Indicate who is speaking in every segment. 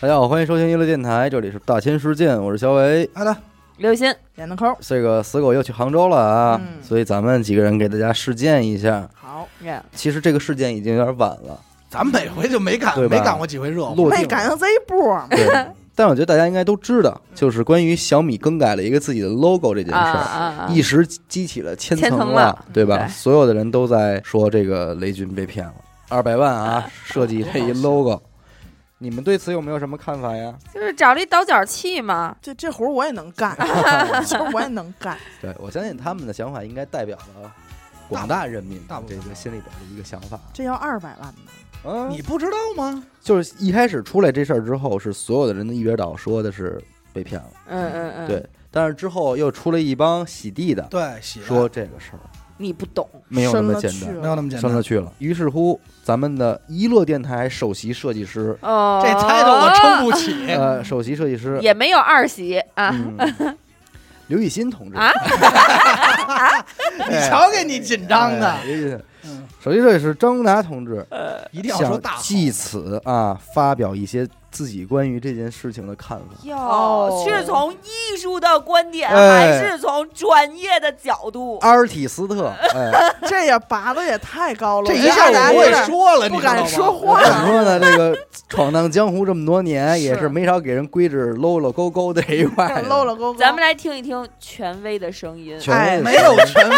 Speaker 1: 大家好，欢迎收听娱乐电台，这里是大千世界，我是小伟。
Speaker 2: 啊
Speaker 3: 好的，
Speaker 4: 刘雨欣，
Speaker 3: 点的扣儿。
Speaker 1: 这个死狗又去杭州了啊，
Speaker 3: 嗯
Speaker 1: 所以咱们几个人给大家事件一下。
Speaker 3: 好，
Speaker 4: 耶，
Speaker 1: 其实这个事件已经有点晚 了，
Speaker 2: 咱们每回就没赶
Speaker 1: 对吧
Speaker 2: 没赶过几回热乎，
Speaker 1: 落
Speaker 3: 没
Speaker 1: 定
Speaker 3: 赶上这一波儿，
Speaker 1: 对，但我觉得大家应该都知道，就是关于小米更改了一个自己的 logo 这件事
Speaker 4: 啊
Speaker 1: 儿。
Speaker 4: 啊啊！
Speaker 1: 一时激起了千
Speaker 4: 千层
Speaker 1: 浪
Speaker 4: 浪，
Speaker 1: 对吧？
Speaker 4: 对
Speaker 1: 所有的人都在说这个雷军被骗了，二百万 啊，设计这一 logo，你们对此有没有什么看法呀？
Speaker 4: 就是找了一倒角器嘛，
Speaker 3: 这这活儿我也能 干，这活儿我也能干。
Speaker 1: 对我相信他们的想法应该代表了广大人民
Speaker 2: 大部
Speaker 1: 这
Speaker 2: 分
Speaker 1: 个心里边的一个想法。
Speaker 3: 这要二百万呢，
Speaker 1: 嗯，
Speaker 2: 你不知道吗？
Speaker 1: 就是一开始出来这事儿之后，是所有的人的一边倒说的是被骗了，
Speaker 4: 嗯嗯嗯，
Speaker 1: 对，。但是之后又出来一帮洗地的，
Speaker 2: 对，喜欢
Speaker 1: 说这个事儿
Speaker 4: 你不懂，
Speaker 1: 没有那么简
Speaker 3: 深了去
Speaker 1: 单，
Speaker 3: 了
Speaker 2: 没有那么简
Speaker 1: 上
Speaker 2: 单
Speaker 1: 了。去了。于是乎，咱们的一乐电台首席设计师
Speaker 4: 哦，
Speaker 2: 这 title 我撑不起，
Speaker 1: 呃，首席设计师，
Speaker 4: 也没有二喜啊，
Speaker 1: 嗯，刘雨欣同志
Speaker 4: 啊，
Speaker 2: 你瞧给你紧张的
Speaker 1: 哎，刘雨欣
Speaker 2: 嗯
Speaker 1: 首席设计师张宏达同志
Speaker 2: 一定要说
Speaker 1: 想
Speaker 2: 大好
Speaker 1: 借此啊发表一些自己关于这件事情的看法。
Speaker 4: 哟
Speaker 3: 哦，
Speaker 4: 是从艺术的观点，
Speaker 1: 哎啊
Speaker 4: 还是从专业的角度？
Speaker 1: 阿尔体斯特，哎，
Speaker 3: 这也拔的也太高了，
Speaker 2: 这一
Speaker 3: 我觉
Speaker 2: 下
Speaker 3: 得
Speaker 2: 我
Speaker 3: 大家
Speaker 2: 不会
Speaker 3: 有点
Speaker 2: 说了，
Speaker 3: 不敢
Speaker 2: 你知道
Speaker 3: 说
Speaker 2: 吗
Speaker 3: 话
Speaker 1: 怎么
Speaker 3: 了。
Speaker 1: 说呢？这个闯荡江湖这么多年，也是
Speaker 4: 是
Speaker 1: 没少给人规制搂搂勾勾的这一
Speaker 2: 哎
Speaker 1: 块。
Speaker 3: 漏了勾勾，
Speaker 4: 咱们来听一听权威的声音，
Speaker 1: 权威
Speaker 3: 哎
Speaker 1: 的
Speaker 2: 没有权威，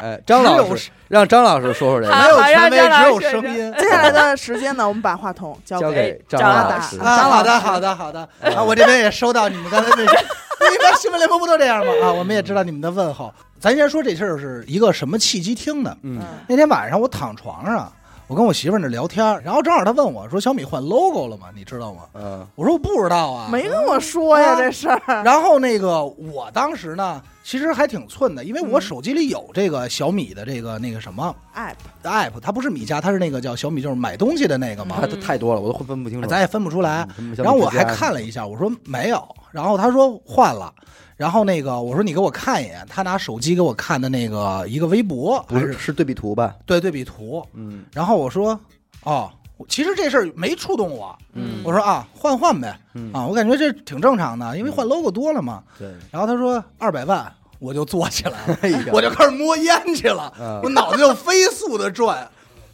Speaker 1: 哎，张老
Speaker 2: 只
Speaker 1: 师让张老师说说这
Speaker 4: 啊
Speaker 2: 没
Speaker 1: 个，
Speaker 2: 有权威，只
Speaker 4: 好让张老
Speaker 2: 有
Speaker 4: 师
Speaker 2: 声音。
Speaker 3: 接下来的时间呢，我们把话筒交
Speaker 1: 交
Speaker 3: 给
Speaker 1: 给张
Speaker 4: 张
Speaker 1: 老
Speaker 3: 老
Speaker 1: 师
Speaker 3: 师。
Speaker 2: 啊，
Speaker 3: 张
Speaker 2: 好的，
Speaker 3: 老师
Speaker 2: 好的，好的。
Speaker 1: 哎
Speaker 2: 啊，我这边也收到你们刚才那些，因为新闻联播不都这样吗？啊，我们也知道你们的问候。咱先说这事儿是一个什么契机听的。
Speaker 1: 嗯，
Speaker 3: 嗯
Speaker 2: 那天晚上我躺床上，我跟我媳妇儿那聊天儿，然后正好她问我说：“小米换 logo 了吗？你知道吗
Speaker 1: 嗯，？”
Speaker 2: 我说：“我不知道啊。”
Speaker 3: 没跟我说呀
Speaker 2: 啊
Speaker 3: 这事儿，
Speaker 2: 然后那个我当时呢，其实还挺寸的，因为我手机里有这个小米的这个那个什么
Speaker 3: 哎，
Speaker 2: 的 app，它不是米家，它是那个叫小米，就是买东西的那个嘛，
Speaker 1: 他太多了，我都分不清楚。
Speaker 2: 啊咱也分不出来。
Speaker 1: 嗯，
Speaker 2: 然后我还看了一下，我说没有，然后他说换了。然后那个我说你给我看一眼，他拿手机给我看的那个一个微博，
Speaker 1: 不
Speaker 2: 还
Speaker 1: 是是对比图吧？
Speaker 2: 对对比图。
Speaker 1: 嗯
Speaker 2: 然后我说哦，其实这事儿没触动我，
Speaker 1: 嗯
Speaker 2: 我说啊换换呗，
Speaker 1: 嗯
Speaker 2: 啊我感觉这挺正常的，因为换
Speaker 1: 嗯
Speaker 2: logo 多了嘛。
Speaker 1: 对，
Speaker 2: 然后他说二百万，我就坐 起来了，
Speaker 1: 哎呀
Speaker 2: 我就开始摸烟去了，
Speaker 1: 嗯
Speaker 2: 我脑子就飞速的转，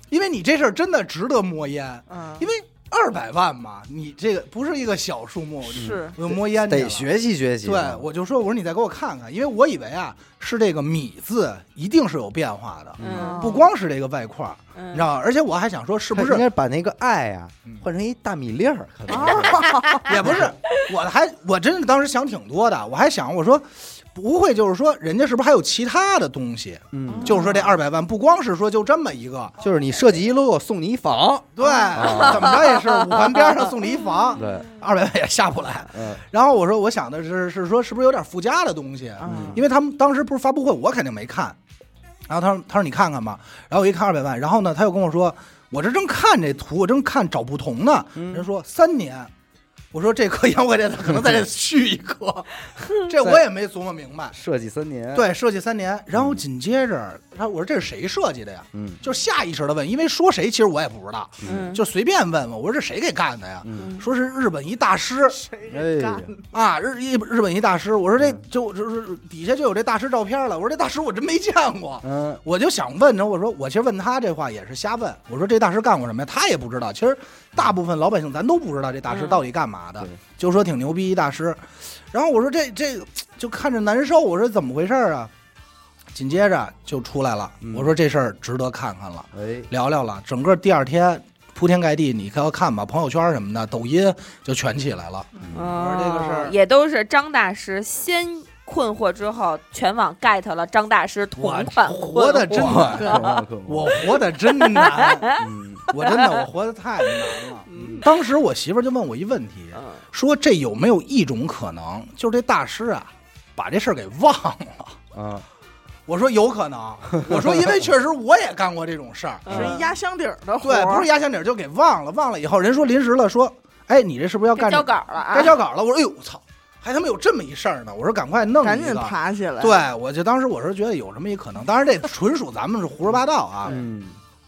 Speaker 2: 因为你这事儿真的值得摸烟，
Speaker 3: 嗯
Speaker 2: 因，为二百万嘛，你这个不是一个小数目，我就是我就摸烟去了
Speaker 1: 得。学习学习。啊
Speaker 2: 对，我就说，我说你再给我看看，因为我以为啊是这个米字一定是有变化的，
Speaker 4: 嗯，
Speaker 2: 不光是这个外块儿，你知
Speaker 4: 嗯，
Speaker 2: 道吗？而且我还想说，是不
Speaker 1: 他
Speaker 2: 是
Speaker 1: 应该把那个爱啊
Speaker 2: 嗯
Speaker 1: 换成一大米粒儿，可能
Speaker 2: 也不是，我还我真的当时想挺多的，我还想我说，不会就是说人家是不是还有其他的东西？
Speaker 1: 嗯，
Speaker 2: 就是说这二百万不光是说就这么一个，
Speaker 1: 就是你设计一 logo 送你一房，
Speaker 2: 对，怎么着也是五环边上送你一房，
Speaker 1: 哦 对，
Speaker 2: 二百万也下不来。
Speaker 1: 嗯
Speaker 2: 然后我说我想的是是说是不是有点附加的东西，
Speaker 3: 嗯
Speaker 2: 因为他们当时不是发布会，我肯定没看。然后他说他说你看看吧，然后我一看二百万，然后呢他又跟我说，我这正看这图，我正看找不同呢，人说三年。我说这颗烟我这可能在这续一颗，这我也没琢磨明白。
Speaker 1: 设计三年，，
Speaker 2: 对，设计三年，然后紧接着他我说这是谁设计的呀？
Speaker 1: 嗯
Speaker 2: 就下意识的问，因为说谁其实我也不知道，
Speaker 4: 嗯
Speaker 2: 就随便问问。我说这谁给干的呀？
Speaker 1: 嗯
Speaker 2: 说是日本一大师
Speaker 3: 谁
Speaker 1: 哎
Speaker 3: 给
Speaker 1: 呀
Speaker 3: 干
Speaker 2: 啊，日一日本一大师。我说这
Speaker 1: 嗯
Speaker 2: 就就是底下就有这大师照片了。我说这大师我真没见过，
Speaker 1: 嗯
Speaker 2: 我就想问着我说我其实问他这话也是瞎问。我说这大师干过什么呀？他也不知道。其实大部分老百姓咱都不知道这大师
Speaker 4: 嗯
Speaker 2: 到底干嘛的
Speaker 1: 对，
Speaker 2: 就说挺牛逼一大师。然后我说这这就看着难受，我说怎么回事儿啊？紧接着就出来了
Speaker 1: 嗯，
Speaker 2: 我说这事儿值得看看了。
Speaker 1: 哎，
Speaker 2: 聊聊了。整个第二天铺天盖地，你要看吧，朋友圈什么的，抖音就全起来了。
Speaker 4: 哦
Speaker 2: 这个事儿
Speaker 4: 也都是张大师先困惑之后，全网 get 了张大师同
Speaker 2: 我
Speaker 4: 款
Speaker 2: 活得真
Speaker 4: 困惑
Speaker 2: 难，
Speaker 1: 我
Speaker 2: 我活得真难，
Speaker 1: 嗯
Speaker 2: 我真的我活得太难了。
Speaker 4: 嗯
Speaker 2: 当时我媳妇儿就问我一问题，
Speaker 4: 嗯
Speaker 2: 说这有没有一种可能，就是这大师啊，把这事儿给忘了？
Speaker 1: 啊，
Speaker 2: 我说有可能，我说因为确实我也干过这种事儿，
Speaker 4: 嗯
Speaker 3: 是一压箱底儿的活
Speaker 2: 对，
Speaker 3: 儿，
Speaker 2: 不是压箱底儿就给忘了，忘了以后人说临时了，说，哎，你这是不是要
Speaker 4: 该
Speaker 2: 干
Speaker 4: 交稿了啊
Speaker 2: 该！交稿了？我说，哎呦，我操，还他妈有这么一事儿呢！我说赶快弄一个，
Speaker 3: 赶紧爬起来。
Speaker 2: 对，我就当时我是觉得有这么一可能，当然这纯属咱们是胡说八道啊。
Speaker 1: 嗯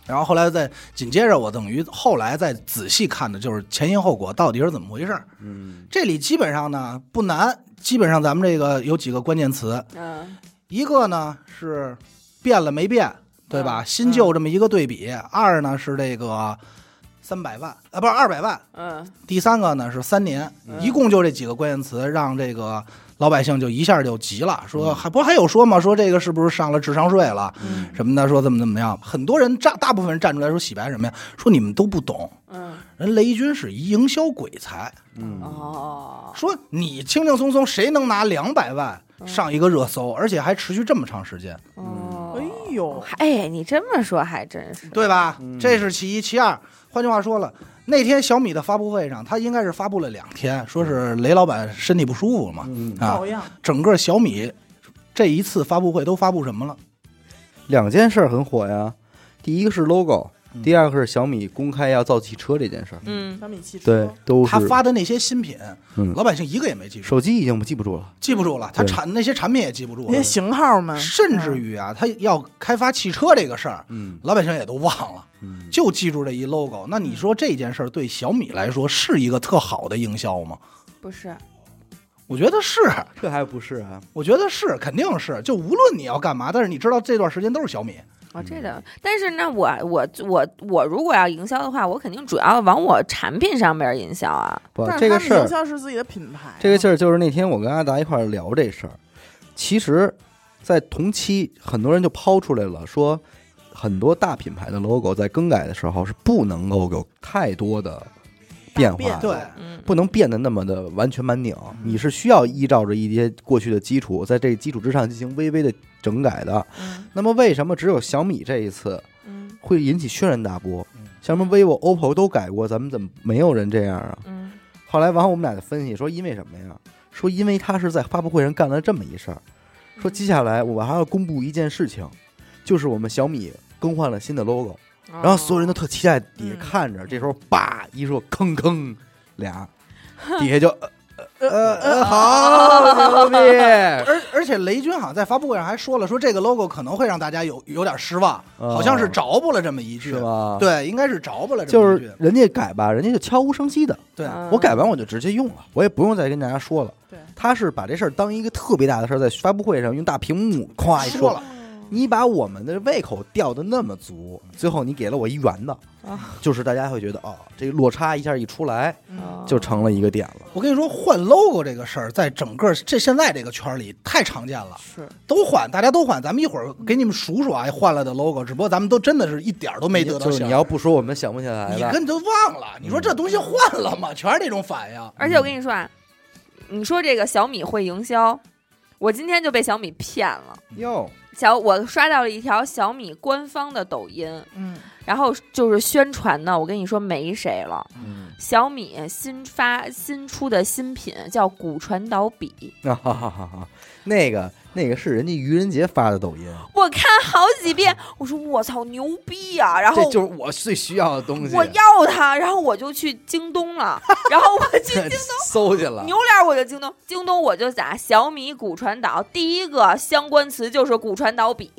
Speaker 2: 然后后来再紧接着，我等于后来再仔细看的就是前因后果到底是怎么回事儿。
Speaker 1: 嗯
Speaker 2: 这里基本上呢不难，基本上咱们这个有几个关键词，
Speaker 4: 嗯
Speaker 2: 一个呢是变了没变，对吧？新旧这么一个对比。二呢是这个三百万啊，不是二百万。
Speaker 4: 嗯
Speaker 2: 第三个呢是三年，
Speaker 4: 嗯
Speaker 2: 一共就这几个关键词，让这个老百姓就一下就急了，说
Speaker 1: 嗯
Speaker 2: 还不还有说嘛，说这个是不是上了智商税了
Speaker 1: 嗯
Speaker 2: 什么的，说怎么怎么样。很多人站，大部分人站出来说洗白什么呀？说你们都不懂，
Speaker 4: 嗯
Speaker 2: 人雷军是一营销鬼才，
Speaker 1: 嗯
Speaker 4: 哦，
Speaker 2: 说你轻轻松松谁能拿两百万上一个热搜，而且还持续这么长时间，
Speaker 1: 嗯
Speaker 4: 哦
Speaker 3: 哎
Speaker 2: 啊
Speaker 3: 呦，
Speaker 4: 哎，你这么说还真是，
Speaker 2: 对吧？
Speaker 1: 嗯
Speaker 2: 这是其一，其二。换句话说了，那天小米的发布会上，他应该是发布了两天，说是雷老板身体不舒服嘛，
Speaker 1: 嗯，
Speaker 2: 啊
Speaker 3: 照样
Speaker 2: 整个小米这一次发布会都发布什么了？
Speaker 1: 两件事儿很火呀，第一个是 logo，
Speaker 2: 嗯
Speaker 1: 第二个是小米公开要造汽车这件事儿，
Speaker 4: 嗯
Speaker 3: 小米汽车
Speaker 1: 对，都是
Speaker 2: 他发的那些新品，
Speaker 1: 嗯
Speaker 2: 老百姓一个也没记住，
Speaker 1: 手机已经记不住了，
Speaker 2: 记不住了。他
Speaker 1: 对
Speaker 2: 产那些产品也记不住
Speaker 3: 那些
Speaker 2: 了，
Speaker 3: 型号
Speaker 1: 嗯
Speaker 3: 们，嗯
Speaker 2: 甚至于啊，他要开发汽车这个事儿，
Speaker 1: 嗯
Speaker 2: 老百姓也都忘了，
Speaker 1: 嗯，
Speaker 2: 就记住这一 logo。那你说这件事儿对小米来说是一个特好的营销吗？
Speaker 4: 不是，
Speaker 2: 我觉得是，
Speaker 1: 这还不是啊，
Speaker 2: 我觉得是，肯定是。就无论你要干嘛，但是你知道这段时间都是小米，
Speaker 4: 哦，
Speaker 1: 嗯
Speaker 4: 这个，但是呢，我我我我如果要营销的话，我肯定主要往我产品上面营销啊。
Speaker 1: 不
Speaker 3: 但，
Speaker 1: 这
Speaker 3: 是他
Speaker 1: 个
Speaker 3: 们
Speaker 1: 事儿
Speaker 3: 营销是自己的品牌啊，
Speaker 1: 这个事儿就是那天我跟阿达一块儿聊这事儿，其实，在同期很多人就抛出来了，说很多大品牌的 logo 在更改的时候是不能够有太多的变化
Speaker 3: 变
Speaker 1: 的，
Speaker 2: 对，嗯
Speaker 4: 嗯，
Speaker 1: 不能变得那么的完全满拧，你是需要依照着一些过去的基础，在这个基础之上进行微微的整改的。
Speaker 4: 嗯
Speaker 1: 那么为什么只有小米这一次
Speaker 4: 嗯
Speaker 1: 会引起轩然大波
Speaker 2: 嗯？
Speaker 1: 像什么 vivo、OPPO 都改过，咱们怎么没有人这样啊？
Speaker 4: 嗯
Speaker 1: 后来完后我们俩就分析说，因为什么呀？说因为他是在发布会上干了这么一事儿，说接下来我还要公布一件事情，就是我们小米更换了新的 logo，
Speaker 4: 然
Speaker 1: 然后所有人都特期待，底下
Speaker 4: 嗯
Speaker 1: 看着，这时候叭一说吭吭俩，底下就呃呃呃啊好牛逼，
Speaker 2: 而而且雷军好像在发布会上还说了，说这个 logo 可能会让大家有有点失望，
Speaker 1: 哦
Speaker 2: 好像是着不了这么一句
Speaker 1: 是。吧？，
Speaker 2: 对，应该是着不了这
Speaker 1: 就
Speaker 2: 么一句
Speaker 1: 是。人家改吧，人家就悄无声息的，
Speaker 2: 对，
Speaker 1: 我改完我就直接用了，我也不用再跟大家说了。
Speaker 3: 对
Speaker 1: 他是把这事儿当一个特别大的事儿，在发布会上用大屏幕咵一
Speaker 2: 说
Speaker 1: 说
Speaker 2: 了
Speaker 1: 你把我们的胃口吊的那么足，最后你给了我一圆的，
Speaker 4: 啊
Speaker 1: 就是大家会觉得哦，这个落差一下一出来
Speaker 4: 哦啊
Speaker 3: 嗯
Speaker 1: 就成了一个点了。
Speaker 2: 我跟你说，换 logo 这个事儿，在整个这现在这个圈儿里太常见了，
Speaker 3: 是
Speaker 2: 都换，大家都换。咱们一会儿给你们数数啊，换了的 logo，只不过咱们都真的是一点儿都没得到
Speaker 1: 就是
Speaker 2: 信儿
Speaker 1: 你要不说，我们想不起来
Speaker 2: 你
Speaker 1: 了。嗯
Speaker 2: 跟你都忘了，你说这东西换了吗？全是这种反应。
Speaker 4: 而且我跟你说啊，你说这个小米会营销，我今天就被小米骗了。
Speaker 1: 哟，
Speaker 4: 小我刷到了一条小米官方的抖音，
Speaker 3: 嗯，
Speaker 4: 然后就是宣传呢，我跟你说没谁了。
Speaker 1: 嗯
Speaker 4: 小米新发新出的新品叫骨传导笔，
Speaker 1: 哈啊哈哈哈！那个那个是人家愚人节发的抖音，
Speaker 4: 我看好几遍，我说我操牛逼呀、然后
Speaker 1: 嗯这就是我最需要的东西。
Speaker 4: 我要它，然后我就去京 东了，然后我去
Speaker 1: 搜去了，
Speaker 4: 牛脸我就京东，京东我就打小米骨传导，第一个相关词就是骨传导笔，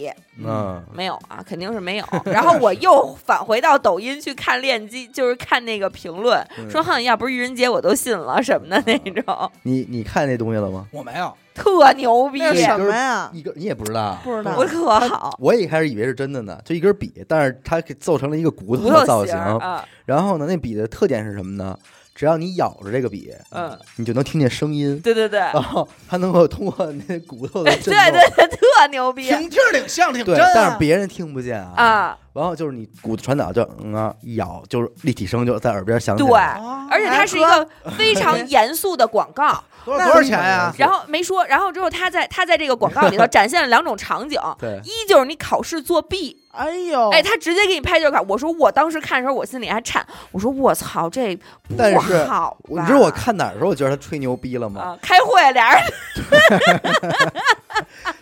Speaker 1: 嗯，
Speaker 4: 没有啊，肯定是没有。然后我又返回到抖音去看链接，就是看那个评论，
Speaker 1: 嗯
Speaker 4: 说哼，要不是愚人节我都信了什么的那种，
Speaker 1: 你你看那东西了吗？
Speaker 2: 我没有，
Speaker 4: 特牛逼，
Speaker 3: 那是什
Speaker 1: 根
Speaker 3: 么呀？
Speaker 1: 一根你也不知道，
Speaker 3: 不知道
Speaker 4: 我特好，
Speaker 1: 我也开始以为是真的呢，就一根笔，但是它给做成了一个骨头
Speaker 4: 骨
Speaker 1: 的
Speaker 4: 头
Speaker 1: 造型
Speaker 4: 型。儿啊，
Speaker 1: 然后呢，那笔的特点是什么呢？只要你咬着这个笔，
Speaker 4: 嗯，
Speaker 1: 你就能听见声音，
Speaker 4: 对对对，
Speaker 1: 然后它能够通过那骨头的震
Speaker 4: 对
Speaker 1: 动，
Speaker 4: 对对，特牛逼
Speaker 2: 挺劲儿挺像挺
Speaker 1: 对
Speaker 2: 真啊。
Speaker 1: 但是别人听不见啊。
Speaker 4: 啊！
Speaker 1: 然后就是你骨头传导就嗯啊一咬，就是立体声就在耳边响起
Speaker 4: 对，
Speaker 1: 来。
Speaker 2: 啊
Speaker 4: 而且它是一个非常严肃的广告，
Speaker 2: 多少多少钱呀？
Speaker 4: 然后没说，然后之后他在他在这个广告里头展现了两种场景，
Speaker 1: 对，
Speaker 4: 一就是你考试作弊，
Speaker 3: 哎呦，
Speaker 4: 哎，他直接给你拍这个卡。我说我当时看的时候，我心里还颤，我说我操，这
Speaker 1: 但
Speaker 4: 不
Speaker 1: 是
Speaker 4: 好
Speaker 1: 我
Speaker 4: 吧
Speaker 1: 你知道我看哪儿的时候，我觉得他吹牛逼了吗？
Speaker 4: 啊，开会俩人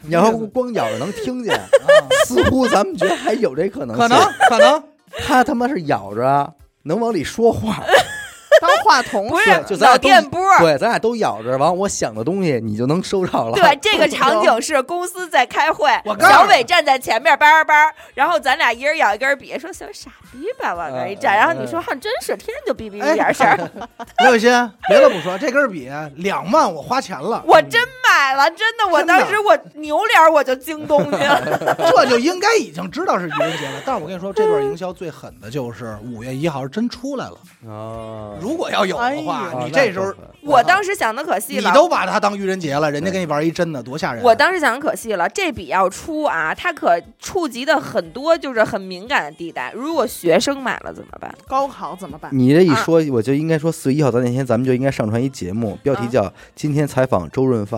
Speaker 1: 你要说光咬着能听 见，似乎咱们觉得还有这可能性。
Speaker 2: 可能可能，
Speaker 1: 他他妈是咬着能往里说话，
Speaker 3: 当话筒
Speaker 4: 不
Speaker 3: 使
Speaker 4: 是
Speaker 1: 就咱俩
Speaker 4: 脑
Speaker 1: 都
Speaker 4: 电波儿。
Speaker 1: 对，咱俩都咬着，完我想的东西你就能收到了。
Speaker 4: 对，这个场景是公司在开会
Speaker 2: 我，告诉
Speaker 4: 小
Speaker 2: 你
Speaker 4: 伟站在前面叭叭叭，然后咱俩一人咬一根笔，说小傻逼吧，往那儿一站，
Speaker 1: 嗯
Speaker 4: 然后你说哼，真是天天就逼逼逼
Speaker 2: 哎
Speaker 4: 眼 神儿，
Speaker 2: 刘雨欣，别的不说，这根笔两万我花钱 了，
Speaker 4: 我真买了，真的，我
Speaker 2: 真的
Speaker 4: 当时我扭脸我就京东 去了，
Speaker 2: 这就应该已经知道是愚人节了。但是我跟你说，这段营销最狠的就是五月一号真出来了。
Speaker 1: 啊，
Speaker 2: 如果要有的
Speaker 3: 哎
Speaker 2: 话，
Speaker 1: 哦
Speaker 3: 呦
Speaker 2: 你这时候
Speaker 4: 我当时想的可细
Speaker 2: 你
Speaker 4: 了。
Speaker 2: 都把它当愚人节了，人家给你玩一真的，多吓人啊！
Speaker 4: 我当时想的可细了，这笔要出啊，它可触及的很多就是很敏感的地带。如果学生买了怎么办？
Speaker 3: 高考怎么办？
Speaker 1: 你这一说，我就应该说四月一号咱那天咱们就应该上传一节目，标题
Speaker 2: 啊
Speaker 1: 叫《今天采访周润 发》，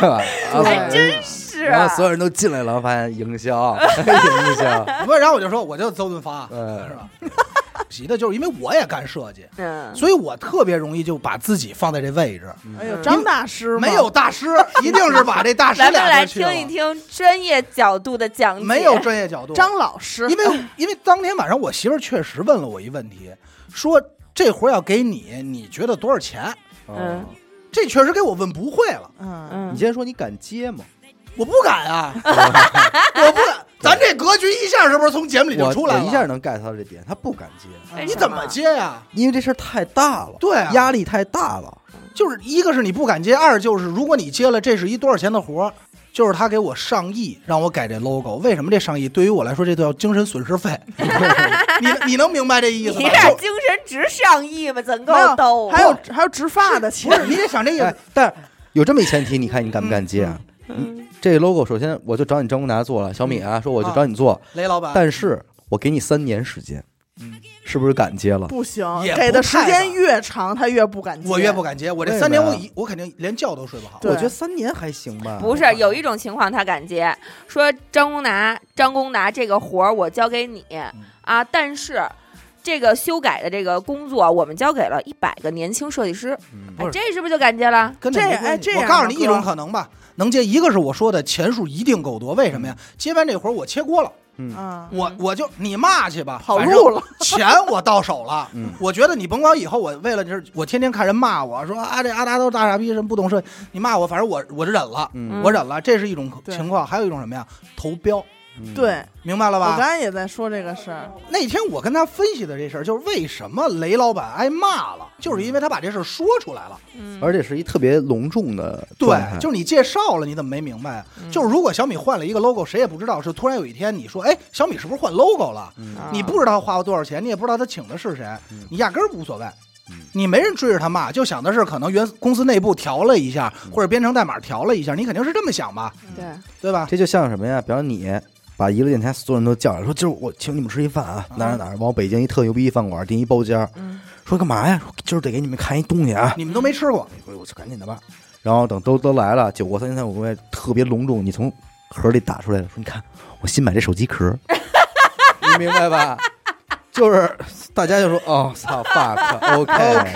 Speaker 1: 对吧？
Speaker 4: 还
Speaker 2: 哎
Speaker 1: 啊
Speaker 4: 哎真是，啊
Speaker 1: 然后所有人都进来了，发现营销， 营 销，
Speaker 2: 不是，然后我就说，我就周润发，
Speaker 1: 嗯
Speaker 2: 啊是吧？ 急的就是因为我也干设计，
Speaker 4: 嗯，
Speaker 2: 所以我特别容易就把自己放在这位置。
Speaker 3: 哎呦，张大师吗
Speaker 2: 没有，大 师，一定是把这大师
Speaker 4: 咱们
Speaker 2: 俩
Speaker 4: 来
Speaker 2: 字去了
Speaker 4: 听一听专业角度的讲解。
Speaker 2: 没有专业角度。
Speaker 3: 张老师
Speaker 2: 因为因为当天晚上我媳妇儿确实问了我一问题，说这活儿要给你，你觉得多少钱？
Speaker 1: 嗯
Speaker 4: 嗯，
Speaker 2: 这确实给我问不会了，
Speaker 3: 嗯，
Speaker 4: 嗯
Speaker 1: 你先说你敢接吗？
Speaker 2: 我不敢啊，我不敢。咱这格局一下是不是从节目里就
Speaker 1: 我
Speaker 2: 出来
Speaker 1: 我
Speaker 2: 了？
Speaker 1: 一下能 get 到这点，他不敢接，
Speaker 4: 为
Speaker 2: 你
Speaker 4: 什
Speaker 2: 怎么接呀、
Speaker 1: 因为这事儿太大了，
Speaker 2: 对啊
Speaker 1: 压力太大了。
Speaker 2: 就是一个是你不敢接，二就是如果你接了，这是一多少钱的活儿，就是他给我上亿让我改这 logo，为什么这上亿对于我来说这都叫精神损失费？你你能明白这意思
Speaker 4: 你
Speaker 2: 吗？
Speaker 4: 俩
Speaker 2: 就
Speaker 4: 精神值上亿吗？怎么
Speaker 3: 没有
Speaker 4: 够逗？啊
Speaker 3: 还有还有植发的钱
Speaker 2: 不，是你得想这意思
Speaker 1: 哎，，但是有这么一前提，你看你敢不敢接啊？
Speaker 4: 嗯，
Speaker 1: 这 logo 首先我就找你张宏达做了，小米
Speaker 2: 嗯
Speaker 1: 啊说我就找你做，
Speaker 2: 雷老板，
Speaker 1: 但是我给你三年时间，
Speaker 2: 嗯
Speaker 1: 是不是敢接了？
Speaker 3: 不行
Speaker 2: 也，不
Speaker 3: 给的时
Speaker 2: 太
Speaker 3: 间
Speaker 2: 吧
Speaker 3: 越长，他越不敢接。
Speaker 2: 我越不敢接，我这三
Speaker 1: 为什
Speaker 2: 年
Speaker 1: 么呀
Speaker 2: 我一我肯定连觉都睡不好。
Speaker 3: 对
Speaker 1: 我觉得三年还行吧。
Speaker 4: 不是，有一种情况他敢接，说张公达，张公达这个活儿我交给你
Speaker 1: 嗯
Speaker 4: 啊，但是这个修改的这个工作我们交给了一百个年轻设计师，
Speaker 1: 嗯，
Speaker 2: 不
Speaker 4: 哎
Speaker 2: 是，
Speaker 4: 这是不是就敢接了？
Speaker 2: 跟这
Speaker 3: 这
Speaker 2: 没关
Speaker 3: 哎
Speaker 2: 系
Speaker 3: 这
Speaker 2: 我
Speaker 3: 样
Speaker 2: 告诉
Speaker 3: 吧
Speaker 2: 你
Speaker 3: 哥
Speaker 2: 一种可能吧，能接一个是我说的钱数一定够多，为什么呀？接完这活儿我切锅了，
Speaker 3: 啊，
Speaker 2: 我
Speaker 4: 嗯
Speaker 2: 我就你骂去吧，
Speaker 3: 跑
Speaker 2: 反正
Speaker 3: 路了，
Speaker 2: 钱我到手了，
Speaker 1: 嗯
Speaker 2: 我觉得你甭管以后，我为了就是我天天看人骂我说啊这阿达都大傻逼什么不懂事，你骂我，反正我我忍了，
Speaker 1: 嗯
Speaker 2: 我忍了，这是一种
Speaker 3: 对
Speaker 2: 情况，还有一种什么呀？投标，
Speaker 1: 嗯，
Speaker 3: 对
Speaker 2: 明白了
Speaker 3: 我刚
Speaker 2: 吧？
Speaker 3: 才也在说这个事儿，
Speaker 2: 那天我跟他分析的这事儿，就是为什么雷老板挨骂
Speaker 1: 嗯
Speaker 2: 了，就是因为他把这事儿说出来了。
Speaker 4: 嗯
Speaker 1: 而且是一特别隆重的状态
Speaker 2: 对，就是你介绍了，你怎么没明白啊？
Speaker 1: 嗯
Speaker 2: 就是如果小米换了一个 logo，谁也不知道，是突然有一天你说，哎，小米是不是换 logo 了？
Speaker 4: 啊
Speaker 1: 嗯
Speaker 2: 你不知道花了多少钱，你也不知道他请的是谁
Speaker 1: 嗯，
Speaker 2: 你压根儿无所谓
Speaker 1: 嗯。
Speaker 2: 你没人追着他骂，就想的是可能原公司内部调了一下，或者编程代码调了一下，你肯定是这么想吧，
Speaker 4: 对，
Speaker 1: 啊
Speaker 2: 对吧？
Speaker 1: 这就像什么呀？比方你把一个电台所有人都叫来，说今儿我请你们吃一饭啊，哪儿哪儿，往北京一特牛逼饭馆订一包间儿，说干嘛呀？说今儿得给你们看一东西啊！
Speaker 2: 你们都没吃过，
Speaker 1: 我说我说赶紧的吧。然后等都都来了，酒过三巡三五味，特别隆重。你从盒里打出来了，说你看我新买这手机壳儿，你明白吧？就是大家就说哦，操，fuck，OK，、
Speaker 2: OK，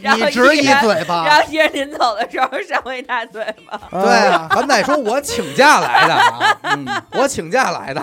Speaker 4: 然
Speaker 2: 哎
Speaker 4: 后
Speaker 2: 你只一
Speaker 4: 一人
Speaker 2: 嘴巴，
Speaker 4: 然后一人临走的时候扇我一大嘴巴，
Speaker 1: 啊
Speaker 2: 对 啊
Speaker 1: 咱得说我请假来的啊，嗯，我请假来的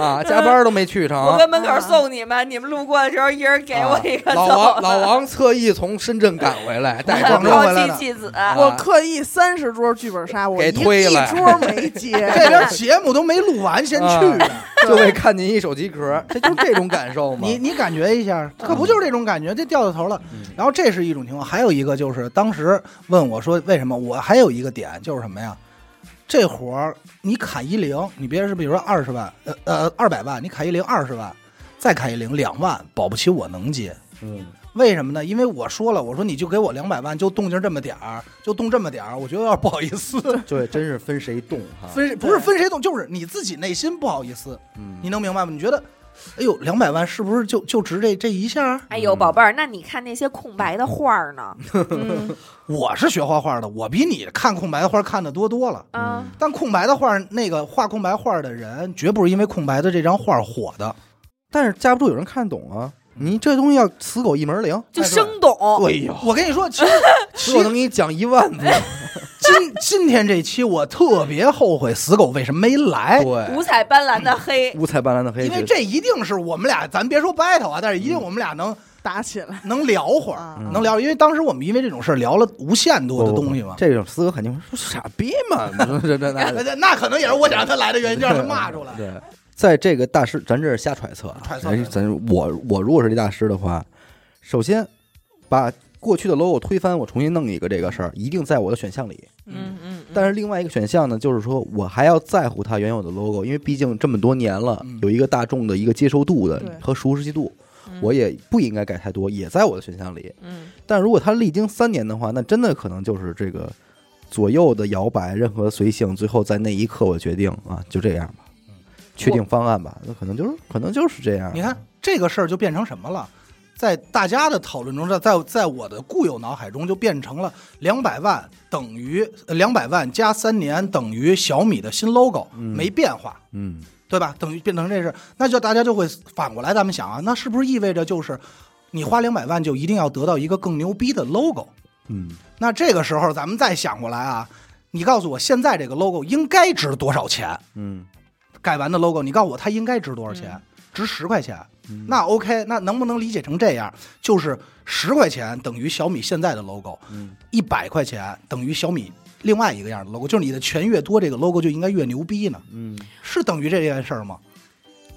Speaker 1: 啊，加班都没去成。
Speaker 4: 我跟门口送你们，你们路过的时候一人给我一个
Speaker 1: 啊老
Speaker 4: 走
Speaker 1: 王，老王特意从深圳赶回来，带
Speaker 2: 老
Speaker 1: 着 装
Speaker 2: 王回
Speaker 4: 抛
Speaker 2: 来了
Speaker 4: 妻弃子，
Speaker 1: 啊
Speaker 3: 我刻意三十桌剧本杀，我
Speaker 1: 给
Speaker 3: 一
Speaker 1: 推了
Speaker 3: 一 桌
Speaker 2: 这
Speaker 3: 没接，
Speaker 2: 边节目都没录完，先去
Speaker 1: 啊。就为看您一手机壳，这就是这种感受吗？
Speaker 2: 你你感觉一下，可不就是这种感觉，这掉到头了。然后这是一种情况，还有一个就是当时问我说为什么，我还有一个点就是什么呀？这活儿你砍一零，你别是比如说二十万，呃呃二百万，你砍一零二十万，再砍一零两万，保不齐我能接。
Speaker 1: 嗯，
Speaker 2: 为什么呢？因为我说了，我说你就给我两百万，就动静这么点儿，就动这么点儿，我觉得有点不好意思。
Speaker 1: 对，真是分谁动哈。
Speaker 2: 分谁不是分谁动，就是你自己内心不好意思，
Speaker 1: 嗯，
Speaker 2: 你能明白吗？你觉得，哎呦，两百万是不是就就值这这一下儿？
Speaker 4: 哎
Speaker 1: 嗯
Speaker 4: 呦，宝贝儿，那你看那些空白的画 儿呢？嗯
Speaker 2: 我是学画画的，我比你看空白的画看的多多了。
Speaker 1: 嗯
Speaker 4: 啊，
Speaker 2: 但空白的画，那个画空白画的人，绝不是因为空白的这张画火的。
Speaker 1: 但是架不住有人看懂啊。你这东西要死狗一门灵，
Speaker 4: 就生懂。
Speaker 1: 哎呦，
Speaker 2: 我跟你说，其实 其
Speaker 1: 我能给你讲一万字。
Speaker 2: 今今天这期我特别后悔死狗为什么没来，
Speaker 1: 对，
Speaker 4: 五彩斑斓的黑，
Speaker 1: 五彩斑斓的黑，
Speaker 2: 因为这一定是我们俩，咱别说 battle 啊，但是一定我们俩能
Speaker 3: 打起来
Speaker 2: 能聊会儿，
Speaker 3: 啊
Speaker 1: 嗯
Speaker 2: 能聊，因为当时我们因为这种事儿聊了无限多的
Speaker 1: 不不不
Speaker 2: 东西嘛。
Speaker 1: 这种思哥肯定会说傻逼 嘛，这这那
Speaker 2: 那那 那可能也是我想让他来的原因，就让他骂出来。
Speaker 1: 嗯对，在这个大师，咱这是瞎揣测啊，
Speaker 2: 揣测
Speaker 1: 咱咱我我如果是这大师的话，首先把过去的 logo 推翻，我重新弄一个这个事儿，一定在我的选项里。
Speaker 4: 嗯嗯，
Speaker 1: 但是另外一个选项呢，就是说我还要在乎它原有的 logo，因为毕竟这么多年了
Speaker 2: 嗯，
Speaker 1: 有一个大众的一个接受度的
Speaker 3: 对
Speaker 1: 和熟悉度，
Speaker 4: 嗯
Speaker 1: 我也不应该改太多，也在我的选项里。
Speaker 4: 嗯
Speaker 1: 但如果它历经三年的话，那真的可能就是这个左右的摇摆，任何随性，最后在那一刻我决定啊，就这样吧
Speaker 2: 嗯，
Speaker 1: 确定方案吧，那可能就是可能就是这样。
Speaker 2: 你看，这个事儿就变成什么了？在大家的讨论中，在在在我的固有脑海中就变成了两百万等于两百万加三年等于小米的新 logo，、
Speaker 1: 嗯
Speaker 2: 没变化，
Speaker 1: 嗯，
Speaker 2: 对吧？等于变成这事，那就大家就会反过来，咱们想啊，那是不是意味着就是你花两百万就一定要得到一个更牛逼的 logo？
Speaker 1: 嗯
Speaker 2: 那这个时候咱们再想过来啊，你告诉我现在这个 logo 应该值多少钱？
Speaker 1: 嗯
Speaker 2: 改完的 logo，你告诉我它应该值多少钱？
Speaker 4: 嗯
Speaker 2: 值十块钱
Speaker 1: 嗯，
Speaker 2: 那 OK，那能不能理解成这样？就是十块钱等于小米现在的 logo，
Speaker 1: 嗯
Speaker 2: 一百块钱等于小米另外一个样的 logo，就是你的钱越多，这个 logo 就应该越牛逼呢，
Speaker 1: 嗯，
Speaker 2: 是等于这件事儿吗？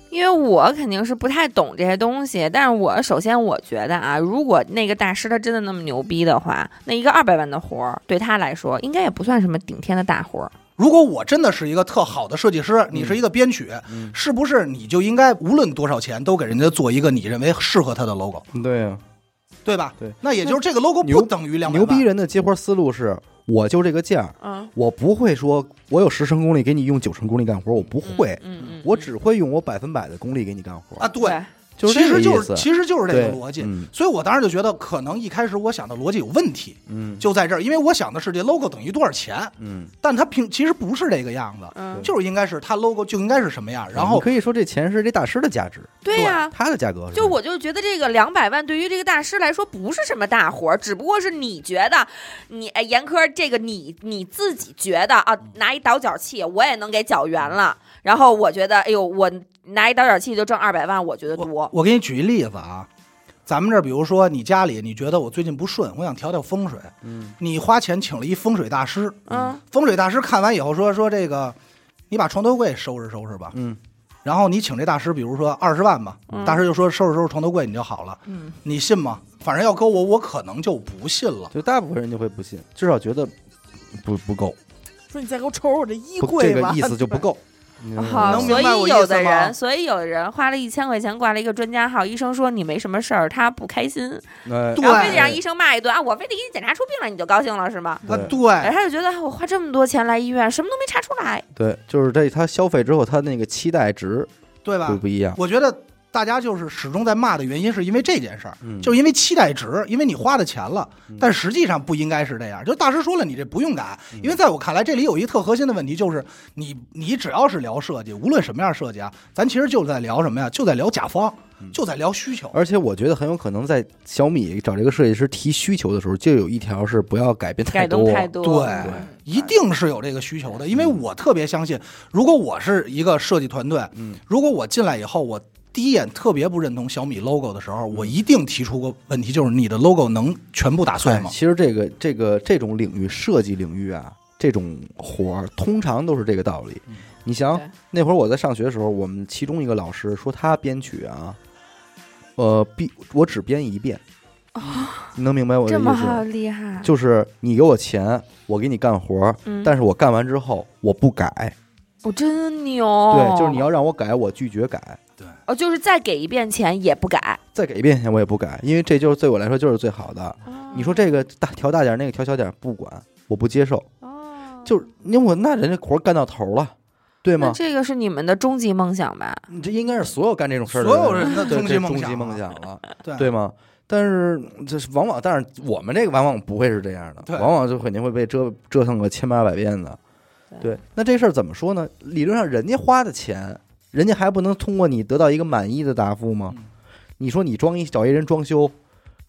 Speaker 4: 因为我肯定是不太懂这些东西，但是我首先我觉得啊，如果那个大师他真的那么牛逼的话，那一个二百万的活儿对他来说应该也不算什么顶天的大活儿。
Speaker 2: 如果我真的是一个特好的设计师，你是一个编曲，
Speaker 1: 嗯
Speaker 2: 是不是你就应该无论多少钱都给人家做一个你认为适合他的 logo，
Speaker 1: 嗯对啊呀、
Speaker 2: 对吧？
Speaker 1: 对，
Speaker 2: 那也就是这个 logo
Speaker 1: 牛
Speaker 2: 不等于两百
Speaker 1: 牛
Speaker 2: 万。
Speaker 1: 逼人的接活思路是，我就这个价儿，
Speaker 4: 嗯，
Speaker 1: 我不会说我有十成功力给你用九成功力干活，我不会，
Speaker 4: 嗯嗯，
Speaker 1: 我只会用我百分百的功力给你干活，
Speaker 2: 啊！对，，
Speaker 1: 就是
Speaker 2: 其
Speaker 1: 这个
Speaker 2: 实就
Speaker 1: 意
Speaker 2: 是
Speaker 1: 思。
Speaker 2: 其实就是这个
Speaker 1: 对
Speaker 2: 逻辑。
Speaker 1: 嗯
Speaker 2: 所以我当时就觉得，可能一开始我想的逻辑有问题，
Speaker 1: 嗯
Speaker 2: 就在这儿，因为我想的是这 logo 等于多少钱，
Speaker 1: 嗯，
Speaker 2: 但它平其实不是这个样子，
Speaker 4: 嗯，
Speaker 2: 就是应该是它 logo 就应该是什么样，然
Speaker 1: 你
Speaker 2: 后
Speaker 1: 可以说这钱是这大师的价值，
Speaker 4: 对呀、
Speaker 2: 啊
Speaker 1: 他的价格是
Speaker 4: 就我就觉得这个两百万对于这个大师来说不是什么大活儿，只不过是你觉得你哎严科这个你你自己觉得啊，拿一倒角器我也能给搅圆了，然后我觉得哎呦我拿一倒角器就挣二百万，我觉得
Speaker 2: 我
Speaker 4: 多，
Speaker 2: 我给你举一例子啊。咱们这儿，比如说你家里，你觉得我最近不顺，我想调调风水，
Speaker 1: 嗯
Speaker 2: 你花钱请了一风水大师，
Speaker 4: 嗯
Speaker 2: 风水大师看完以后说说这个，你把床头柜收拾收拾吧，
Speaker 1: 嗯
Speaker 2: 然后你请这大师，比如说二十万吧，
Speaker 4: 嗯
Speaker 2: 大师就说收拾收拾床头柜你就好了，
Speaker 3: 嗯，
Speaker 2: 你信吗？反正要搁我，我可能就不信了。
Speaker 1: 就大部分人就会不信，至少觉得不不够，
Speaker 3: 说你再给我瞅瞅我这衣
Speaker 1: 不这
Speaker 3: 柜
Speaker 1: 个
Speaker 3: 吧，
Speaker 1: 意思就不够。你嗯明白吗
Speaker 4: 好，
Speaker 2: 能明
Speaker 4: 所
Speaker 2: 白我
Speaker 4: 以
Speaker 2: 意思
Speaker 4: 有的
Speaker 2: 吗
Speaker 4: 人，所以有的人花了一千块钱挂了一个专家号，医生说你没什么事儿，他不开心，
Speaker 1: 哎
Speaker 2: 对
Speaker 4: 然后非得让医生骂一顿啊，我非得给你检查出病来，你就高兴了是吗？
Speaker 2: 啊，
Speaker 1: 对
Speaker 4: 哎，
Speaker 2: 对，
Speaker 4: 他就觉得哎我花这么多钱来医院，什么都没查出来，
Speaker 1: 对，就是这他消费之后，他那个期待值
Speaker 2: 对吧
Speaker 1: 会？不一样。
Speaker 2: 我觉得大家就是始终在骂的原因，是因为这件事儿，
Speaker 1: 嗯，
Speaker 2: 就是因为期待值，因为你花的钱了
Speaker 1: 嗯，
Speaker 2: 但实际上不应该是这样。就大师说了，你这不用改，因为在我看来，这里有一特核心的问题，就是你你只要是聊设计，无论什么样设计啊，咱其实就在聊什么呀？就在聊甲方
Speaker 1: 嗯，
Speaker 2: 就在聊需求。
Speaker 1: 而且我觉得很有可能在小米找这个设计师提需求的时候，就有一条是不要改变
Speaker 4: 改
Speaker 1: 太
Speaker 4: 动
Speaker 1: 多。
Speaker 4: 太多，
Speaker 2: 对
Speaker 1: 对
Speaker 2: 一定是有这个需求的，因为我特别相信，如果我是一个设计团队，
Speaker 1: 嗯，
Speaker 2: 如果我进来以后，我第一眼特别不认同小米 logo 的时候，
Speaker 1: 嗯
Speaker 2: 我一定提出个问题，就是你的 logo 能全部打碎
Speaker 1: 哎
Speaker 2: 吗？
Speaker 1: 其实这个这个这种领域，设计领域啊，这种活儿通常都是这个道理。你想
Speaker 4: 嗯对
Speaker 1: 那会儿我在上学的时候，我们其中一个老师说他编曲啊，呃，必我只编一遍。你能明白我的
Speaker 4: 哦这
Speaker 1: 意
Speaker 4: 么
Speaker 1: 思
Speaker 4: 好
Speaker 1: 吗？
Speaker 4: 厉害，
Speaker 1: 就是你给我钱，我给你干活儿，
Speaker 4: 嗯
Speaker 1: 但是我干完之后我不改，
Speaker 4: 我真牛，
Speaker 1: 对，就是你要让我改，我拒绝改，
Speaker 4: 哦，就是再给一遍钱也不改。
Speaker 1: 再给一遍钱我也不改，因为这就是对我来说就是最好的。
Speaker 4: 啊
Speaker 1: 你说这个大调大点儿，那个调小点儿，不管，我不接受。
Speaker 4: 哦，
Speaker 1: 就是因为我那人家活儿干到头了，对
Speaker 4: 那
Speaker 1: 吗？
Speaker 4: 这个是你们的终极梦想吧？
Speaker 1: 你这应该是所有干这种事儿的
Speaker 2: 所有人的
Speaker 1: 对
Speaker 2: 终
Speaker 1: 这
Speaker 2: 极梦
Speaker 1: 终
Speaker 2: 想
Speaker 1: 极
Speaker 2: 啊，
Speaker 1: 梦想了，
Speaker 2: 对
Speaker 1: 对吗？但是这是往往，但是我们这个往往不会是这样的，
Speaker 2: 对
Speaker 1: 往往就肯定会被折折腾个千八百遍的。对，那这事儿怎么说呢？理论上人家花的钱，人家还不能通过你得到一个满意的答复吗？
Speaker 2: 嗯
Speaker 1: 你说你装一找一人装修，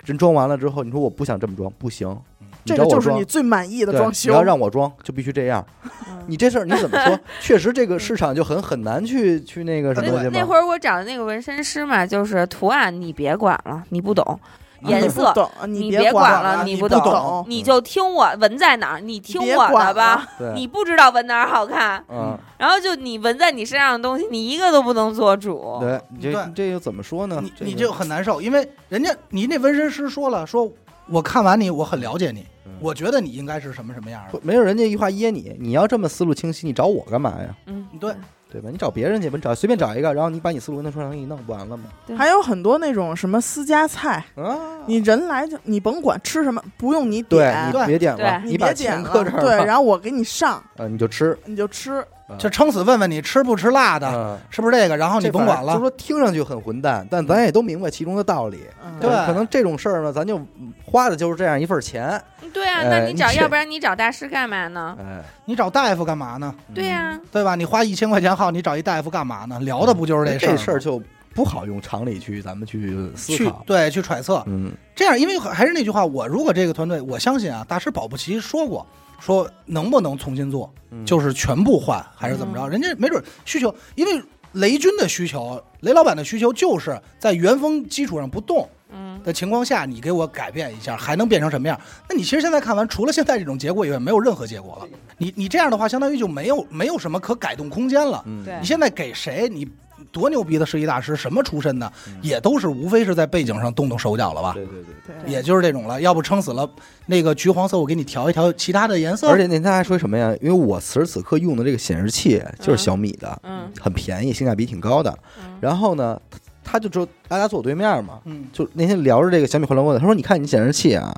Speaker 1: 人装完了之后，你说我不想这么装，不行
Speaker 2: 嗯，
Speaker 3: 这
Speaker 1: 找
Speaker 3: 个
Speaker 1: 我
Speaker 3: 就是
Speaker 1: 装
Speaker 3: 你最满意的
Speaker 1: 对
Speaker 3: 装
Speaker 1: 你
Speaker 3: 修
Speaker 1: 要。让我装就必须这样。
Speaker 4: 嗯
Speaker 1: 你这事儿你怎么 说？确实这个市场就很很难去去那个什么东西
Speaker 4: 那那
Speaker 1: 嘛。
Speaker 4: 会儿我找的那个纹身师嘛，就是图案你别管了，啊你 不懂，
Speaker 3: 你
Speaker 4: 颜
Speaker 3: 不
Speaker 4: 色
Speaker 3: 懂，
Speaker 4: 你
Speaker 3: 你
Speaker 4: 别管
Speaker 3: 管
Speaker 4: 了你
Speaker 3: 你
Speaker 4: 不
Speaker 3: 懂，
Speaker 1: 懂
Speaker 4: 你就听我纹在哪儿，你听我的吧。
Speaker 1: 对，
Speaker 4: 你不知道纹哪儿好看，
Speaker 1: 嗯，
Speaker 4: 然后就你纹在你身上的东西，你一个都不能做主。
Speaker 1: 对，你这
Speaker 2: 对
Speaker 1: 你这又怎么说呢
Speaker 2: 你？
Speaker 1: 这
Speaker 2: 你
Speaker 1: 个
Speaker 2: 就很难受，因为人家你那纹身师说了，说我看完你，我很了解你
Speaker 1: 嗯，
Speaker 2: 我觉得你应该是什么什么样的。
Speaker 1: 不没有人家一句话噎你，你要这么思路清晰，你找我干嘛呀？
Speaker 4: 嗯，
Speaker 2: 对，
Speaker 1: 对吧？你找别人去吧，你找随便找一个，然后你把你思路跟他说上一弄，不完了吗？
Speaker 4: 对
Speaker 3: 嗯还有很多那种什么私家菜，
Speaker 1: 啊，
Speaker 3: 你人来就你甭管吃什么，不用你
Speaker 1: 对
Speaker 3: 点，
Speaker 1: 你别点了，
Speaker 4: 对
Speaker 3: 你
Speaker 1: 你把
Speaker 3: 别点
Speaker 1: 钱
Speaker 3: 了
Speaker 1: 搁这儿
Speaker 3: 对，
Speaker 1: 吧，
Speaker 3: 然后我给你上，
Speaker 1: 呃，你就吃。
Speaker 3: 你就吃。
Speaker 2: 就撑死问问你吃不吃辣的，
Speaker 1: 嗯
Speaker 2: 是不是这个？然后你
Speaker 1: 这
Speaker 2: 甭
Speaker 1: 反
Speaker 2: 管
Speaker 1: 就
Speaker 2: 了，
Speaker 1: 说听上去很混蛋，但咱也都明白其中的道理。
Speaker 3: 嗯
Speaker 2: 对
Speaker 1: 可能这种事儿呢，咱就嗯花的就是这样一份钱。
Speaker 4: 对啊，
Speaker 1: 呃
Speaker 4: 那你找，
Speaker 1: 你
Speaker 4: 要不然你找大师干嘛呢？
Speaker 1: 哎，嗯
Speaker 2: 你找大夫干嘛呢？
Speaker 4: 对呀，
Speaker 2: 对吧？你花一千块钱号，你找一大夫干嘛呢？聊的不就是
Speaker 1: 这
Speaker 2: 事儿吗？
Speaker 1: 事儿就不好用常理去咱们去思
Speaker 2: 去
Speaker 1: 考。
Speaker 2: 对去揣测。
Speaker 1: 嗯，
Speaker 2: 这样，因为还是那句话，我如果这个团队，我相信啊，大师保不齐说过，说能不能重新做，
Speaker 1: 嗯
Speaker 2: 就是全部换还是怎么着？人家没准需求，因为雷军的需求，雷老板的需求就是在原封基础上不动
Speaker 4: 嗯，
Speaker 2: 的情况下，你给我改变一下，还能变成什么样？那你其实现在看完，除了现在这种结果以外，没有任何结果了。你你这样的话，相当于就没有没有什么可改动空间了。
Speaker 1: 嗯
Speaker 4: 对
Speaker 2: 你现在给谁？你多牛逼的设计大师，什么出身的，也都是无非是在背景上动动手脚了吧？
Speaker 1: 嗯对对对。
Speaker 3: 对
Speaker 2: 也就是这种了，要不撑死了，那个橘黄色我给你调一调，其他的颜色。
Speaker 1: 而且那天还说什么呀？因为我此时此刻用的这个显示器就是小米的，
Speaker 4: 嗯
Speaker 1: 很便宜，性价比挺高的。
Speaker 4: 嗯
Speaker 1: 然后呢，他他就说大家坐我对面嘛，
Speaker 2: 嗯，
Speaker 1: 就那天聊着这个小米换 logo，的他说：“你看你显示器啊，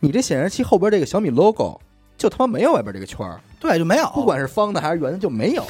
Speaker 1: 你这显示器后边这个小米 logo 就他妈没有外边这个圈儿，
Speaker 2: 对，就没有，
Speaker 1: 不管是方的还是圆的就没有，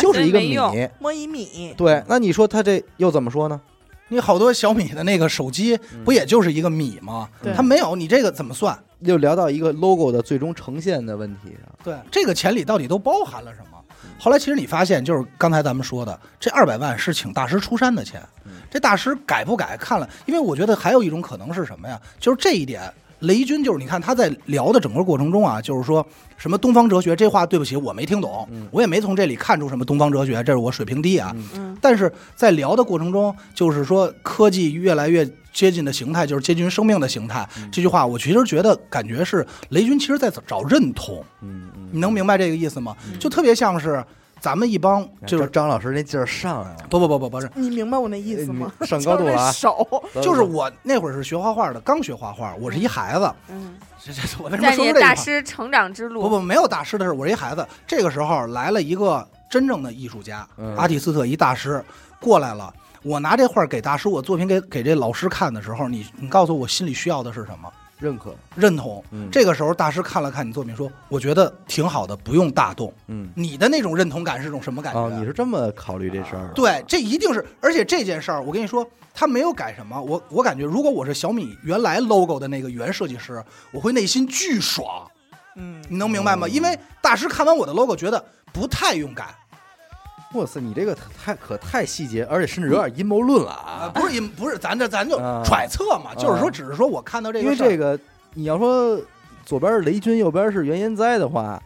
Speaker 1: 就是一个
Speaker 4: 没
Speaker 1: 米。
Speaker 4: 用
Speaker 3: 摸一米，
Speaker 1: 对，那你说他这又怎么说呢？
Speaker 2: 你好多小米的那个手 机，不也就是一个米吗？
Speaker 3: 对
Speaker 2: 它没有，你这个怎么算？
Speaker 1: 又聊到一个 logo 的最终呈现的问题上。
Speaker 2: 对，这个钱里到底都包含了什么？
Speaker 3: 嗯
Speaker 2: 后来其实你发现，就是刚才咱们说的，这二百万是请大师出山的钱，
Speaker 3: 嗯
Speaker 2: 这大师改不改看了，因为我觉得还有一种可能是什么呀？就是这一点，雷军就是你看他在聊的整个过程中啊，就是说什么东方哲学这话，对不起，我没听懂，
Speaker 3: 嗯
Speaker 2: 我也没从这里看出什么东方哲学，这是我水平低啊。
Speaker 4: 嗯
Speaker 2: 但是在聊的过程中，就是说科技越来越接近的形态，就是接近于生命的形态。这句话我其实觉得感觉是雷军其实在找认同，
Speaker 1: 嗯嗯，
Speaker 2: 你能明白这个意思吗？就特别像是咱们一帮就
Speaker 1: 就是
Speaker 2: 是
Speaker 1: 张老师那劲儿上来了，
Speaker 2: 不不哎不不不是。
Speaker 3: 你明白我那意思吗？
Speaker 1: 哎你上高度了啊
Speaker 3: 就是那手，
Speaker 2: 就是我那会儿是学画画的，刚学画画，我是一孩子。
Speaker 4: 嗯，
Speaker 2: 这这我为什么
Speaker 4: 在
Speaker 2: 说
Speaker 4: 你
Speaker 2: 出这
Speaker 4: 的
Speaker 2: 句
Speaker 4: 大
Speaker 2: 话？
Speaker 4: 师成长之
Speaker 2: 不
Speaker 4: 路，
Speaker 2: 不，没有大师的事儿，我是一孩子。这个时候来了一个真正的艺术家，
Speaker 1: 嗯
Speaker 2: 阿蒂斯特一大师过来了。我拿这画儿给大师，我作品给给这老师看的时候，你你告诉我心里需要的是什么？
Speaker 1: 认可，
Speaker 2: 认同。
Speaker 1: 嗯
Speaker 2: 这个时候大师看了看你作品，说：“我觉得挺好的，不用大动。
Speaker 1: 嗯”，
Speaker 2: 你的那种认同感是种什么感觉？
Speaker 1: 哦，你是这么考虑这事儿？，
Speaker 2: 对，这一定是，而且这件事儿，我跟你说，他没有改什么。我我感觉，如果我是小米原来 logo 的那个原设计师，我会内心巨爽。
Speaker 3: 嗯，
Speaker 2: 你能明白吗？
Speaker 1: 嗯
Speaker 2: 因为大师看完我的 logo，觉得不太用改
Speaker 1: 哇塞，你这个太可太细节，而且甚至有点阴谋论了
Speaker 2: 啊，
Speaker 1: 啊！
Speaker 2: 不是因不是，咱这咱就
Speaker 1: 啊
Speaker 2: 揣测嘛，
Speaker 1: 啊
Speaker 2: 就是说，只是说我看到这
Speaker 1: 因
Speaker 2: 个
Speaker 1: 为
Speaker 2: 事儿，
Speaker 1: 这个，你要说左边是雷军，右边是袁研哉的话，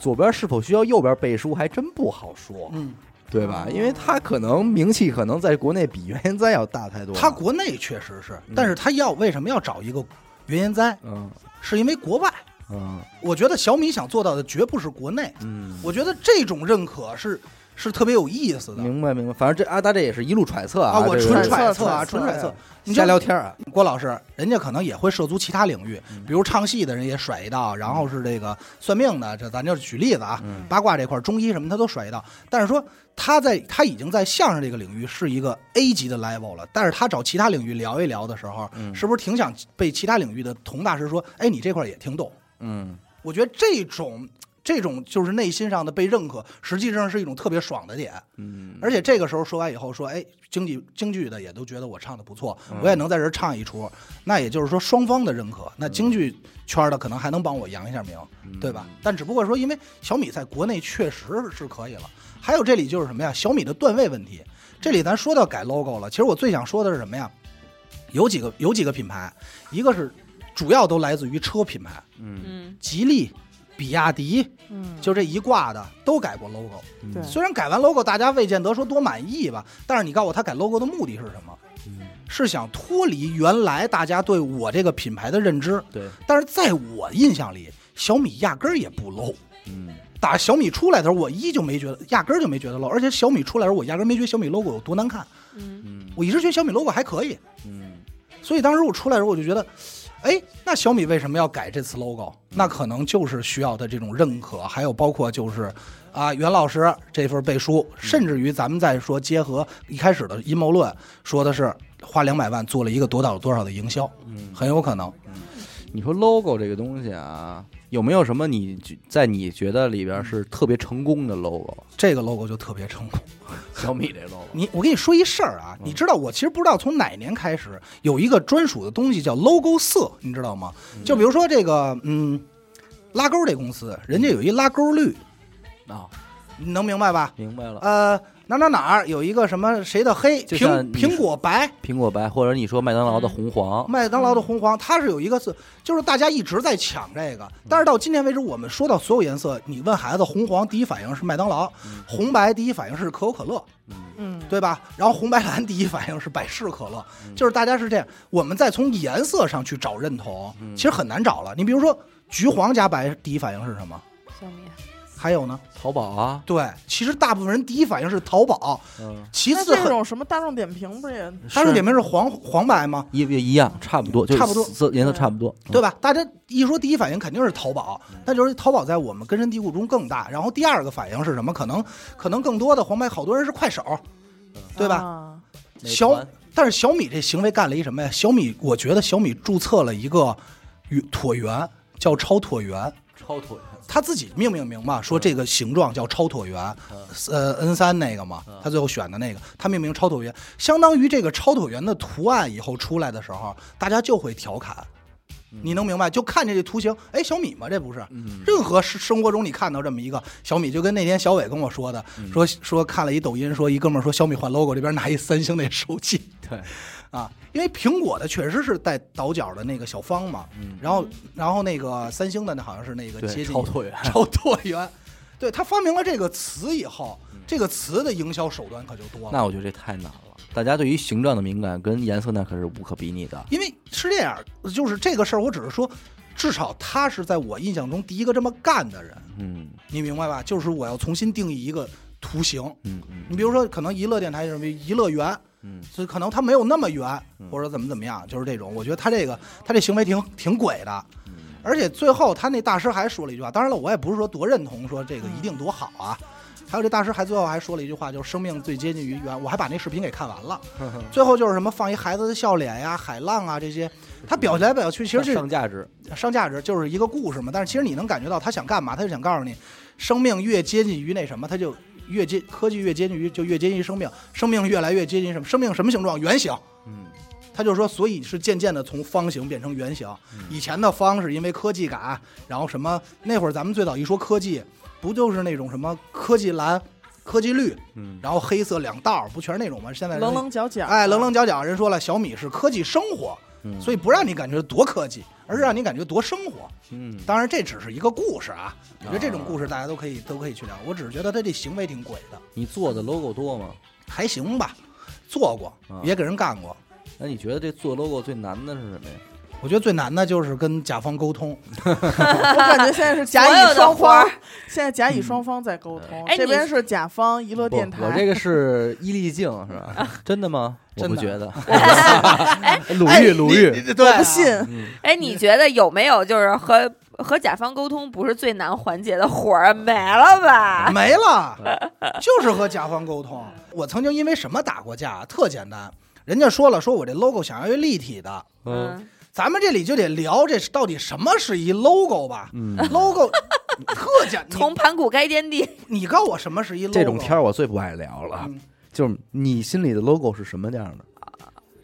Speaker 1: 左边是否需要右边背书，还真不好说，
Speaker 2: 嗯，
Speaker 1: 对吧？因为他可能名气可能在国内比袁研哉要大太多嗯了。
Speaker 2: 他国内确实是，但是他要为什么要找一个原研哉，
Speaker 1: 嗯
Speaker 2: 是因为国外。
Speaker 1: 嗯
Speaker 2: 我觉得小米想做到的绝不是国内，
Speaker 1: 嗯，
Speaker 2: 我觉得这种认可是是特别有意思的
Speaker 1: 明白明白。反正这阿啊达这也是一路揣测
Speaker 2: 啊！我
Speaker 1: 这个
Speaker 2: 纯
Speaker 3: 是
Speaker 2: 揣
Speaker 3: 揣
Speaker 2: 测
Speaker 3: 测
Speaker 2: 啊，
Speaker 3: 揣测
Speaker 2: 纯揣测。你
Speaker 1: 瞎
Speaker 2: 就
Speaker 1: 聊天啊。
Speaker 2: 郭老师，人家可能也会涉足其他领域，比如唱戏的人也甩一道，然后是这个算命的，这咱就举例子啊，八卦这块儿，中医什么他都甩一道。但是说他在他已经在相声这个领域是一个 A 级的 level 了，但是他找其他领域聊一聊的时候，是不是挺想被其他领域的佟大师说，哎，你这块儿也挺懂？
Speaker 1: 嗯，
Speaker 2: 我觉得这种这种就是内心上的被认可，实际上是一种特别爽的点。
Speaker 1: 嗯，
Speaker 2: 而且这个时候说完以后说，哎，京剧京剧的也都觉得我唱的不错，我也能在这儿唱一出，那也就是说双方的认可，那京剧圈的可能还能帮我扬一下名，对吧？但只不过说，因为小米在国内确实是可以了。还有这里就是什么呀？小米的段位问题。这里咱说到改 logo 了，其实我最想说的是什么呀？有几个有几个品牌，一个是主要都来自于车品牌，
Speaker 1: 嗯
Speaker 4: 嗯
Speaker 2: 吉利、比亚迪，
Speaker 3: 嗯，
Speaker 2: 就这一挂的都改过 logo。
Speaker 1: 嗯
Speaker 3: 对
Speaker 2: 虽然改完 logo 大家未见得说多满意吧，但是你告诉我他改 logo 的目的是什么？
Speaker 1: 嗯
Speaker 2: 是想脱离原来大家对我这个品牌的认知。
Speaker 1: 对，
Speaker 2: 但是在我印象里，小米压根儿也不 low。
Speaker 1: 嗯
Speaker 2: 打小米出来的时候，我一就没觉得，压根儿就没觉得 low。而且小米出来的时候，我压根儿没觉得小米 logo 有多难看，
Speaker 4: 嗯
Speaker 1: 嗯
Speaker 2: 我一直觉得小米 logo 还可以。
Speaker 1: 嗯
Speaker 2: 所以当时我出来的时候，我就觉得，哎，那小米为什么要改这次 logo？那
Speaker 1: 嗯
Speaker 2: 可能就是需要的这种认可，还有包括就是啊，袁老师这份背书，
Speaker 1: 嗯
Speaker 2: 甚至于咱们再说结合一开始的阴谋论，说的是花两百万做了一个多少多少的营销，
Speaker 1: 嗯，
Speaker 2: 很有可能。
Speaker 1: 你说 logo 这个东西啊，有没有什么你觉在你觉得里
Speaker 2: 嗯
Speaker 1: 边是特别成功的 logo？
Speaker 2: 这个 logo 就特别成功。
Speaker 1: 小米这 logo，
Speaker 2: 你我跟你说一事儿啊，
Speaker 1: 嗯
Speaker 2: 你知道我其实不知道从哪年开始有一个专属的东西叫 logo 色，你知道吗？
Speaker 1: 嗯
Speaker 2: 就比如说这个，嗯，拉钩这公司，人
Speaker 1: 嗯
Speaker 2: 家有一拉钩率，
Speaker 1: 啊，
Speaker 2: 你能明白吧？
Speaker 1: 明白了。
Speaker 2: 呃，哪哪哪儿有一个什么谁的黑，
Speaker 1: 就
Speaker 2: 苹
Speaker 1: 像你
Speaker 2: 苹果白，
Speaker 1: 苹果白，或者你说麦当劳
Speaker 2: 嗯
Speaker 1: 的红黄，
Speaker 2: 麦当劳的红黄，它是有一个色，就是大家一直在抢这个。
Speaker 1: 嗯
Speaker 2: 但是到今天为止，我们说到所有颜色，你问孩子红黄，第一反应是麦当劳；
Speaker 1: 嗯
Speaker 2: 红白第一反应是可口可乐，
Speaker 3: 嗯，
Speaker 2: 对吧？然后红白蓝第一反应是百事可乐，就是大家是这样。我们再从颜色上去找认同，其实很难找了。你比如说橘黄加白，第一反应是什么？
Speaker 4: 小米
Speaker 2: 还有呢？
Speaker 1: 淘宝啊，
Speaker 2: 对，其实大部分人第一反应是淘宝，
Speaker 1: 嗯，
Speaker 2: 其
Speaker 3: 那
Speaker 2: 次
Speaker 3: 这
Speaker 2: 很
Speaker 3: 种什么大众点评不是也
Speaker 2: 它是点名是黄黄白吗？
Speaker 1: 一一样，差不多，就是
Speaker 2: 差不多嗯
Speaker 1: 色颜色差不多，嗯
Speaker 2: 对吧？大家一说第一反应肯定是淘宝，啊那就是淘宝在我们根深蒂固中更大。然后第二个反应是什么？可能可能更多的黄白，好多人是快手，对吧？
Speaker 3: 吧？
Speaker 1: 美
Speaker 2: 小
Speaker 1: 团，
Speaker 2: 但是小米这行为干了一什么呀？小米，我觉得小米注册了一个与椭圆，叫超椭圆。
Speaker 1: 超腿，啊
Speaker 2: 他自己命命名嘛，说这个形状叫超椭圆，呃，N 三那个嘛，他最后选的那个，他命名超椭圆，相当于这个超椭圆的图案以后出来的时候，大家就会调侃，你能明白？就看这这图形，哎，小米嘛，这不是，
Speaker 1: 嗯
Speaker 2: 任何生生活中你看到这么一个小米，就跟那天小伟跟我说的，说说看了一抖音，说一哥们儿说小米换 logo，这边拿一三星那手机，
Speaker 1: 对，
Speaker 2: 啊，因为苹果的确实是带倒角的那个小方嘛，然后然后那个三星的那好像是那个
Speaker 1: 嗯对
Speaker 2: 接近
Speaker 1: 超椭圆
Speaker 2: 超椭圆，对他发明了这个词以后，这个词的营销手段可就多了。
Speaker 1: 嗯那我觉得这太难了，大家对于形状的敏感跟颜色那可是无可比拟的，
Speaker 2: 因为是这样，就是这个事儿，我只是说，至少他是在我印象中第一个这么干的人，
Speaker 1: 嗯
Speaker 2: 你明白吧？就是我要重新定义一个图形，
Speaker 1: 嗯嗯
Speaker 2: 你比如说，可能娱乐电台什么娱乐园，
Speaker 1: 嗯，
Speaker 2: 所以可能它没有那么圆，或者怎么怎么样，就是这种。我觉得他这个他这行为挺挺鬼的，
Speaker 1: 嗯
Speaker 2: 而且最后他那大师还说了一句话，当然了，我也不是说多认同说这个一定多好啊。还有这大师还最后还说了一句话，就是生命最接近于圆。我还把那视频给看完了，最后就是什么放一孩子的笑脸呀、海浪啊这些，他表来表去，其实这
Speaker 1: 上价值，
Speaker 2: 上价值就是一个故事嘛。但是其实你能感觉到他想干嘛，他就想告诉你，生命越接近于那什么，他就越接科技越接近于就越接近于生命，生命越来越接近于什么？生命什么形状？圆形。
Speaker 1: 嗯
Speaker 2: 他就说，所以是渐渐的从方形变成圆形。以前的方是因为科技感，然后什么那会儿咱们最早一说科技，不就是那种什么科技蓝、科技绿，
Speaker 1: 嗯
Speaker 2: 然后黑色两道儿，不全是那种吗？现在人
Speaker 3: 棱棱角角，
Speaker 2: 哎，棱棱 角角，人说了，小米是科技生活，
Speaker 1: 嗯
Speaker 2: 所以不让你感觉多科技，而是让你感觉多生活。
Speaker 1: 嗯，
Speaker 2: 当然，这只是一个故事啊，我觉得这种故事大家都可以都可以去聊。我只是觉得他这行为挺鬼的，
Speaker 1: 你做的 logo 多吗？
Speaker 2: 还行吧，做过
Speaker 1: 啊
Speaker 2: 也给人干过。
Speaker 1: 那你觉得这做 logo 最难的是什么呀？
Speaker 2: 我觉得最难的就是跟甲方沟通，
Speaker 3: 我感觉现在是甲
Speaker 4: 所有
Speaker 3: 乙
Speaker 4: 的
Speaker 3: 双
Speaker 4: 活
Speaker 3: 方
Speaker 4: 儿，
Speaker 3: 现在甲乙双方在沟通，
Speaker 4: 哎
Speaker 3: 这
Speaker 4: 你
Speaker 3: 边是甲方娱乐
Speaker 1: 不，
Speaker 3: 电台，
Speaker 1: 我这个是伊丽静是吧？ 真的吗？我
Speaker 2: 啊真
Speaker 1: 不
Speaker 2: 的 哎
Speaker 1: 觉得。鲁豫，鲁豫，嗯
Speaker 2: 对
Speaker 3: 不信，
Speaker 1: 啊
Speaker 4: 哎，你觉得有没有就是和和甲方沟通不是最难环节的活儿没了吧？
Speaker 2: 啊没了，就是和甲方沟通。我曾经因为什么打过架？特简单，人家说了，说我这 logo 想要一立体的，
Speaker 1: 嗯
Speaker 4: 嗯，
Speaker 2: 咱们这里就得聊这到底什么是一 logo 吧。
Speaker 1: 嗯，
Speaker 2: logo 特简，
Speaker 4: 从盘古开天地，
Speaker 2: 你你告诉我什么是一 logo？
Speaker 1: 这种天儿我最不爱聊了
Speaker 2: 嗯。
Speaker 1: 就是你心里的 logo 是什么样的？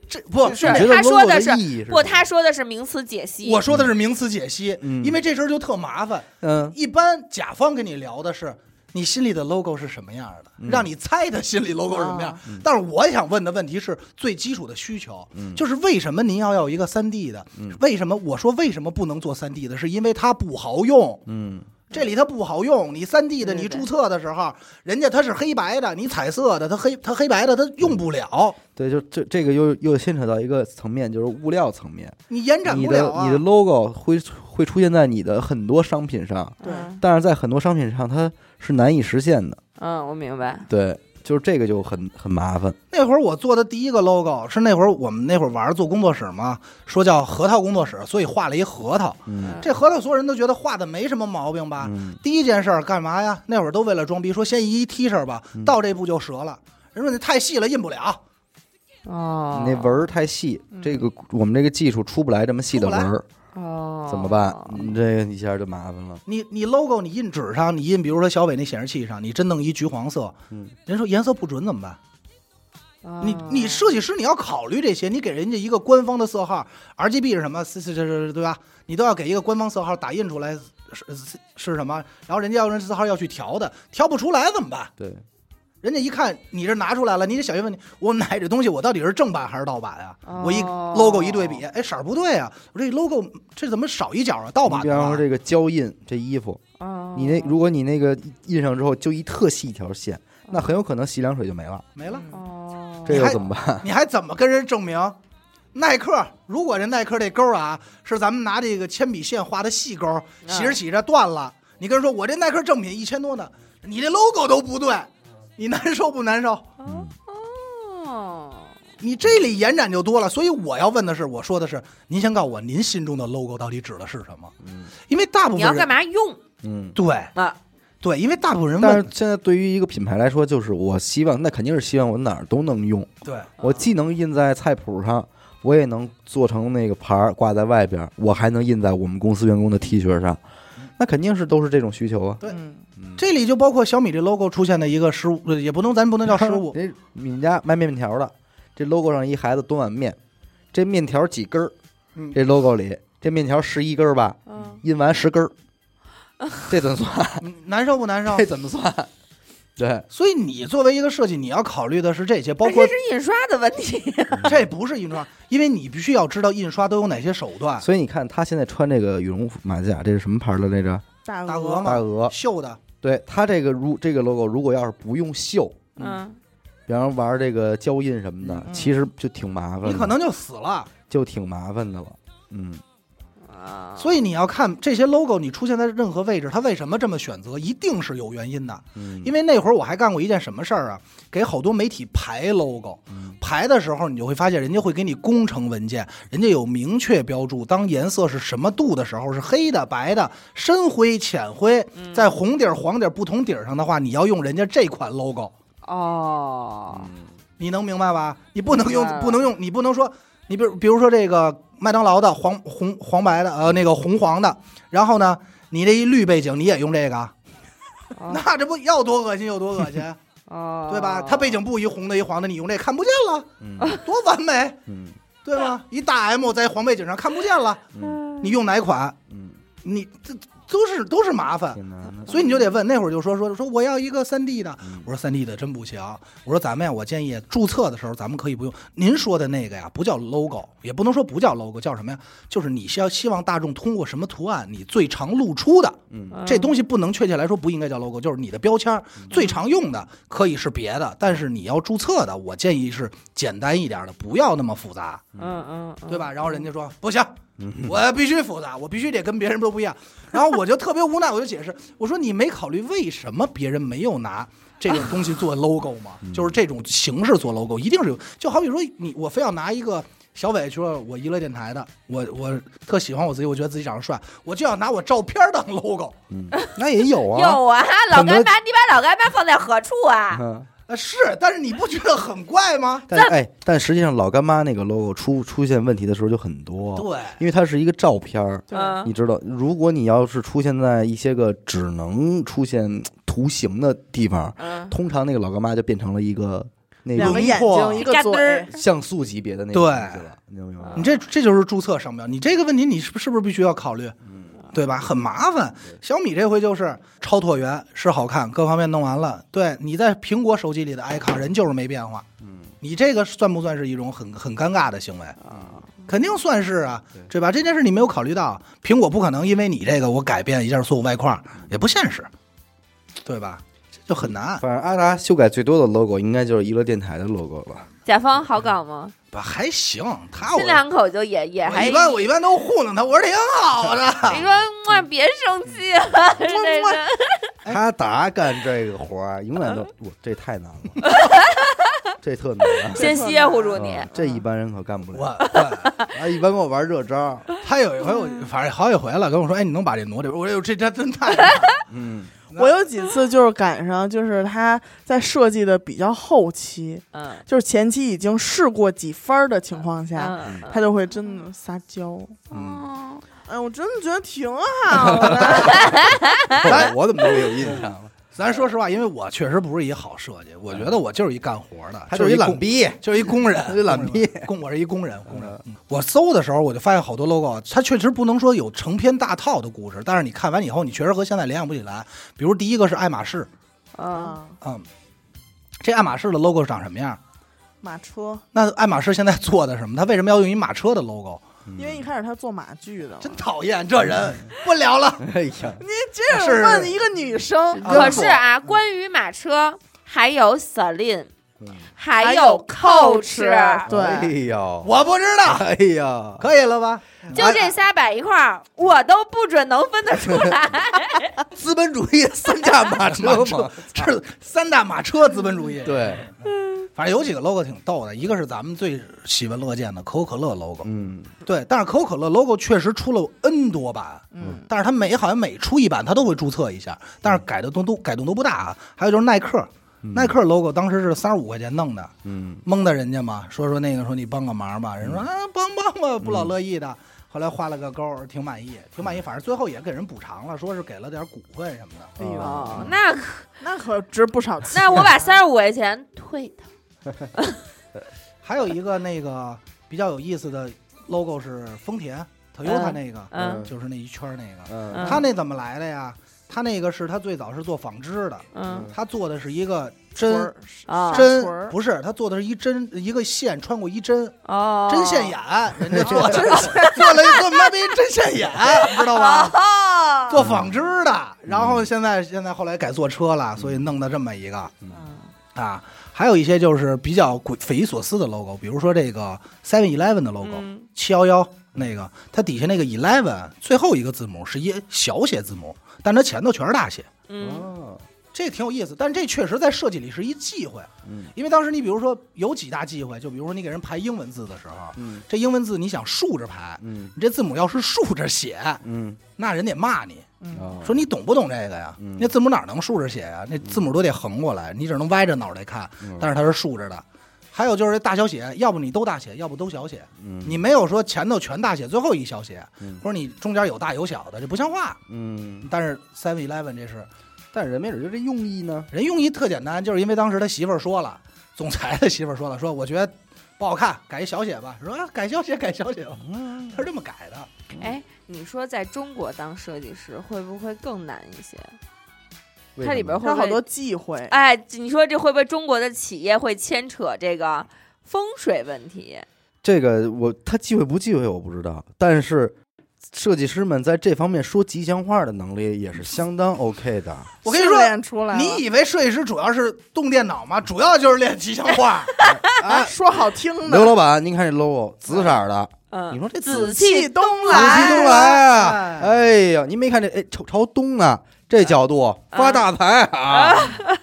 Speaker 2: 这不
Speaker 3: 是
Speaker 2: 是
Speaker 1: 你觉得
Speaker 4: 他说
Speaker 1: logo
Speaker 4: 的
Speaker 1: 的
Speaker 4: 是
Speaker 1: 意义是什
Speaker 4: 不，
Speaker 1: 么
Speaker 4: 他说的是名词解析。嗯
Speaker 2: 我说的是名词解析，
Speaker 1: 嗯
Speaker 2: 因为这事儿就特麻烦。
Speaker 1: 嗯
Speaker 2: 一般甲方跟你聊的是你心里的 logo 是什么样的，
Speaker 1: 嗯
Speaker 2: 让你猜他心里 logo 是什么样
Speaker 3: 啊。
Speaker 1: 嗯
Speaker 2: 但是我想问的问题是最基础的需求，
Speaker 1: 嗯
Speaker 2: 就是为什么您要要一个三 D 的？
Speaker 1: 嗯
Speaker 2: 为什么我说为什么不能做三 D 的？是因为它不好用。
Speaker 1: 嗯
Speaker 2: 这里它不好用，你三 D 的，
Speaker 4: 对对
Speaker 2: 你
Speaker 4: 对
Speaker 2: 注册的时候，人家它是黑白的，你彩色的，它黑它黑白的，它用不了，
Speaker 1: 对，就这这个又又牵扯到一个层面，就是物料层面，
Speaker 2: 你延展
Speaker 1: 你
Speaker 2: 不
Speaker 1: 的
Speaker 2: 了啊
Speaker 1: 你的。logo 会会出现在你的很多商品上，
Speaker 3: 对
Speaker 4: 嗯
Speaker 1: 但是在很多商品上它是难以实现的，
Speaker 4: 嗯，我明白。
Speaker 1: 对，就是这个就很很麻烦，
Speaker 2: 那会儿我做的第一个 logo 是那会儿我们那会儿玩儿做工作室嘛，说叫核桃工作室，所以画了一核桃。
Speaker 1: 嗯
Speaker 2: 这核桃所有人都觉得画的没什么毛病吧？
Speaker 1: 嗯
Speaker 2: 第一件事儿干嘛呀？那会儿都为了装逼，说先移一 T 恤吧，到这步就折了。人说你太细了，印不了。
Speaker 4: 哦，嗯
Speaker 1: 你那纹儿太细，这个我们这个技术出不来这么细的纹儿，
Speaker 4: 哦，
Speaker 1: 怎么办？你这个一下就麻烦了。
Speaker 2: 你你 logo 你印纸上，你印比如说小伟那显示器上，你真弄一橘黄色，
Speaker 1: 嗯
Speaker 2: 人说颜色不准怎么办？
Speaker 4: 哦？
Speaker 2: 你你设计师你要考虑这些，你给人家一个官方的色号，RGB 是什么？是是是是，对吧？你都要给一个官方色号打印出来是是是什么？然后人家要人色号要去调的，调不出来怎么办？
Speaker 1: 对，
Speaker 2: 人家一看你这拿出来了，你得小心问你，我买这东西我到底是正版还是盗版啊？
Speaker 4: 哦
Speaker 2: 我一 logo 一对比，哎，色儿不对啊，我这 logo 这怎么少一角啊？盗
Speaker 1: 你
Speaker 2: 版
Speaker 1: 比
Speaker 2: 的
Speaker 1: 方说？
Speaker 2: 吧
Speaker 1: 这个胶印这衣服，
Speaker 4: 哦
Speaker 1: 你那如果你那个印上之后就一特细一条线，那很有可能洗两水就没了，
Speaker 2: 没了，
Speaker 4: 哦，
Speaker 1: 这
Speaker 2: 个
Speaker 1: 又怎么办？
Speaker 2: 你还怎么跟人证明？耐克，如果这耐克这勾儿啊是咱们拿这个铅笔线画的细勾儿，
Speaker 4: 嗯
Speaker 2: 洗着洗着断了，你跟人说我这耐克正品一千多呢，你这 logo 都不对，你难受不难受？
Speaker 1: 嗯
Speaker 4: 哦，
Speaker 2: 你这里延展就多了，所以我要问的是，我说的是，您先告诉我，您心中的 logo 到底指的是什么？
Speaker 1: 嗯
Speaker 2: 因为大部分
Speaker 4: 你要
Speaker 2: 人
Speaker 4: 干嘛用
Speaker 1: 嗯。
Speaker 2: 对
Speaker 4: 啊？
Speaker 2: 对，因为大部分人
Speaker 1: 但
Speaker 2: 问
Speaker 1: 是现在对于一个品牌来说，就是我希望，那肯定是希望我哪儿都能
Speaker 4: 哦
Speaker 1: 用，
Speaker 2: 对，
Speaker 1: 我既能印在菜谱上，我也能做成那个牌儿挂在外边儿，我还能印在我们公司员工的 T 恤上，那肯定是都是这种需求啊。，
Speaker 2: 对
Speaker 3: 嗯，
Speaker 2: 这里就包括小米这 logo 出现的一个失误，呃也不能咱不能叫失误
Speaker 1: 人你们家卖面条的，这 logo 上一孩子端碗面，这面条几根儿？
Speaker 2: 嗯
Speaker 1: 这 logo 里这面条十一根儿吧，
Speaker 4: 嗯，
Speaker 1: 印完十根儿，这怎么算？
Speaker 2: 嗯难受不难受
Speaker 1: 这？怎么算？对，
Speaker 2: 所以你作为一个设计，你要考虑的是这些，包
Speaker 4: 而
Speaker 2: 括
Speaker 4: 且是印刷的问 题。
Speaker 2: 这不是印刷，因为你必须要知道印刷都有哪些手段，
Speaker 1: 所以你看他现在穿这个羽绒服马甲，这是什么牌儿的来着？
Speaker 3: 大
Speaker 2: 大
Speaker 3: 鹅
Speaker 2: 鹅
Speaker 3: 嘛，
Speaker 1: 大鹅。
Speaker 2: 绣的
Speaker 1: 对他这个如这个 logo，如果要是不用绣，
Speaker 4: 嗯，
Speaker 1: 比方玩这个胶印什么的，
Speaker 3: 嗯
Speaker 1: 其实就挺麻烦的，
Speaker 2: 你可能就死了。
Speaker 1: 就挺麻烦的了。嗯，
Speaker 4: 啊
Speaker 2: 所以你要看这些 logo，你出现在任何位置，它为什么这么选择，一定是有原因的。
Speaker 1: 因
Speaker 2: 因为那会儿我还干过一件什么事儿啊，给好多媒体排 logo，
Speaker 1: 嗯
Speaker 2: 排的时候你就会发现，人家会给你工程文件，人家有明确标注，当颜色是什么度的时候，是黑的、白的、深灰、浅灰，在红底儿、黄底儿不同底儿上的话，你要用人家这款 logo，啊
Speaker 4: 哦，
Speaker 2: 你能明白吧？你不能用
Speaker 4: 明白，了
Speaker 2: 不能用，你不能说，你比如比如说这个麦当劳的黄红黄白的，呃，那个红黄的，然后呢，你这一绿背景你也用这个，
Speaker 4: 哦
Speaker 2: 那这不要多恶心有多恶心。
Speaker 4: 哦，
Speaker 2: 对吧？它背景布一红的一黄的，你用这看不见了，
Speaker 1: 嗯
Speaker 2: 多完美，
Speaker 1: 嗯
Speaker 2: 对吧？一大 M 在黄背景上看不见了，
Speaker 1: 嗯
Speaker 2: 你用哪款？
Speaker 1: 嗯，
Speaker 2: 你这都是都是麻烦，
Speaker 1: 挺难的。
Speaker 2: 所以你就得问。那会儿就说说说我要一个三 D 的，
Speaker 1: 嗯
Speaker 2: 我说三 D 的真不行。我说咱们呀，我建议注册的时候咱们可以不用。您说的那个呀，不叫 logo，也不能说不叫 logo，叫什么呀？就是你需要希望大众通过什么图案，你最常露出的
Speaker 1: 嗯
Speaker 4: 嗯
Speaker 2: 这东西，不能确切来说不应该叫 logo，就是你的标签儿最常用的可以是别的，但是你要注册的，我建议是简单一点的，不要那么复杂。
Speaker 4: 嗯嗯，嗯
Speaker 2: 对吧？？然后人家说不行，我必须复杂，我必须得跟别人都不一样。然后我就特别无奈，我就解释，我说你没考虑为什么别人没有拿这个东西做 logo 吗？就是这种形式做 logo，一定是有。就好比说你，我非要拿一个小伟说，我娱乐电台的，我我特喜欢我自己，我觉得自己长得帅，我就要拿我照片当 logo，
Speaker 1: 嗯，
Speaker 2: 那也有
Speaker 4: 有啊，老
Speaker 1: 肯德
Speaker 4: 干妈，你把老干妈放在何处啊？
Speaker 1: 嗯
Speaker 2: 啊，是，但是你不觉得很怪吗？
Speaker 1: 但哎，但实际上老干妈那个 logo 出出现问题的时候就很多，
Speaker 2: 对，
Speaker 1: 因为它是一个照片儿，
Speaker 3: 对
Speaker 4: 嗯
Speaker 1: 你知道，如果你要是出现在一些个只能出现图形的地方，
Speaker 4: 嗯，
Speaker 1: 通常那个老干妈就变成了一个那
Speaker 3: 两
Speaker 1: 种
Speaker 3: 个眼睛一个啊
Speaker 4: 嘎
Speaker 3: 嘴
Speaker 4: 噔儿，
Speaker 1: 像素级别的那个
Speaker 2: 对
Speaker 1: 东西了，你明白吗？
Speaker 2: 你这这就是注册商标，你这个问题你是不是不是必须要考虑？对吧？很麻烦
Speaker 1: 嗯对。
Speaker 2: 小米这回就是超椭圆，是好看，各方面弄完了。对你在苹果手机里的 icon 人就是没变化，
Speaker 1: 嗯
Speaker 2: 你这个算不算是一种很很尴尬的行为？
Speaker 1: 啊，
Speaker 2: 肯定算是啊
Speaker 1: 对，
Speaker 2: 对吧？这件事你没有考虑到，苹果不可能因为你这个我改变一下所有外框，
Speaker 1: 嗯
Speaker 2: 也不现实，对吧？这就很难。
Speaker 1: 反正阿达修改最多的 logo 应该就是娱乐电台的 logo 了。
Speaker 4: 甲方好搞吗？
Speaker 2: 不还行，他我
Speaker 4: 这两口就也也
Speaker 2: 我
Speaker 4: 还
Speaker 2: 一啊般我一般都糊弄他，我说挺好的。
Speaker 4: 你说哇，别生气 了，这个
Speaker 2: 哎
Speaker 1: 阿达干这个活儿，永远都
Speaker 3: 嗯
Speaker 1: 我这太 难了，这特难。
Speaker 4: 先歇乎住你。
Speaker 1: 啊这一般人可干不了。
Speaker 2: 我对
Speaker 1: 啊，一般跟我玩这招儿，
Speaker 2: 他有一回我反正好几回了，跟我说，哎，你能把这挪这边？我说这这真太难了
Speaker 1: 嗯，
Speaker 3: 我有几次就是赶上，就是他在设计的比较后期，
Speaker 4: 嗯
Speaker 3: 就是前期已经试过几分儿的情况下，
Speaker 4: 嗯
Speaker 3: 他就会真的撒娇。
Speaker 4: 嗯，
Speaker 3: 哎，我真的觉得挺好的。
Speaker 4: 哎
Speaker 1: 我我怎么都有印象了？
Speaker 2: 咱说实话，因为我确实不是一好设计，我觉得我就是一干活的，
Speaker 1: 他
Speaker 2: 就
Speaker 1: 就是是
Speaker 2: 一
Speaker 1: 一
Speaker 2: 懒
Speaker 1: 懒
Speaker 2: 逼，
Speaker 1: 逼，
Speaker 2: 就是一工人，
Speaker 1: 他就是懒逼
Speaker 2: 工，我是一工人，工人。嗯我搜的时候，我就发现好多 logo，它啊确实不能说有成篇大套的故事，但是你看完以后，你确实和现在联想不起来。比如第一个是爱马仕，
Speaker 4: 嗯，
Speaker 2: 嗯，这爱马仕的 logo 长什么样？
Speaker 3: 马车，
Speaker 2: 那爱马仕现在做的什么？他为什么要用一马车的 logo？
Speaker 3: 因为一开始他做马具的嘛。
Speaker 2: 真讨厌这人，不聊了。
Speaker 1: 哎 呀，
Speaker 3: 你这
Speaker 2: 是
Speaker 3: 是问一个女生，
Speaker 2: 啊
Speaker 4: 可是啊，关于马车，还有 Celine，
Speaker 1: 嗯
Speaker 4: 还
Speaker 3: 有
Speaker 4: Coach，
Speaker 3: Coach 对
Speaker 1: 哎呦，
Speaker 2: 我不知道，
Speaker 1: 哎呀，
Speaker 2: 可以了吧？啊
Speaker 4: 就这仨摆一块儿，我都不准能分得出来。
Speaker 1: 资本主义三驾马车
Speaker 2: 马
Speaker 1: 嘛
Speaker 2: 车，，这三大马车资本主义。
Speaker 1: 对，
Speaker 2: 反正有几个 logo 挺逗的，一个是咱们最喜闻乐见的可口可乐 logo，
Speaker 1: 嗯，
Speaker 2: 对，但是可口可乐 logo 确实出了 N 多版，
Speaker 3: 嗯，
Speaker 2: 但是它每好像每出一版它都会注册一下，但是
Speaker 1: 嗯
Speaker 2: 改的都都改动都不大啊。还有就是耐克，耐克 logo 当时是三十五块钱弄的，
Speaker 1: 嗯，
Speaker 2: 蒙的人家嘛，说说那个说你帮个忙
Speaker 4: 嗯
Speaker 2: 吧，人说啊帮帮吧，不老乐意的。后来画了个勾，挺满意，挺满意，反正最后也给人补偿了，说是给了点股份什么的。
Speaker 3: 哎呦，
Speaker 4: 哦，那可
Speaker 3: 那可值不少钱。
Speaker 4: 那我把三十五块钱退他。
Speaker 2: 还有一个那个比较有意思的 logo 是丰田 Toyota 那个，
Speaker 4: 嗯
Speaker 2: 就是那一圈儿那个，
Speaker 1: 嗯
Speaker 2: 它那怎么来的呀？它那个是它最早是做纺织的，
Speaker 4: 嗯
Speaker 2: 它做的是一个
Speaker 3: 纯
Speaker 2: 针
Speaker 3: 儿
Speaker 4: 啊
Speaker 3: 纯儿
Speaker 2: 针，不是，它做的是一针一个线穿过一针，
Speaker 4: 哦，
Speaker 2: 针线眼，人 家做针 做了一做妈逼针线眼，知道吧？
Speaker 4: 哦，嗯
Speaker 2: 做纺织的，然后现在现在后来改做车了，所以弄的这么一个
Speaker 4: 嗯
Speaker 2: 啊，还有一些就是比较鬼匪夷所思的 logo，比如说这个 Seven Eleven 的 logo，
Speaker 4: 嗯
Speaker 2: 七幺幺那个，它底下那个 Eleven 最后一个字母是一小写字母，但它前头全是大写，
Speaker 4: 嗯
Speaker 1: 哦，
Speaker 2: 这挺有意思。但这确实在设计里是一忌讳，
Speaker 1: 嗯
Speaker 2: 因为当时你比如说有几大忌讳，就比如说你给人排英文字的时候，
Speaker 1: 嗯
Speaker 2: 这英文字你想竖着排，
Speaker 1: 嗯
Speaker 2: 你这字母要是竖着写，
Speaker 1: 嗯，
Speaker 2: 那人得骂你。
Speaker 3: 嗯，
Speaker 1: 哦
Speaker 2: 说你懂不懂这个呀？
Speaker 1: 嗯
Speaker 2: 那字母哪能竖着写呀？那字母都得横过来，你只能歪着脑袋看
Speaker 1: 嗯。
Speaker 2: 但是它是竖着的。还有就是这大小写，要不你都大写，要不都小写。
Speaker 1: 嗯
Speaker 2: 你没有说前头全大写，最后一小写
Speaker 1: 嗯，
Speaker 2: 或者你中间有大有小的，这不像话。
Speaker 1: 嗯，
Speaker 2: 但是 Seven Eleven 这是
Speaker 1: 但是人没准就这用意呢，
Speaker 2: 人用意特简单，就是因为当时他媳妇儿说了，总裁的媳妇儿说了，说我觉得不好看，改一小写吧。说啊改小写，改小写吧，
Speaker 1: 嗯
Speaker 2: 他是这么改的。
Speaker 4: 哎，你说在中国当设计师会不会更难一些？
Speaker 1: 为
Speaker 4: 它里
Speaker 1: 什么呢
Speaker 4: 边会
Speaker 3: 他
Speaker 4: 不
Speaker 3: 好
Speaker 4: 会
Speaker 3: 多忌讳。
Speaker 4: 哎，你说这会不会中国的企业会牵扯这个风水问题？
Speaker 1: 这个我他忌讳不忌讳我不知道，但是设计师们在这方面说吉祥话的能力也是相当 OK 的。
Speaker 2: 我跟你说
Speaker 3: 训练出来了，
Speaker 2: 你以为设计师主要是动电脑吗？主要就是练吉祥话。
Speaker 3: 啊说好听
Speaker 1: 刘
Speaker 3: 的，
Speaker 1: 老板，您看这 logo 紫色儿的，
Speaker 4: 嗯，
Speaker 1: 你说这
Speaker 4: 紫
Speaker 1: 紫
Speaker 4: 气
Speaker 3: 东
Speaker 1: 紫气东来啊！
Speaker 2: 哎
Speaker 1: 哎呀，您没看这哎朝朝东呢，这角度发大财啊！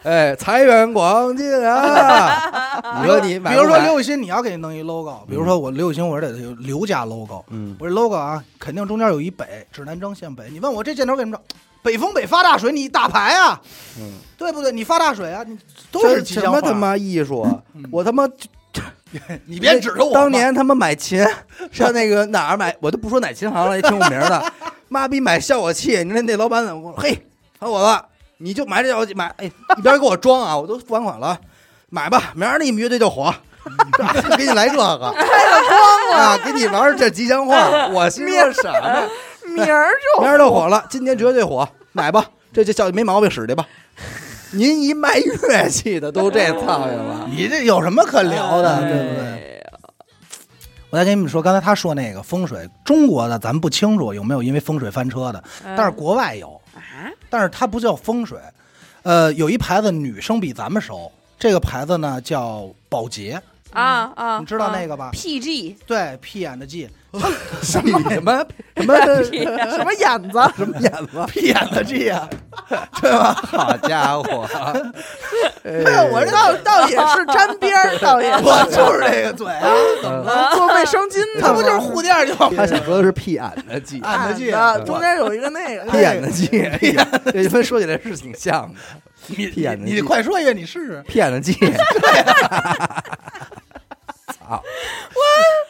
Speaker 1: 哎，财源广进 啊！你说你 买
Speaker 2: 比
Speaker 1: 不
Speaker 2: 如说
Speaker 1: 买
Speaker 2: 刘雨欣，你要给弄一 logo，比如说我刘雨欣，我这得有刘家 logo，
Speaker 1: 嗯
Speaker 2: 我这 logo 啊，肯定中间有一北，指南针向北。你问我这箭头为什么着？北风北发大水，你打牌啊，
Speaker 1: 嗯，
Speaker 2: 对不对？你发大水啊，你都
Speaker 1: 这
Speaker 2: 是吉
Speaker 1: 什
Speaker 2: 祥
Speaker 1: 么
Speaker 2: 话。
Speaker 1: 他妈艺术啊
Speaker 2: 嗯！
Speaker 1: 我他妈
Speaker 2: 你别指着我骂。
Speaker 1: 当年他妈买琴上那个哪儿买，我都不说哪琴行了，也挺有名的。妈逼买效果器，你说那老板怎么跟我说？嘿，小伙子，你就买这效果器，买哎，一边给我装啊，我都付完款了，买吧，明儿你们乐队就火。 给
Speaker 4: 哎
Speaker 1: 你来这个，开了光啊！给你玩这吉祥话，我心说什么？
Speaker 4: 明儿就
Speaker 1: 明儿就火了，今年绝对火，买吧，这这效没毛病，使去吧。您一卖乐器的都这苍蝇了，
Speaker 2: 你这有什么可聊
Speaker 1: 哎
Speaker 2: 的，对不对？
Speaker 4: 对？
Speaker 2: 我再跟你们说，刚才他说那个风水，中国的咱不清楚有没有因为风水翻车的，
Speaker 4: 嗯
Speaker 2: 但是国外有，
Speaker 4: 啊，
Speaker 2: 但是它不叫风水。呃，有一牌子女生比咱们熟，这个牌子呢叫宝洁，
Speaker 4: 啊啊，
Speaker 2: 嗯你知道那个吧？
Speaker 4: PG
Speaker 2: 对，P and G，
Speaker 1: 什么什么什么
Speaker 3: 什么眼子？
Speaker 1: 什么眼 子？
Speaker 2: P and G 啊，
Speaker 1: 好家 伙！
Speaker 3: 哎我这倒倒也是沾边儿，倒也
Speaker 2: 我就是这个嘴 啊，
Speaker 3: 是做卫生巾的，
Speaker 2: 它不就是护垫儿就
Speaker 1: 他想说的是屁眼的啊技，
Speaker 2: 按的
Speaker 3: 眼
Speaker 2: 劲啊
Speaker 3: 的？中间有一个那
Speaker 1: 屁
Speaker 3: 个，
Speaker 1: 眼的技，这他妈说起来是挺像的，
Speaker 2: 你
Speaker 1: 屁眼的
Speaker 2: 你
Speaker 1: 劲
Speaker 2: 你快说一遍，你试试。
Speaker 1: 屁眼的技。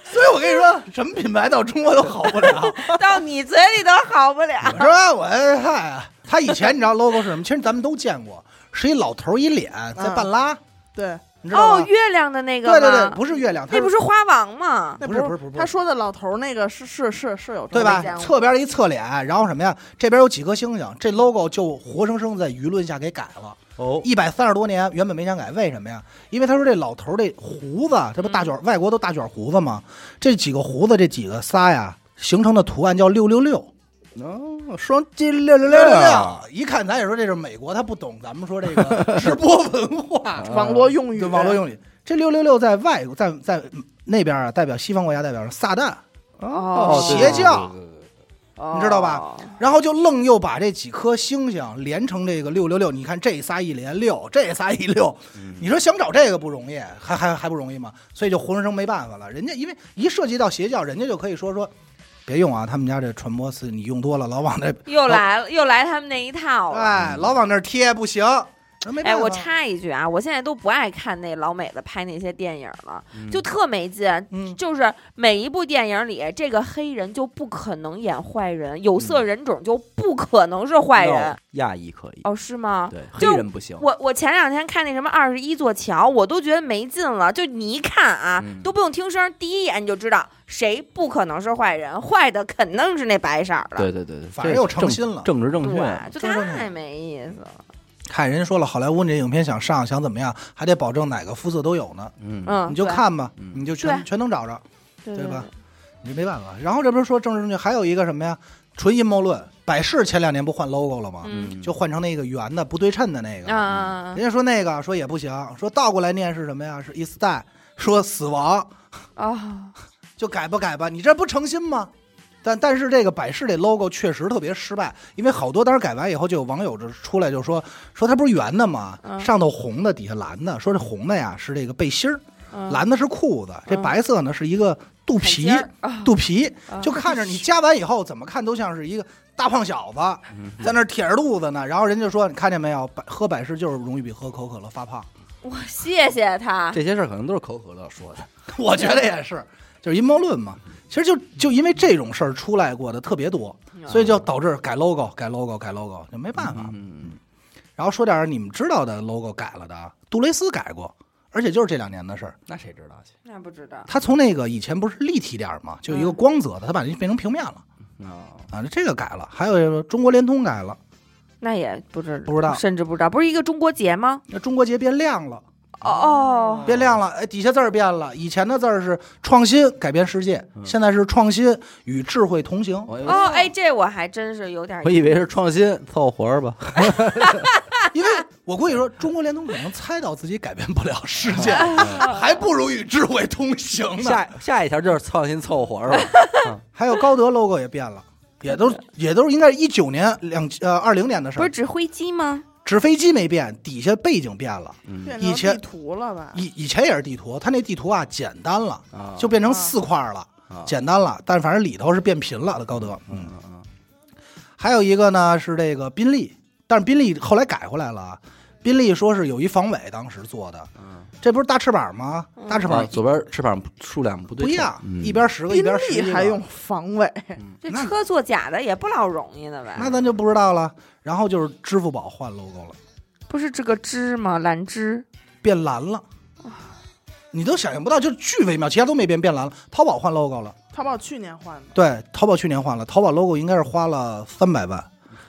Speaker 2: 所以我跟你说，什么品牌到中国都好 不了，
Speaker 4: 到你嘴里都好不了。
Speaker 2: 是吧？我嗨，他以前你知道 logo 是什么？其实咱们都见过，是一老头儿一脸
Speaker 1: 嗯
Speaker 2: 在半拉，
Speaker 3: 对，
Speaker 2: 你知道
Speaker 4: 哦，
Speaker 2: 吗？
Speaker 4: 月亮的那个
Speaker 2: 对对
Speaker 4: 吗
Speaker 2: 对，不是月亮，它
Speaker 4: 那不是花王吗？
Speaker 3: 那
Speaker 2: 不是
Speaker 3: 不
Speaker 2: 不是不是不是
Speaker 3: 他说的老头儿那个是是是是有这
Speaker 2: 对
Speaker 3: 么
Speaker 2: 吧
Speaker 4: 没见？过
Speaker 2: 侧边一侧脸，然后什么呀？这边有几颗星星，这 logo 就活生生在舆论下给改了。
Speaker 1: 哦，
Speaker 2: 一百三十多年，原本没想改，为什么呀？因为他说这老头儿这胡子，这不大
Speaker 4: 嗯
Speaker 2: 卷，外国都大卷胡子吗？这几个胡子，这几个仨呀，形成的图案叫六六六
Speaker 1: 哦，双击六六
Speaker 2: 六
Speaker 1: 六
Speaker 2: 六六。一看咱也说这是美国，他不懂咱们说这个 直播文化，
Speaker 3: 网络用语，
Speaker 2: 对网络用语。这六六六在外国，在在那边啊，代表西方国家，代表是撒旦。
Speaker 1: 哦，对
Speaker 2: 邪教，
Speaker 1: 对对对对对
Speaker 4: 你
Speaker 3: 哦
Speaker 2: 你知道吧？然后就愣又把这几颗星星连成这个六六六，你看这仨一连六，这仨一六，你说想找这个不容易，还还还不容易吗？所以就活生生没办法了。人家因为一涉及到邪教，人家就可以说说，别用啊，他们家这传播词你用多了，老往那
Speaker 4: 又来了，又来他们那一套了。
Speaker 2: 哎，老往那儿贴不行，人没办
Speaker 4: 哎，
Speaker 2: 法。
Speaker 4: 我插一句啊，我现在都不爱看那老美子拍那些电影了，
Speaker 1: 嗯
Speaker 4: 就特没劲。
Speaker 2: 嗯
Speaker 4: 就是每一部电影里，这个黑人就不可能演坏人，有
Speaker 2: 嗯
Speaker 4: 色人种就不可能是坏人
Speaker 1: No，。亚裔可以，
Speaker 4: 哦，是吗？
Speaker 1: 对，
Speaker 4: 就
Speaker 1: 黑人不行。
Speaker 4: 我我前两天看那什么二十一座桥，我都觉得没劲了。就你一看啊，
Speaker 1: 嗯
Speaker 4: 都不用听声，第一眼你就知道谁不可能是坏人，坏的肯定是那白色儿的。
Speaker 1: 对对啊对对，
Speaker 2: 反正又成
Speaker 1: 正
Speaker 2: 心了
Speaker 1: 政治正确嘛。
Speaker 4: 对，就
Speaker 2: 正正
Speaker 4: 太没意思了。
Speaker 2: 看人家说了，好莱坞那影片想上想怎么样，还得保证哪个肤色都有呢，
Speaker 1: 嗯
Speaker 4: 嗯，
Speaker 2: 你就
Speaker 4: 对，
Speaker 2: 看吧，
Speaker 1: 嗯
Speaker 2: 你就全
Speaker 4: 对
Speaker 2: 全能找着。
Speaker 4: 对
Speaker 2: 对吧？你没办法。然后这不是说政治正确，还有一个什么呀？纯阴谋论。百事前两年不换 logo 了吗？
Speaker 4: 嗯
Speaker 2: 就换成那个圆的不对称的那个。
Speaker 4: 啊
Speaker 2: 人家说那个说也不行，说倒过来念是什么呀？是 is die，说死亡，
Speaker 4: 啊！
Speaker 2: 就改吧改吧，你这不诚心吗？但但是这个百事这 logo 确实特别失败，因为好多当时改完以后，就有网友就出来就说说它不是圆的吗？
Speaker 4: 嗯
Speaker 2: 上头红的，底下蓝的，说这红的呀是这个背心儿，
Speaker 4: 嗯
Speaker 2: 蓝的是裤子，这
Speaker 4: 嗯
Speaker 2: 白色呢是一个肚
Speaker 4: 海
Speaker 2: 皮
Speaker 4: 尖，儿啊
Speaker 2: 肚皮
Speaker 4: 啊，
Speaker 2: 就看着你加完以后，怎么看都像是一个大胖小子在那儿铁着肚子呢。然后人家说：“你看见没有，百喝百事就是容易比喝可口可乐发胖。
Speaker 4: 我谢谢他。
Speaker 1: 这些事儿可能都是可口可乐说的。”
Speaker 2: 我觉得也是，就是阴谋论嘛。其实就就因为这种事儿出来过的特别多，所以就导致改 logo、改 logo、改 logo，就没办法。
Speaker 1: 嗯，
Speaker 2: 然后说点儿你们知道的 logo 改了的啊，杜蕾斯改过，而且就是这两年的事儿。
Speaker 1: 那谁知道去？
Speaker 4: 那不知道，
Speaker 2: 他从那个以前不是立体点儿嘛，就一个光泽的，他把这变成平面了
Speaker 1: 啊，
Speaker 2: 啊，这个改了。还有这个中国联通改了。
Speaker 4: 那也不知
Speaker 2: 不知道
Speaker 4: 甚至不知道，不是一个中国节吗？
Speaker 2: 那中国结变亮了，
Speaker 4: 哦哦，
Speaker 2: 变亮了，哎，底下字儿变了，以前的字儿是创新改变世界，现在是创新与智慧同行。
Speaker 1: 我以为
Speaker 4: 哦，哎，这我还真是有点
Speaker 1: 我嗯以为是创新凑活儿吧。
Speaker 2: 因为我估计说，中国联通可能猜到自己改变不了世界，
Speaker 4: 哦
Speaker 2: 还不如与智慧同行呢。
Speaker 1: 下下一条就是创新凑活儿吧。
Speaker 2: 哎还有高德 logo 也变了。也都也都是应该是一九年两呃二零年的事
Speaker 4: 不是
Speaker 2: 儿，
Speaker 4: 指挥机吗？
Speaker 2: 纸飞机没变，底下背景变了。
Speaker 1: 嗯
Speaker 3: 变成
Speaker 2: 以前
Speaker 3: 地图了
Speaker 4: 啊
Speaker 3: 吧？
Speaker 2: 以以前也是地图，它那地图啊简单了，
Speaker 4: 哦
Speaker 1: 啊，
Speaker 2: 就变成四块儿了，
Speaker 1: 啊
Speaker 2: 简单了。但反正里头是变贫了的高德，嗯
Speaker 1: 嗯，嗯
Speaker 2: 还有一个呢是这个宾利，但是宾利后来改回来了啊。宾利说是有一防伪当时做的，
Speaker 1: 嗯
Speaker 2: 这不是大翅膀吗？大
Speaker 1: 嗯，
Speaker 2: 翅膀
Speaker 1: 啊，左边翅膀数量不对
Speaker 2: 不
Speaker 1: 称，
Speaker 2: 一样，
Speaker 1: 嗯
Speaker 2: 一边十个一
Speaker 3: 宾
Speaker 2: 边十一
Speaker 3: 利
Speaker 2: 个
Speaker 3: 还用，防伪，
Speaker 4: 这
Speaker 2: 那
Speaker 4: 车做假的也不老容易的吧？
Speaker 2: 那咱就不知道了。然后就是支付宝换 logo 了，
Speaker 4: 不是这个芝吗？兰芝
Speaker 2: 变蓝了，你都想象不到，就是巨微妙，其他都没变，变蓝了。淘宝换 logo 了，
Speaker 3: 淘宝去年换的，
Speaker 2: 对，淘宝去年换了，淘宝 logo 应该是花了三百万，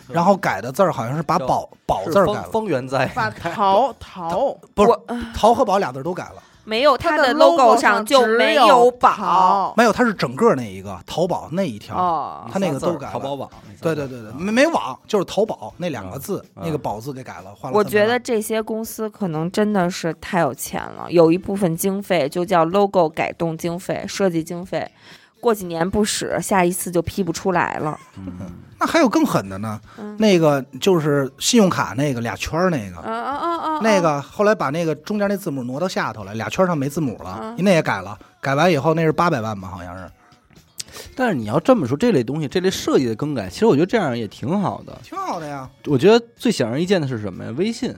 Speaker 1: 是
Speaker 2: 然后改的字儿好像是把
Speaker 1: 叫
Speaker 2: 宝宝字儿改
Speaker 1: 风
Speaker 2: 了，
Speaker 1: 风原灾，
Speaker 3: 把淘淘
Speaker 2: 不是
Speaker 4: 啊
Speaker 2: 淘和宝俩字儿都改了，
Speaker 4: 没有它
Speaker 3: 的
Speaker 4: logo
Speaker 3: 上
Speaker 4: 就
Speaker 3: 只
Speaker 4: 没
Speaker 3: 有
Speaker 4: 宝。
Speaker 3: 淘，
Speaker 2: 没有，它是整个那一个淘宝那一条。
Speaker 4: 哦，
Speaker 2: 他那个都
Speaker 1: 啊仨字
Speaker 2: 改
Speaker 1: 儿
Speaker 2: 了
Speaker 1: 淘宝网，啊
Speaker 2: 对对对对，没没网就是淘宝那两个字，
Speaker 1: 嗯
Speaker 2: 那个宝字给改了，换了300万。
Speaker 4: 我觉得这些公司可能真的是太有钱了，有一部分经费就叫 logo 改动经费、设计经费，过几年不使，下一次就批不出来了。
Speaker 2: 那还有更狠的呢，
Speaker 4: 嗯
Speaker 2: 那个就是信用卡那个俩圈儿那个，
Speaker 4: 嗯嗯嗯嗯，
Speaker 2: 那个后来把那个中间那字母挪到下头来，俩圈儿上没字母了，
Speaker 4: 嗯
Speaker 2: 那也改了，改完以后那是八百万吧，好像是，
Speaker 1: 但是你要这么说，这类东西，这类设计的更改，其实我觉得这样也挺好的。
Speaker 2: 挺好的呀。
Speaker 1: 我觉得最显而易见的是什么呀？微信，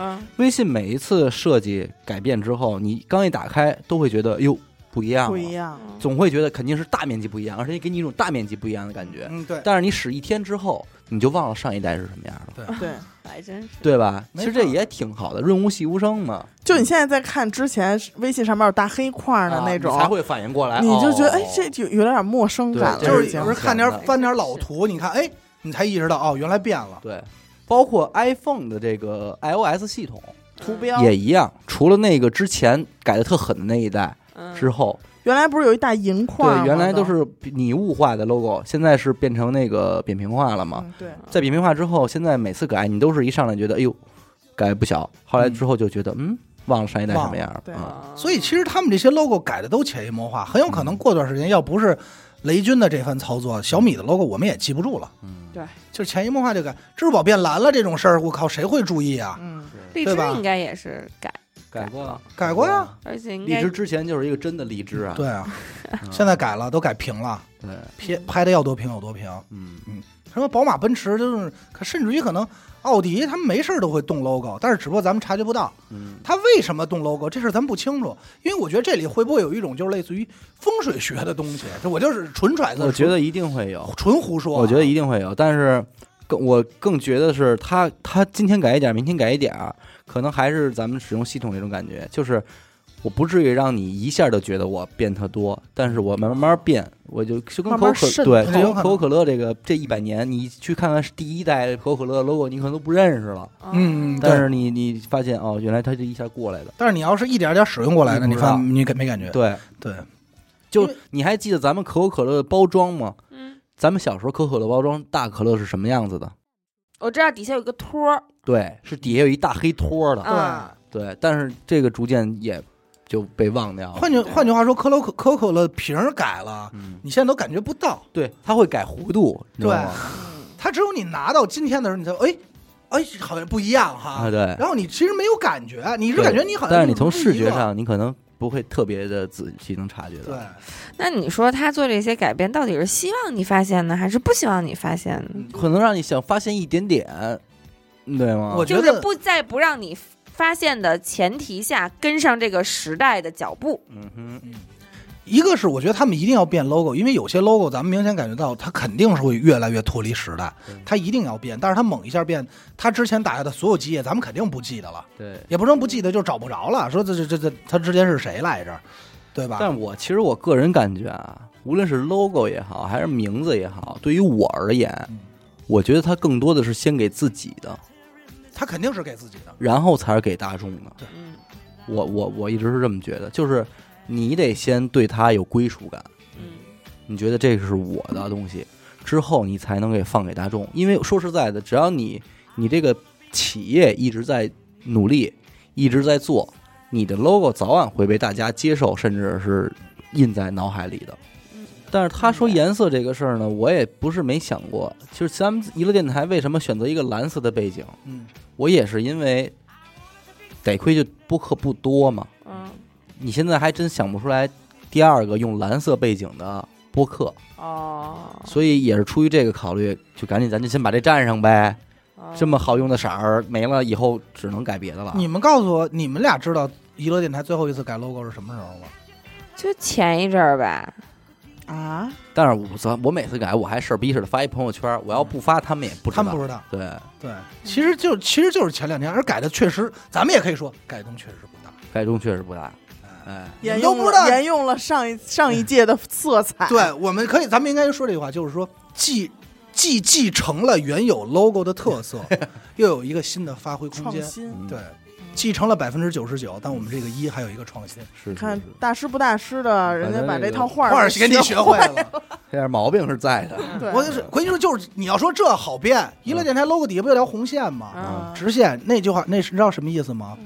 Speaker 4: 嗯，
Speaker 1: 微信每一次设计改变之后，你刚一打开都会觉得，哟，不一样了，
Speaker 3: 不一样。
Speaker 1: 总会觉得肯定是大面积不一样，而且给你一种大面积不一样的感觉。
Speaker 2: 嗯，对，
Speaker 1: 但是你使一天之后，你就忘了上一代是什么样了，
Speaker 3: 对，
Speaker 4: 还嗯真是。
Speaker 1: 对吧？其
Speaker 2: 没
Speaker 1: 实
Speaker 2: 错
Speaker 1: 这也挺好的，润物细无声嘛。
Speaker 3: 就你现在在看之前微信上面有大黑块的
Speaker 1: 啊
Speaker 3: 那种
Speaker 1: 你，才会反应过来，
Speaker 3: 你就觉得
Speaker 1: 哦
Speaker 3: 哎，这有有点陌生感了，
Speaker 1: 对
Speaker 2: 就是
Speaker 1: 这
Speaker 2: 有时
Speaker 3: 已经
Speaker 1: 样
Speaker 2: 候看点
Speaker 1: 想的
Speaker 2: 翻点老图，你看，哎，你才意识到哦，原来变了。
Speaker 1: 对，包括 iPhone 的这个 iOS 系统
Speaker 3: 图标
Speaker 1: 也一样，除了那个之前改的特狠的那一代
Speaker 4: 嗯
Speaker 1: 之后，
Speaker 3: 原来不是有一大银块吗？
Speaker 1: 对，原来都是你物化的 logo，现在是变成那个扁平化了嘛？
Speaker 3: 嗯，对，
Speaker 1: 在扁平化之后，现在每次改你都是一上来觉得哎呦，改不小，后来之后就觉得嗯，忘了上一代什么样了。
Speaker 3: 对
Speaker 1: 嗯
Speaker 2: 所以其实他们这些 logo 改的都潜移默化，很有可能过段时间要不是雷军的这番操作，小米的 logo 我们也记不住了。
Speaker 1: 嗯
Speaker 4: 对
Speaker 2: 就是潜移默化就改，支付宝变蓝了这种事儿，我靠，谁会注意啊？
Speaker 3: 嗯，
Speaker 4: 荔枝
Speaker 2: 对吧
Speaker 4: 应该也是改，
Speaker 1: 改过啊，
Speaker 2: 改过呀。
Speaker 4: 而且应
Speaker 1: 荔
Speaker 4: 该
Speaker 1: 枝之前就是一个真的荔枝啊，
Speaker 2: 对啊，
Speaker 1: 嗯
Speaker 2: 现在改了，都改平了，
Speaker 1: 对，
Speaker 2: 拍拍的要多平有多平。
Speaker 1: 嗯，
Speaker 2: 什么宝马、奔驰，就是可甚至于可能奥迪他们没事儿都会动 logo，但是只不过咱们察觉不到。
Speaker 1: 嗯，
Speaker 2: 他为什么动 logo 这事儿咱不清楚，因为我觉得这里会不会有一种就是类似于风水学的东西？这我就是纯揣测，
Speaker 1: 我觉得一定会有，
Speaker 2: 纯纯胡说啊、
Speaker 1: 我觉得一定会有，但是更我更觉得是他他今天改一点儿，明天改一点儿，可能还是咱们使用系统那种感觉，就是我不至于让你一下就觉得我变特多，但是我慢慢变，我就就跟
Speaker 3: 慢
Speaker 1: 可口
Speaker 3: 慢
Speaker 1: 可
Speaker 3: 渗
Speaker 1: 对可
Speaker 2: 透
Speaker 1: 口
Speaker 2: 有可能
Speaker 1: 可口可乐这个这一百年，你去看看第一代可口可乐的 logo，你可能都不认识了，
Speaker 2: 嗯，
Speaker 1: 但
Speaker 2: 但
Speaker 1: 是你你发现哦，原来它就一下过来的，
Speaker 2: 但是你要是一点点使用过来的，
Speaker 1: 你
Speaker 2: 你
Speaker 1: 不知道
Speaker 2: 发你感没感觉？
Speaker 1: 对，
Speaker 2: 对，
Speaker 1: 就
Speaker 2: 因为
Speaker 1: 你还记得咱们可口可乐的包装吗？
Speaker 4: 嗯，
Speaker 1: 咱们小时候可口可乐包装大可乐是什么样子的？
Speaker 4: 我知道底下有个托儿，
Speaker 1: 对，是底下有一大黑托
Speaker 2: 嗯
Speaker 1: 儿的，
Speaker 4: 啊，
Speaker 1: 对，但是这个逐渐也就被忘掉了。
Speaker 2: 换句换句话说，可口可可口可乐瓶儿改了，
Speaker 1: 嗯，
Speaker 2: 你现在都感觉不到，
Speaker 1: 对，它会改弧度，你知道
Speaker 2: 啊
Speaker 1: 吗？
Speaker 4: 嗯
Speaker 2: 它只有你拿到今天的时候，你才哎哎好像不一样哈。
Speaker 1: 啊，对。
Speaker 2: 然后你其实没有感觉，你是感觉你好像
Speaker 1: 但是你
Speaker 2: 就
Speaker 1: 从
Speaker 2: 不一个
Speaker 1: 视觉上，你可能不会特别的仔细能察觉
Speaker 2: 对
Speaker 1: 到。，
Speaker 4: 那你说他做这些改变，到底是希望你发现呢，还是不希望你发现呢？
Speaker 1: 可能让你想发现一点点，对吗？
Speaker 2: 我觉
Speaker 4: 就是
Speaker 2: 得
Speaker 4: 不在不让你发现的前提下，跟上这个时代的脚步。
Speaker 1: 嗯哼，
Speaker 2: 一个是我觉得他们一定要变 logo，因为有些 logo 咱们明显感觉到它肯定是会越来越脱离时代
Speaker 1: 对，
Speaker 2: 它一定要变。但是它猛一下变，它之前打下的所有基业咱们肯定不记得了，
Speaker 1: 对。
Speaker 2: 也不能不记得，就找不着了。说这这这这，它之前是谁来着？对吧？
Speaker 1: 但我其实我个人感觉啊，无论是 logo 也好，还是名字也好，对于我而言，
Speaker 2: 嗯
Speaker 1: 我觉得它更多的是先给自己的，
Speaker 2: 它肯定是给自己的。
Speaker 1: 然后才是给大众的。
Speaker 4: 嗯
Speaker 1: 我我我一直是这么觉得，就是你得先对它有归属感，
Speaker 4: 嗯
Speaker 1: 你觉得这个是我的东西，之后你才能给放给大众。因为说实在的，只要你你这个企业一直在努力，一直在做，你的 logo 早晚会被大家接受，甚至是印在脑海里的。但是他说颜色这个事儿呢，我也不是没想过。就是咱们娱乐电台为什么选择一个蓝色的背景，
Speaker 2: 嗯，
Speaker 1: 我也是因为得亏就播客不多嘛，
Speaker 4: 嗯
Speaker 1: 你现在还真想不出来第二个用蓝色背景的播客，
Speaker 4: 哦，
Speaker 1: 所以也是出于这个考虑，就赶紧咱就先把这占上呗。
Speaker 4: 哦
Speaker 1: 这么好用的色儿没了，以后只能改别的了。
Speaker 2: 嗯你们告诉我，你们俩知道娱乐电台最后一次改 logo 是什么时候吗？
Speaker 4: 就前一阵儿吧，
Speaker 3: 啊，
Speaker 1: 但是我操我每次改我还事儿逼似的发一朋友圈，我要不发他们也不知
Speaker 2: 他
Speaker 1: 道。
Speaker 2: 们不知道。
Speaker 1: 对，
Speaker 2: 对，其实
Speaker 1: 啊
Speaker 2: 就其实就是前两天，而改的确实，咱们也可以说改动确实不大。
Speaker 1: 改动确实不大。
Speaker 2: 哎
Speaker 1: 哎，
Speaker 3: 沿
Speaker 2: 你都
Speaker 3: 用
Speaker 2: 不知道
Speaker 3: 了沿用了上一上一届的色彩，
Speaker 2: 对，我们可以，咱们应该说这句话，就是说既既继承了原有 logo 的 特色，又有一个新的发挥空
Speaker 3: 创
Speaker 2: 间。
Speaker 3: 新。
Speaker 1: 嗯
Speaker 2: 对，继承了百分之九十九，但我们这个一还有一个创新，
Speaker 1: 是是
Speaker 3: 看
Speaker 1: 是
Speaker 3: 大师不大师的，人家把这套画
Speaker 2: 画
Speaker 3: 儿
Speaker 2: 儿给你学会了。
Speaker 1: 这点毛病是在 的，
Speaker 3: 对，
Speaker 2: 我就是，我跟你说，就是你要说这好
Speaker 1: 嗯
Speaker 2: 变，娱乐电台 logo 底下不有条红线吗？
Speaker 3: 嗯
Speaker 2: 直线那句话，那是你知道什么意思吗？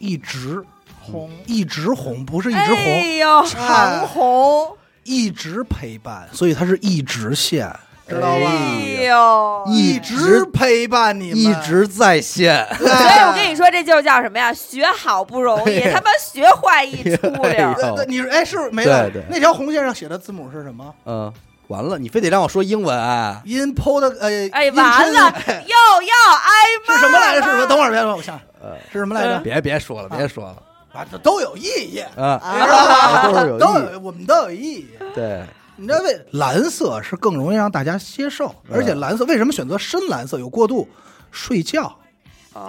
Speaker 2: 一直
Speaker 3: 红
Speaker 2: 一直红，不是一直
Speaker 4: 哎
Speaker 2: 红，
Speaker 4: 呦，
Speaker 3: 长红，
Speaker 2: 一直陪伴，所以它是一直线，知道吧？
Speaker 1: 哎
Speaker 4: 哎呦，
Speaker 1: 一
Speaker 2: 直陪伴你们，
Speaker 1: 一直在线。
Speaker 2: 对。
Speaker 4: 所以我跟你说，这就是叫什么呀？学好不容易，
Speaker 1: 哎
Speaker 4: 他妈学坏一出溜
Speaker 1: 哎。呦
Speaker 2: 对，你是哎，是不是没了
Speaker 1: 对对
Speaker 2: 那条红线上写的字母是什么
Speaker 1: 嗯，完了，你非得让我说英文啊？
Speaker 2: ？In pod 呃，
Speaker 4: 哎，
Speaker 2: in
Speaker 4: 完了
Speaker 2: trans-，
Speaker 4: 又要挨骂
Speaker 2: 是什么来着？是什么？
Speaker 4: 了
Speaker 2: 等会儿，别等会儿，我想想
Speaker 1: 呃，
Speaker 2: 是什么来着？
Speaker 1: 别别说了，别说了
Speaker 2: 啊，这都有意 义，
Speaker 1: 啊，
Speaker 2: 啊
Speaker 1: 都是有
Speaker 2: 都
Speaker 1: 意
Speaker 2: 有，我们都有意义。
Speaker 1: 义。对，
Speaker 2: 你知道为蓝色是更容易让大家接受，而且蓝色为什么选择深蓝色有过渡？睡觉，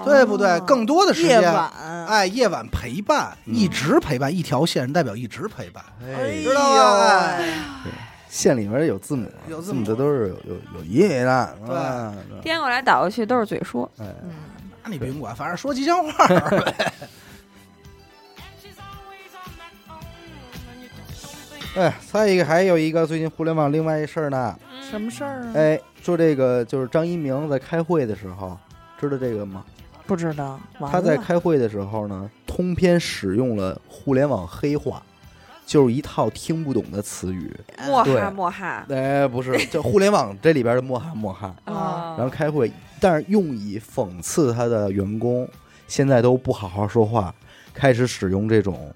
Speaker 2: 对不对？更多的时
Speaker 3: 夜
Speaker 2: 间，
Speaker 3: 晚，
Speaker 2: 哎，夜晚陪伴，一直陪伴，一条线代表一直陪伴，
Speaker 1: 哎
Speaker 2: 知道吧？
Speaker 3: 哎呦
Speaker 2: 哎
Speaker 1: 县里面有字母，啊
Speaker 2: 有字
Speaker 1: 字
Speaker 2: 母
Speaker 1: 母的都是有有有意义的，
Speaker 2: 对
Speaker 1: 啊，
Speaker 4: 颠过来倒过去都是嘴说。
Speaker 1: 哎，
Speaker 2: 那你不用管，反正说吉祥话儿呗。
Speaker 1: 哎，再一个还有一个最近互联网另外一事儿呢，
Speaker 4: 嗯
Speaker 3: 什么事儿啊？
Speaker 1: 哎，说这个就是张一鸣在开会的时候，知道这个吗？
Speaker 3: 不知道，完
Speaker 1: 他在
Speaker 3: 了
Speaker 1: 开会的时候呢，通篇使用了互联网黑话，就是一套听不懂的词语。
Speaker 4: 莫
Speaker 1: 对
Speaker 4: 哈莫哈
Speaker 1: 哎，不是， 就互联网这里边的莫哈莫哈。
Speaker 4: 啊
Speaker 1: 然后开会，但是用以讽刺他的员工，现在都不好好说话，开始使用这种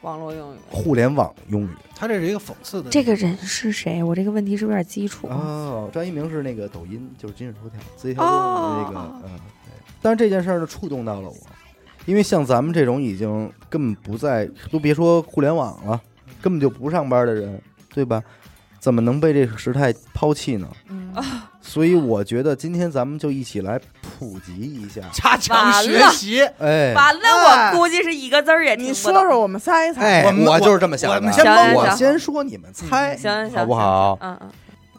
Speaker 4: 网络用语。
Speaker 1: 互联网用语。
Speaker 2: 他这是一个讽刺的
Speaker 4: 这个人是谁？我这个问题是不是有点基础？
Speaker 1: 哦，张一鸣是那个抖音，就是今日头条字节跳动的那个，
Speaker 4: 哦
Speaker 1: 嗯，对但是这件事儿呢触动到了我，因为像咱们这种已经根本不在，都别说互联网了，根本就不上班的人，对吧？怎么能被这个时代抛弃呢？
Speaker 3: 嗯
Speaker 1: 所以我觉得今天咱们就一起来普及一下，
Speaker 2: 加强学习。
Speaker 1: 哎，
Speaker 4: 完了，我估计是一个字儿也听
Speaker 3: 你
Speaker 4: 不
Speaker 3: 说
Speaker 4: 懂。
Speaker 3: 说，我们猜一猜。
Speaker 1: 哎，
Speaker 2: 我们我
Speaker 1: 就是这么想的。
Speaker 2: 我们先
Speaker 4: 蒙
Speaker 1: 我
Speaker 4: 着
Speaker 1: 先说，你们猜，
Speaker 4: 行行行，
Speaker 1: 好不好？
Speaker 4: 嗯嗯，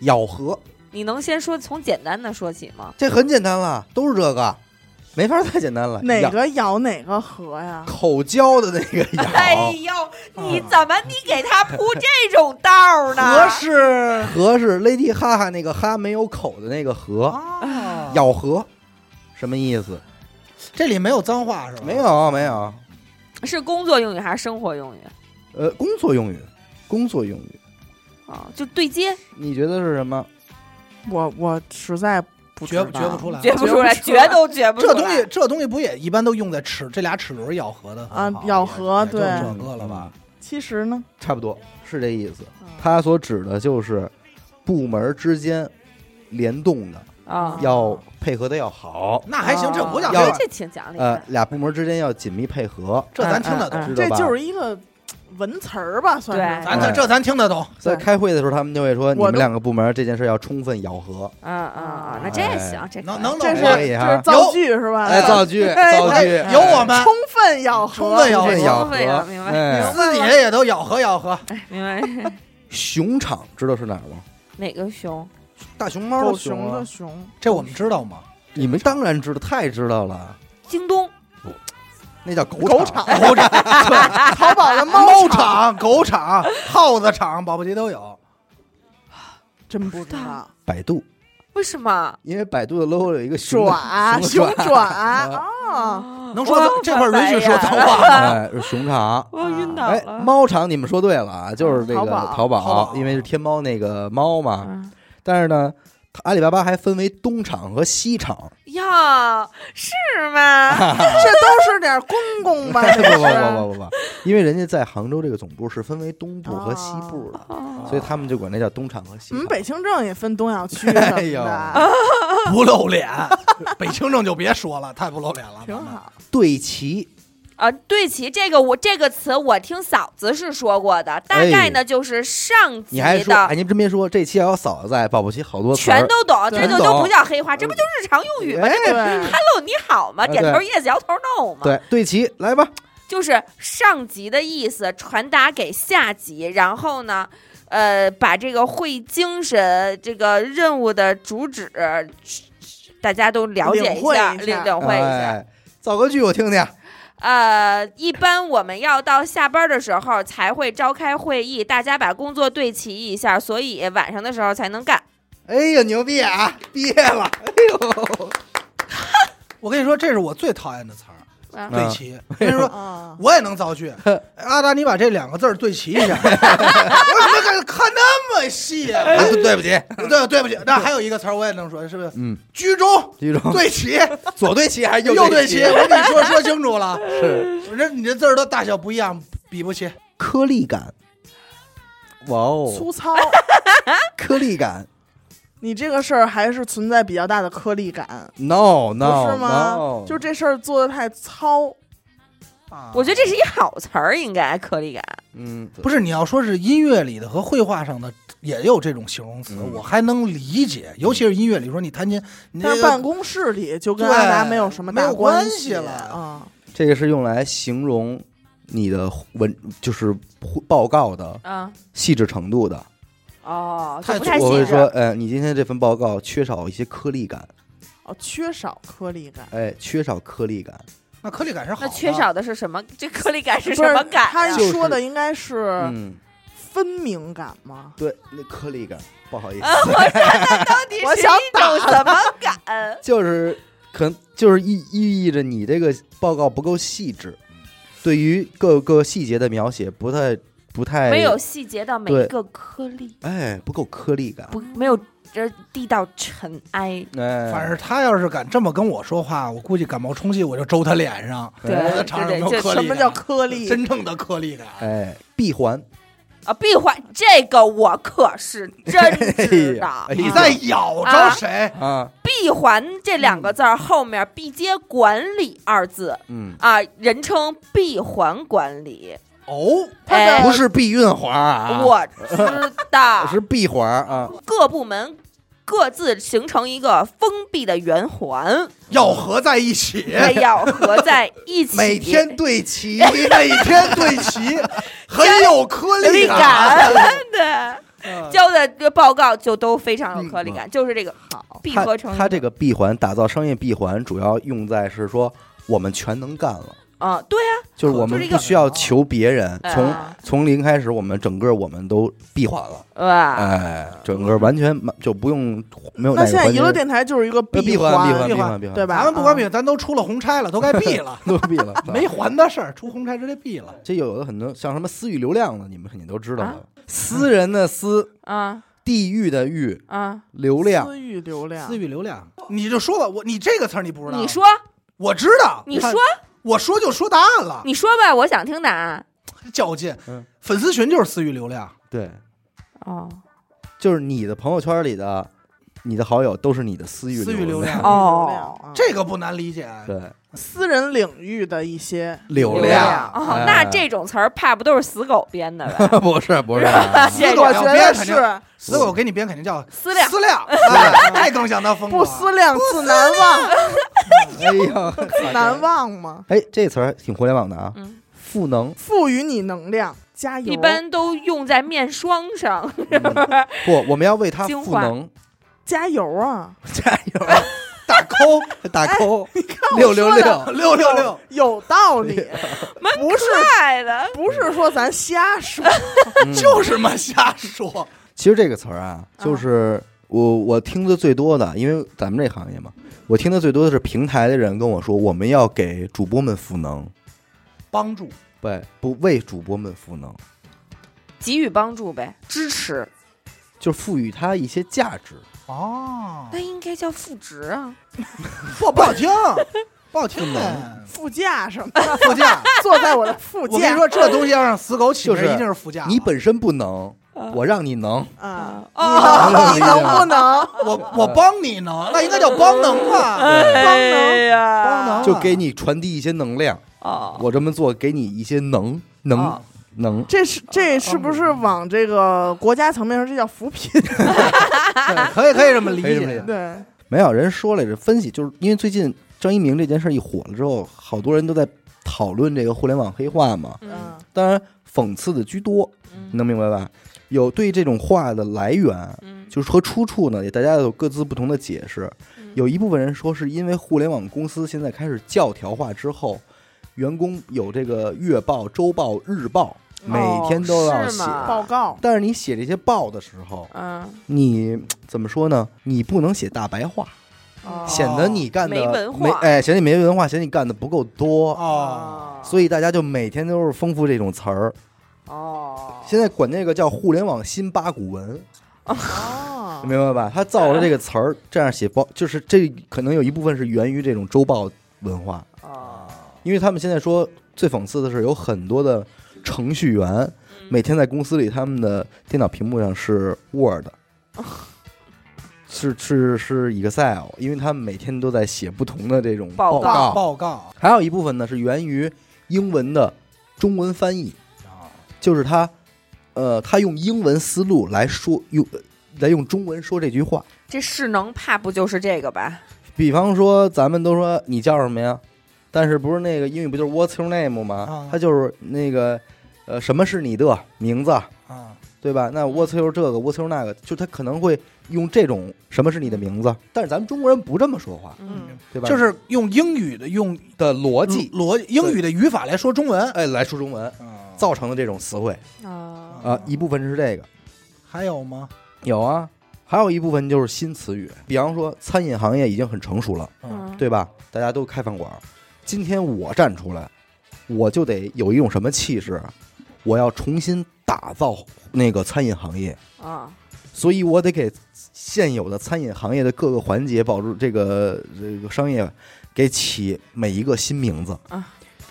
Speaker 1: 咬合，
Speaker 4: 你能先说从简单的说起吗？
Speaker 1: 这很简单了，都是这个，没法太简单了。
Speaker 3: 哪
Speaker 1: 咬
Speaker 3: 个咬哪个和呀？
Speaker 1: 口交的那个
Speaker 4: 哎
Speaker 1: 咬，
Speaker 4: 呦，你怎么你给他铺这种道儿呢？
Speaker 2: 合适
Speaker 1: 和是 Lady 哈哈那个哈没有口的那个和，
Speaker 2: 啊，
Speaker 1: 咬合，什么意思？
Speaker 2: 这里没有脏话是吧？
Speaker 1: 没，有没有，
Speaker 4: 是工作用语还是生活用语？
Speaker 1: 呃，工作用语，工作用语，
Speaker 4: 啊，就对接，
Speaker 1: 你觉得是什么？
Speaker 3: 我我实在不
Speaker 2: 觉
Speaker 3: 知道
Speaker 2: 觉不出来。
Speaker 4: 觉不出来，
Speaker 3: 觉不出来
Speaker 4: 觉都觉不出
Speaker 2: 这
Speaker 4: 来。
Speaker 2: 东西，这东西不也一般都用在齿这俩齿轮咬合的
Speaker 3: 啊
Speaker 2: 好
Speaker 3: 咬合
Speaker 2: 也就
Speaker 3: 对
Speaker 2: 这个了吧？
Speaker 3: 其实呢，
Speaker 1: 嗯差不多是这意思。
Speaker 4: 嗯
Speaker 1: 它所指的就是部门之间联动的，
Speaker 4: 啊，
Speaker 1: 要配合的要好，
Speaker 2: 那还行，这不叫
Speaker 1: 要
Speaker 2: 黑
Speaker 4: 这
Speaker 2: 话
Speaker 4: 这挺讲理
Speaker 1: 呃
Speaker 4: 的，。
Speaker 1: 俩部门之间要紧密配合。
Speaker 2: 这咱听得懂，
Speaker 4: 嗯
Speaker 1: 知道
Speaker 3: 这
Speaker 1: 吧？
Speaker 3: 就是一个文词儿吧，算
Speaker 4: 对
Speaker 3: 是
Speaker 2: 哎咱这这咱听得懂。
Speaker 1: 在开会的时候，他们就会说你
Speaker 3: 我
Speaker 1: 们
Speaker 3: 都
Speaker 1: 两个部门这件事要充分咬合。
Speaker 4: 啊啊啊，那这
Speaker 1: 哎
Speaker 4: 行，这可以
Speaker 2: 能能懂
Speaker 3: 这是
Speaker 1: 可以
Speaker 3: 这
Speaker 1: 啊
Speaker 3: 是造句是吧？
Speaker 1: 哎，造句，
Speaker 3: 哎
Speaker 1: 造句，
Speaker 2: 有我们
Speaker 3: 充分咬合，
Speaker 2: 充分咬
Speaker 1: 充
Speaker 2: 合
Speaker 1: 分
Speaker 4: 咬
Speaker 1: 咬
Speaker 4: 合
Speaker 1: 合，
Speaker 4: 明白
Speaker 1: 哎
Speaker 2: 自己也都咬合咬
Speaker 3: 哎
Speaker 2: 合，
Speaker 4: 明白？
Speaker 1: 熊场知道是哪儿吗？
Speaker 4: 哪个熊？
Speaker 1: 大熊猫
Speaker 3: 狗
Speaker 1: 的
Speaker 3: 熊
Speaker 1: 啊
Speaker 3: 的，熊，
Speaker 2: 这我们知道 吗？
Speaker 1: 你们当然知道，太知道了，
Speaker 4: 京东
Speaker 1: 那叫狗
Speaker 3: 狗
Speaker 1: 场。
Speaker 3: 场
Speaker 2: 狗 场、
Speaker 3: 淘宝的
Speaker 2: 猫
Speaker 3: 猫场，
Speaker 2: 场、狗场、耗子场、保不齐都有。
Speaker 3: 真不
Speaker 4: 不
Speaker 3: 知
Speaker 4: 知
Speaker 3: 道
Speaker 4: 道
Speaker 1: 百度，
Speaker 4: 为什么？
Speaker 1: 因为百度的 logo 有一个熊
Speaker 3: 爪
Speaker 1: 熊
Speaker 3: 熊爪啊，
Speaker 4: 哦
Speaker 2: 能说脏这块儿允许说脏话？
Speaker 1: 哎，是熊场。
Speaker 4: 我晕倒
Speaker 1: 哎，
Speaker 4: 了。
Speaker 1: 猫场你们说对了啊，就是这个
Speaker 3: 淘宝
Speaker 1: 淘
Speaker 2: 淘
Speaker 1: 宝，
Speaker 2: 宝
Speaker 1: 因为是天猫那个猫嘛。
Speaker 4: 嗯
Speaker 1: 但是呢，它阿里巴巴还分为东厂和西厂，
Speaker 4: 呀，是吗？
Speaker 3: 这都 是点公公吧？
Speaker 1: 不
Speaker 3: 这
Speaker 1: 不
Speaker 3: 是
Speaker 1: 不不不不，因为人家在杭州这个总部是分为东部和西部的，
Speaker 4: 哦
Speaker 1: 所以他们就管那叫东厂和西厂。
Speaker 3: 我们嗯北清政也分东小区什么
Speaker 1: 哎呦
Speaker 3: 的，
Speaker 2: 不露脸，北清政就别说了，太不露脸了。
Speaker 3: 挺好。
Speaker 1: 对齐，
Speaker 4: 啊，对齐这个我这个词我听嫂子是说过的，大概呢就是上级
Speaker 1: 哎你还说，哎，
Speaker 4: 的。
Speaker 1: 你真别说，这期要有嫂子在，保不齐好多词儿
Speaker 4: 全都懂，啊这
Speaker 1: 全
Speaker 4: 就
Speaker 1: 懂
Speaker 4: 都不叫黑话，这不就日常用语吗
Speaker 1: 哎
Speaker 3: 对，
Speaker 4: ？Hello，你好吗？
Speaker 1: 哎
Speaker 4: 点头 yes，摇头 no 吗？
Speaker 1: 对对齐，来吧，
Speaker 4: 就是上级的意思传达给下级，然后呢，呃，把这个会议精神、这个任务的主旨，大家都了解
Speaker 3: 领会
Speaker 4: 下，
Speaker 3: 一下
Speaker 4: 领领会一下。
Speaker 1: 哎，造个句我听听。
Speaker 4: 呃，一般我们要到下班的时候才会召开会议，大家把工作对齐一下，所以晚上的时候才能干。
Speaker 1: 哎呦，牛逼啊！毕业了，哎呦，
Speaker 2: 我跟你说，这是我最讨厌的词儿，
Speaker 4: 啊
Speaker 2: 对齐。跟人说
Speaker 3: 啊，
Speaker 2: 我也能造 句。阿达，你把这两个字儿对齐一下。我怎么看看那么细啊？
Speaker 1: 哎对不起，
Speaker 2: 对，对不起。那还有一个词儿我也能说，是不是？
Speaker 1: 嗯，
Speaker 2: 居中，
Speaker 1: 记住，
Speaker 2: 对齐，
Speaker 1: 左对齐还是
Speaker 2: 右
Speaker 1: 对
Speaker 2: 对齐。我跟你说说清楚了，
Speaker 1: 是
Speaker 2: 这你这字儿都大小不一样，比不齐。
Speaker 1: 颗粒感。哇哦，
Speaker 3: 粗糙，
Speaker 1: 颗粒感
Speaker 3: 你这个事儿还是存在比较大的颗粒感，
Speaker 1: ，no
Speaker 3: 不
Speaker 1: no
Speaker 3: 是吗
Speaker 1: no，？
Speaker 3: 就这事儿做的太糙，
Speaker 4: 啊
Speaker 3: 哦
Speaker 4: 我觉得这是一好词儿，应该颗粒感。
Speaker 1: 嗯，
Speaker 2: 不是你要说是音乐里的和绘画上的也有这种形容词，
Speaker 1: 嗯
Speaker 2: 我还能理解。尤其是音乐里说你弹琴，你
Speaker 3: 但
Speaker 2: 那
Speaker 3: 是办
Speaker 2: 个
Speaker 3: 公室里就跟
Speaker 2: 对
Speaker 3: 阿达没有什么
Speaker 2: 没
Speaker 3: 大
Speaker 2: 有关系
Speaker 3: 系
Speaker 2: 了
Speaker 3: 啊。
Speaker 1: 这个是用来形容你的文，就是报告的
Speaker 4: 嗯，
Speaker 1: 细致程度的。
Speaker 4: 哦，
Speaker 2: 太
Speaker 4: 就不太
Speaker 1: 我
Speaker 4: 细
Speaker 1: 会
Speaker 4: 致
Speaker 1: 说，呃，你今天这份报告缺少一些颗粒感，
Speaker 3: 哦，缺少颗粒感。
Speaker 1: 哎，缺少颗粒感，
Speaker 2: 那颗粒感是好
Speaker 4: 那
Speaker 2: 的，
Speaker 4: 缺少的是什么？这颗粒感是
Speaker 3: 不
Speaker 4: 什么啊感
Speaker 3: 他
Speaker 4: 呀？
Speaker 1: 就是
Speaker 3: 说的应该是
Speaker 1: 嗯，
Speaker 3: 分明感吗？
Speaker 1: 对，那颗粒感，不好意思，
Speaker 4: 啊，我说那到底
Speaker 3: 我
Speaker 4: 是
Speaker 3: 想
Speaker 4: 一种什么感？
Speaker 1: 就是可能就是意寓意着你这个报告不够细致，对于各个细节的描写不太不太
Speaker 4: 没有，细节到每
Speaker 1: 哎对
Speaker 4: 一个颗粒，
Speaker 1: 哎，不够颗粒感，
Speaker 4: 不没有这地到尘埃。
Speaker 1: 哎，
Speaker 2: 反正他要是敢这么跟我说话，我估计感冒冲气我就周他脸上，
Speaker 1: 对
Speaker 2: 我
Speaker 4: 对
Speaker 2: 在场上
Speaker 4: 对
Speaker 2: 有
Speaker 4: 对，
Speaker 2: 颗
Speaker 4: 这
Speaker 3: 什
Speaker 2: 粒
Speaker 3: 么
Speaker 2: 感
Speaker 3: 叫颗粒？
Speaker 2: 真正的颗粒感。
Speaker 1: 哎，闭环，
Speaker 4: 啊，闭环这个我可是真知道
Speaker 1: 哎呀哎。呀
Speaker 2: 你在咬着谁？
Speaker 1: 啊，
Speaker 4: 闭环这两个字儿后面必接“管理”二字
Speaker 1: 嗯，
Speaker 4: 啊，人称闭环管理。
Speaker 2: 哦，
Speaker 3: 他的
Speaker 4: 哎
Speaker 1: 不是避孕环啊，
Speaker 4: 我知 道，
Speaker 1: 是闭环啊，
Speaker 4: 各部门各自形成一个封闭的圆环，
Speaker 2: 要合在一起，
Speaker 4: 哎要合在一起，
Speaker 1: 每天对齐，
Speaker 2: 每天对齐，很有颗
Speaker 4: 颗粒
Speaker 2: 粒啊感。
Speaker 4: 感， 对，交的这报告就都非常有颗粒感，就是这个好 闭
Speaker 1: 它
Speaker 4: 合成
Speaker 1: 它这个闭环打造商业闭环，主要用在是说我们全能干了，
Speaker 4: 啊，对啊，
Speaker 1: 就是我
Speaker 4: 就是
Speaker 1: 们
Speaker 4: 一
Speaker 1: 不
Speaker 4: 个
Speaker 1: 需要求别人，
Speaker 4: 哎
Speaker 1: 从从零开始，我们整个我们都闭环了，
Speaker 4: 哇，
Speaker 1: 哎，整个完全满就不用没有
Speaker 3: 那
Speaker 1: 哪个
Speaker 3: 现在
Speaker 1: 环
Speaker 3: 娱乐
Speaker 1: 节
Speaker 3: 电台就是一个
Speaker 1: 呃闭
Speaker 3: 环，
Speaker 1: 环
Speaker 2: 闭
Speaker 1: 闭
Speaker 2: 环
Speaker 1: 闭环，，
Speaker 3: 对吧？
Speaker 2: 咱们不管比，咱都出了红差了，都该避了
Speaker 1: 都闭了，
Speaker 2: 没还的事儿，出红差直接避了。
Speaker 1: 这有的很多像什么私域流量的，你们肯定都知道
Speaker 4: 啊
Speaker 1: 了，私人的私，
Speaker 4: 啊
Speaker 1: 地域的域，
Speaker 4: 啊，
Speaker 1: 流量
Speaker 3: 私域流量
Speaker 2: 私，域流量，你就说吧，我你这个词儿你不知道，
Speaker 4: 你说
Speaker 2: 我知道，
Speaker 4: 你说
Speaker 2: 看我说就说答案了，
Speaker 4: 你说吧，我想听答案
Speaker 2: 较劲
Speaker 1: 嗯。
Speaker 2: 粉丝群就是私域流量，
Speaker 1: 对，
Speaker 4: 哦。
Speaker 1: 就是你的朋友圈里的你的好友都是你的私域
Speaker 2: 私域流
Speaker 1: 量，
Speaker 2: 量
Speaker 4: 哦，
Speaker 3: 哦
Speaker 2: 这个不难理解。
Speaker 1: 对，
Speaker 3: 私人领域的一些
Speaker 1: 流
Speaker 2: 流量
Speaker 4: 哦，那这种词儿怕不都是死狗编的吧？
Speaker 1: 不是不是，啊
Speaker 2: 私
Speaker 4: 这
Speaker 2: 狗
Speaker 3: 我
Speaker 4: 种
Speaker 2: 要
Speaker 3: 觉得
Speaker 2: 编肯定
Speaker 3: 是
Speaker 2: 私我给你编肯定叫
Speaker 4: 私量
Speaker 2: 私量，哎那更想当疯
Speaker 3: 不
Speaker 2: 狂。
Speaker 3: 思量自难忘，
Speaker 1: 哎 呦，
Speaker 3: 自难忘吗？
Speaker 1: 哎，这词儿挺互联网的啊，
Speaker 4: 嗯
Speaker 1: 赋能
Speaker 3: 赋予你能量，加油！
Speaker 4: 一般都用在面霜上，是不是？
Speaker 1: 不，我们要为它
Speaker 4: 精
Speaker 1: 赋
Speaker 4: 华
Speaker 1: 能，
Speaker 3: 加油啊！
Speaker 1: 加油， 打 扣，打扣，六六 六，
Speaker 2: 六六六，
Speaker 3: 有 道理，
Speaker 4: 蛮
Speaker 3: 不是
Speaker 4: 快的，
Speaker 3: 不是说咱瞎说，
Speaker 1: 嗯
Speaker 2: 就是嘛瞎说。
Speaker 1: 其实这个词儿啊，就是我我听的最多的，因为咱们这行业嘛，我听的最多的是平台的人跟我说，我们要给主播们赋能，
Speaker 2: 帮助
Speaker 1: 对，不为主播们赋能，
Speaker 4: 给予帮助呗，支持，
Speaker 1: 就赋予他一些价值。
Speaker 2: 哦
Speaker 4: 那应该叫赋值啊。
Speaker 2: 不不好听，不好听的
Speaker 1: 能
Speaker 3: 副驾什么的，
Speaker 2: 副驾。
Speaker 3: 坐在我的副
Speaker 2: 我跟你
Speaker 3: 驾
Speaker 2: 说，这东西要让死狗起
Speaker 1: 就是
Speaker 2: 名，一定是副驾了。
Speaker 1: 你本身不能，
Speaker 4: 啊
Speaker 1: 我让你能，
Speaker 3: 啊，
Speaker 4: 哦，
Speaker 3: 你能不能
Speaker 2: 我我帮你能，那应该叫帮能吧？
Speaker 4: 哎呀，
Speaker 2: 帮能啊
Speaker 1: 就给你传递一些能量。
Speaker 4: 哦，
Speaker 1: 我这么做给你一些能能、
Speaker 4: 哦
Speaker 1: 能，
Speaker 3: 这是这是不是往这个国家层面上，这叫扶贫？
Speaker 2: 对 可以可以这么理
Speaker 1: 可以这么
Speaker 2: 解
Speaker 1: 理。
Speaker 3: 对，
Speaker 1: 没有人说来着，分析就是因为最近张一鸣这件事一火了之后，好多人都在讨论这个互联网黑化嘛，
Speaker 4: 嗯
Speaker 1: 当然讽刺的居多，你
Speaker 4: 嗯
Speaker 1: 能明白吧？有对这种话的来源，
Speaker 4: 嗯
Speaker 1: 就是和出处呢，也大家有各自不同的解释。
Speaker 4: 嗯
Speaker 1: 有一部分人说是因为互联网公司现在开始教条化之后，员工有这个月报、周报、日报，每天都要
Speaker 4: 哦是
Speaker 1: 写。
Speaker 4: 吗
Speaker 3: 报告，
Speaker 1: 但是你写这些报的时候，
Speaker 4: 嗯
Speaker 1: 你怎么说呢？你不能写大白话，
Speaker 3: 哦
Speaker 1: 显得你干的
Speaker 4: 没文化
Speaker 1: 哎，显得你没文化，显得你干的不够多。
Speaker 2: 哦，
Speaker 3: 嗯
Speaker 1: 所以大家就每天都是丰富这种词儿，
Speaker 4: 哦，
Speaker 1: 现在管那个叫互联网新八股文，
Speaker 3: 哦
Speaker 1: 明白吧？他造了这个词儿，这样写报，就是这可能有一部分是源于这种周报文化，
Speaker 4: 哦
Speaker 1: 因为他们现在说最讽刺的是，有很多的程序员每天在公司里，他们的电脑屏幕上是 Word，是是是 Excel，因为他们每天都在写不同的这种
Speaker 4: 报告
Speaker 1: 告。
Speaker 2: 报告
Speaker 1: 还有一部分呢是源于英文的中文翻译，
Speaker 2: 啊，
Speaker 1: 就是他呃，他用英文思路来说用呃来用中文说这句话。
Speaker 4: 这势能怕不就是这个吧？
Speaker 1: 比方说，咱们都说你叫什么呀？但是不是那个英语不就是 What's your name 吗
Speaker 2: 啊？
Speaker 1: 它就是那个呃，什么是你的名字，
Speaker 4: 嗯
Speaker 2: 啊，
Speaker 1: 对吧？那 What's your 这个，What's your 那个，就他可能会用这种什么是你的名字，但是咱们中国人不这么说话，
Speaker 3: 嗯，
Speaker 1: 对吧？
Speaker 2: 就是用英语的用嗯
Speaker 1: 的逻辑，
Speaker 2: 逻英语的语法来说中文，
Speaker 1: 哎，来说中文
Speaker 2: 啊
Speaker 1: 造成的这种词汇
Speaker 4: 啊
Speaker 1: 嗯啊、一部分是这个，
Speaker 2: 嗯还有吗？
Speaker 1: 有啊，还有一部分就是新词语，比方说餐饮行业已经很成熟了。
Speaker 2: 嗯，
Speaker 1: 对吧？大家都开饭馆儿，今天我站出来，我就得有一种什么气势啊，我要重新打造那个餐饮行业，
Speaker 4: 啊，
Speaker 1: 所以我得给现有的餐饮行业的各个环节，保住这个这个商业，给起每一个新名字
Speaker 4: 啊，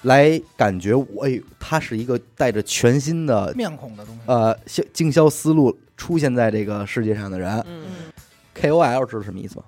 Speaker 1: 来感觉我哎，它是一个带着全新的
Speaker 2: 面孔的东西
Speaker 1: 呃销经销思路出现在这个世界上的人。
Speaker 4: 嗯，
Speaker 1: KOL 知道什么意思吗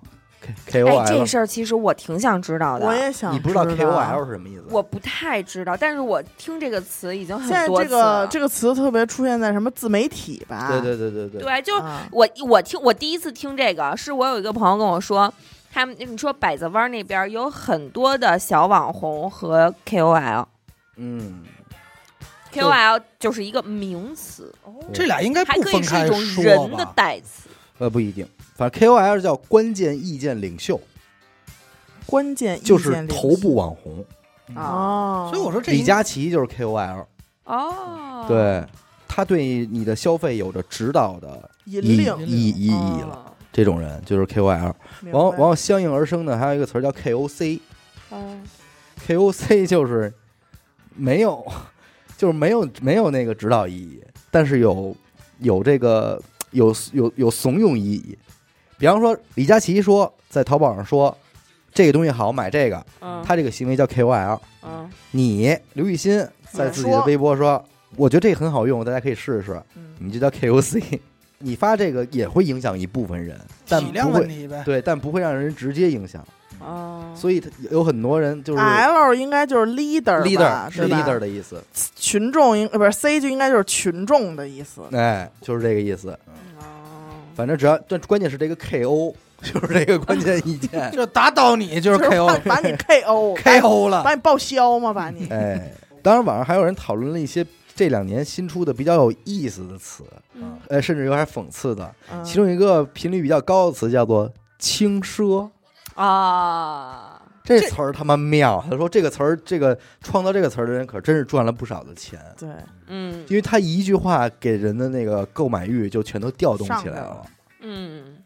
Speaker 1: ？K
Speaker 4: 哎，这
Speaker 1: KOL，
Speaker 4: 事儿其实我挺想知道的，
Speaker 3: 我也想，
Speaker 1: 你不知道 KOL 是什么意思？
Speaker 4: 我不太知道，但是我听这个词已经
Speaker 3: 现在
Speaker 4: 很多
Speaker 3: 这
Speaker 4: 次啊了。
Speaker 3: 个这个词特别出现在什么自媒体吧？
Speaker 1: 对对对对对，
Speaker 4: 对，就是
Speaker 3: 啊，
Speaker 4: 我我听我第一次听这个，是我有一个朋友跟我说，他们你说百子湾那边有很多的小网红和 KOL，KOL
Speaker 1: 嗯，
Speaker 4: 就是一个名词，
Speaker 2: 这俩应该
Speaker 4: 还
Speaker 2: 不
Speaker 4: 可以
Speaker 2: 分
Speaker 4: 是一
Speaker 2: 开
Speaker 4: 种
Speaker 2: 说
Speaker 4: 人的
Speaker 2: 吧？
Speaker 4: 代词。
Speaker 1: 呃，不一定，反正 KOL 叫关键意见领袖，
Speaker 3: 关键意见
Speaker 1: 就是
Speaker 3: 领
Speaker 1: 头部网红，
Speaker 4: 啊
Speaker 3: 哦，
Speaker 2: 嗯所以我说这
Speaker 1: 李
Speaker 2: 应该
Speaker 1: 佳琦就是 KOL，
Speaker 4: 哦，
Speaker 1: 对，他对你的消费有着指导的
Speaker 3: 引
Speaker 1: 意
Speaker 3: 领哦
Speaker 1: 意意义了。
Speaker 4: 了。
Speaker 1: 这种人就是 KOL，
Speaker 3: 明
Speaker 1: 然后
Speaker 3: 白
Speaker 1: 然后相应而生的还有一个词儿叫 KOC，KOC
Speaker 4: 哦
Speaker 1: 就是没有，就是没有没有那个指导意义，但是有有这个有有有怂恿意义。比方说，李佳琦说在淘宝上说这个东西好，买这个，
Speaker 4: 嗯，
Speaker 1: 他这个行为叫 KOL。
Speaker 4: 嗯
Speaker 1: 你刘雨欣在自己的微博说，我觉得这个很好用，大家可以试试，
Speaker 3: 嗯
Speaker 1: 你就叫 KOC。你 发这个也会影响一部分人，但
Speaker 2: 体
Speaker 1: 不
Speaker 2: 量问
Speaker 1: 会
Speaker 2: 题呗。，
Speaker 1: 对，但不会让人直接影响。
Speaker 4: 哦，
Speaker 1: 所以他有很多人就是
Speaker 3: L 应该就是 leader 吧
Speaker 1: leader 是
Speaker 3: 对吧
Speaker 1: leader 的意思，
Speaker 3: 群众应呃不是 C 就应该就是群众的意思。
Speaker 1: 哎，就是这个意思。
Speaker 4: 哦
Speaker 1: 反正只要，但关键是这个 KO 就是这个关键意见
Speaker 2: 就打倒你就是
Speaker 3: 就是哎
Speaker 2: KO
Speaker 3: 把把你 KO 把你
Speaker 2: KO 了
Speaker 3: 把你报销吗？把你
Speaker 1: 哎。当然，网上还有人讨论了一些这两年新出的比较有意思的词，
Speaker 4: 嗯
Speaker 1: 呃，甚至有点讽刺的。
Speaker 3: 嗯
Speaker 1: 其中一个频率比较高的词叫做“轻奢
Speaker 4: 啊，”，
Speaker 1: 这词儿他妈妙。他说这个词儿，这个创造这个词儿的人可真是赚了不少的钱，
Speaker 3: 对
Speaker 4: 嗯
Speaker 1: 因为他一句话给人的那个购买欲就全都调动
Speaker 3: 上
Speaker 1: 起
Speaker 3: 去
Speaker 1: 来
Speaker 3: 了
Speaker 1: 了。
Speaker 4: 嗯，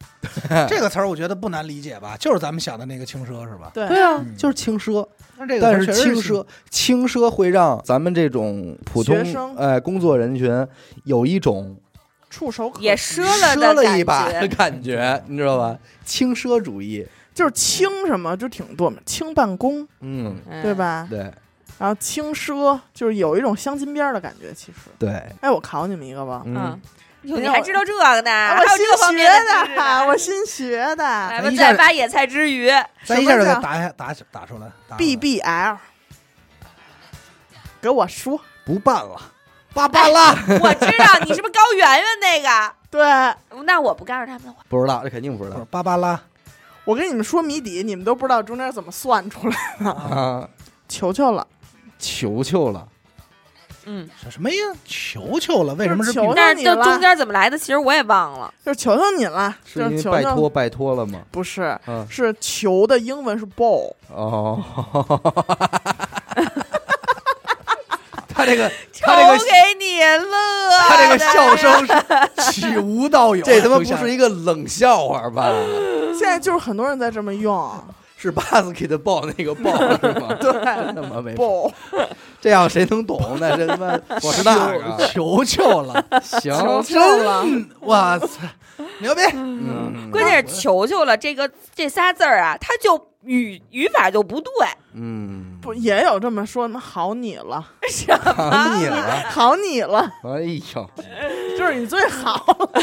Speaker 2: 哎这个词儿我觉得不难理解吧？就是咱们想的那个轻奢是吧？
Speaker 3: 对
Speaker 1: 对啊
Speaker 2: 嗯，
Speaker 1: 就是轻奢，
Speaker 2: 但这个
Speaker 1: 但
Speaker 2: 词
Speaker 1: 是
Speaker 2: 儿确
Speaker 1: 轻
Speaker 2: 实
Speaker 1: 奢，轻奢会让咱们这种普通
Speaker 3: 学生
Speaker 1: 哎工作人群有一种
Speaker 3: 触手可
Speaker 4: 也
Speaker 3: 及
Speaker 4: 奢了的
Speaker 1: 奢了一
Speaker 4: 感
Speaker 1: 把的
Speaker 4: 觉
Speaker 1: 感觉，你知道吧？轻奢主义，
Speaker 3: 就是轻什么就挺多嘛，轻办公
Speaker 1: 嗯，
Speaker 3: 对？吧？
Speaker 1: 对
Speaker 3: 然后轻奢就是有一种镶金边儿的感觉。其实，
Speaker 1: 对，
Speaker 3: 哎，我考你们一个吧，
Speaker 1: 嗯
Speaker 4: 嗯，哟，你还知道这个呢？
Speaker 3: 啊
Speaker 4: 还
Speaker 3: 我
Speaker 4: 有这方
Speaker 3: 新学啊
Speaker 4: 面的知识哎呢，
Speaker 3: 我新学的
Speaker 2: 咱
Speaker 4: 来吧，
Speaker 2: 一下
Speaker 4: 再
Speaker 2: 就
Speaker 4: 发野菜之鱼，
Speaker 2: 咱一下就
Speaker 3: 什么
Speaker 2: 给
Speaker 3: 叫
Speaker 2: 打下打打出来。打出来
Speaker 3: BBL，给我说，
Speaker 1: 不办了，
Speaker 2: 巴巴拉，
Speaker 4: 我知道你是不是高圆圆那个？
Speaker 3: 对
Speaker 4: 那我不告诉他们的话，
Speaker 1: 不知道，这肯定不知
Speaker 2: 不
Speaker 1: 道
Speaker 2: 是巴巴拉，
Speaker 3: 我跟你们说谜底，你们都不知道中间怎么算出来，
Speaker 1: 啊。
Speaker 3: 求求了。
Speaker 1: 球球了，
Speaker 4: 嗯，
Speaker 2: 什什么呀？求求了，为什么是
Speaker 3: 就是
Speaker 2: 病
Speaker 3: 求
Speaker 4: 但是这
Speaker 3: 我让你了
Speaker 4: 中间怎么来的，其实我也忘了。
Speaker 3: 就是求求你了，
Speaker 1: 是
Speaker 3: 就
Speaker 1: 因为
Speaker 3: 求
Speaker 1: 拜
Speaker 3: 求，
Speaker 1: 托拜托了吗？
Speaker 3: 不是，
Speaker 1: 嗯，
Speaker 3: 是球的英文是 ball，
Speaker 1: 哦，
Speaker 2: 他这个
Speaker 4: 求
Speaker 2: 他这个
Speaker 4: 给你乐，
Speaker 2: 他这个笑声是起无 到有，
Speaker 1: 这他妈不
Speaker 2: 留下
Speaker 1: 是一个冷笑话吧？
Speaker 3: 现在就是很多人在这么用
Speaker 1: 是 basket ball 那个 ball 是吗？对，他妈没
Speaker 3: ball，
Speaker 1: 这样谁能懂？那这他妈 我是那个
Speaker 2: 求求了，
Speaker 1: 啊行，
Speaker 3: 球了，
Speaker 2: 哇塞，牛逼！
Speaker 1: 嗯
Speaker 4: 关键是球球了这个这仨字儿啊，它就语语法就不对，
Speaker 1: 嗯，
Speaker 3: 不也有这么说？那好你 了，
Speaker 1: 想你了，
Speaker 3: 好你了，
Speaker 1: 哎呦，
Speaker 3: 就是你最好，
Speaker 1: 啊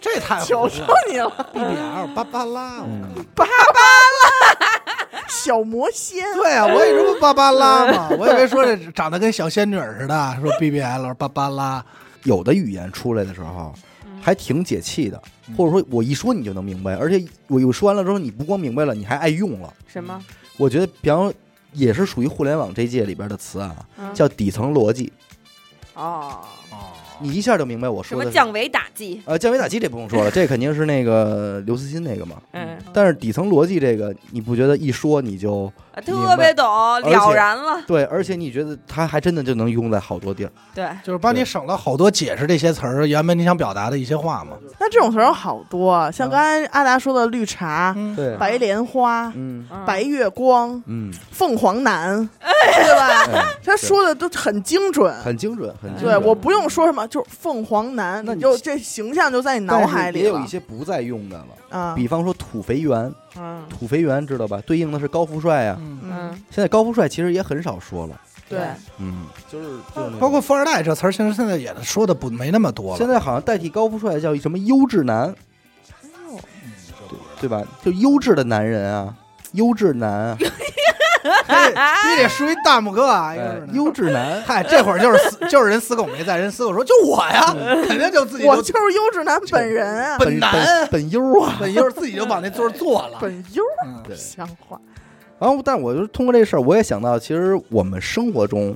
Speaker 2: 这太
Speaker 3: 求求你了，
Speaker 2: B B L 芭芭拉，我靠
Speaker 3: 小魔仙，
Speaker 2: 对啊，我以为不芭芭拉嘛，我以为说这长得跟小仙女似的，说 B B L 芭芭拉，
Speaker 1: 有的语言出来的时候还挺解气的，或者说我一说你就能明白，而且我我说完了之后，你不光明白了，你还爱用了。
Speaker 4: 什么？
Speaker 1: 我觉得，比方也是属于互联网这界里边的词啊，
Speaker 4: 嗯
Speaker 1: 叫底层逻辑，
Speaker 4: 哦，
Speaker 1: 你一下就明白我
Speaker 4: 什
Speaker 1: 说
Speaker 4: 么
Speaker 1: 的是。
Speaker 4: 降维打击？
Speaker 1: 呃，降维打击这不用说了，这肯定是那个刘慈欣那个嘛。
Speaker 4: 嗯，
Speaker 1: 但是底层逻辑这个，你不觉得一说你就
Speaker 4: 啊特别懂，
Speaker 1: 白而
Speaker 4: 了
Speaker 1: 且
Speaker 4: 然了。
Speaker 1: 对？而且你觉得它还真的就能用在好多地儿。
Speaker 4: 对，
Speaker 2: 就是帮你省了好多解释这些词儿原本你想表达的一些话嘛。
Speaker 3: 那这种词儿有好
Speaker 1: 嗯
Speaker 3: 多，啊像刚才阿达说的绿茶、
Speaker 2: 嗯，
Speaker 1: 对，
Speaker 3: 白莲花、
Speaker 1: 嗯
Speaker 4: 嗯
Speaker 3: 白月光、
Speaker 1: 嗯，
Speaker 3: 凤凰男，对 吧？
Speaker 1: 哎
Speaker 3: 他说的都很精准。
Speaker 1: 很精准，很精
Speaker 3: 对，
Speaker 1: 准。
Speaker 3: 我不用说什么，就是凤凰男，
Speaker 1: 那
Speaker 3: 你
Speaker 1: 你
Speaker 3: 就这形象就在你
Speaker 1: 但
Speaker 3: 脑
Speaker 1: 是
Speaker 3: 海里
Speaker 1: 也有
Speaker 3: 了
Speaker 1: 一些不再用的了，
Speaker 3: 啊。
Speaker 1: 比方说土肥圆，
Speaker 4: 嗯
Speaker 1: 土肥圆知道吧？对应的是高富帅啊。
Speaker 2: 嗯，
Speaker 3: 嗯，
Speaker 4: 嗯，
Speaker 1: 现在高富帅其实也很少说了，
Speaker 3: 对，
Speaker 1: 嗯，就是就是
Speaker 2: 包括富二代这词儿，其实现在也说的不没那么多
Speaker 1: 现
Speaker 2: 了。
Speaker 1: 在好像代替高富帅叫什么优质男，对对吧？就优质的男人啊，优质男啊，
Speaker 4: 啊
Speaker 2: 这哎得属于大拇哥啊，
Speaker 1: 哎
Speaker 2: 又是
Speaker 1: 优质男，
Speaker 2: 嗨，这会儿就是死， 就是人死狗没在，人死狗说就我呀，肯定就自己
Speaker 3: 我
Speaker 2: 就
Speaker 3: 就是优质男本人啊，
Speaker 1: 本本
Speaker 2: 本男
Speaker 1: 本优啊。
Speaker 2: 本优自己就往那座儿坐了。
Speaker 3: 本优
Speaker 2: 嗯
Speaker 1: 对
Speaker 3: 像话。
Speaker 1: 然后，但我就是通过这事儿，我也想到，其实我们生活中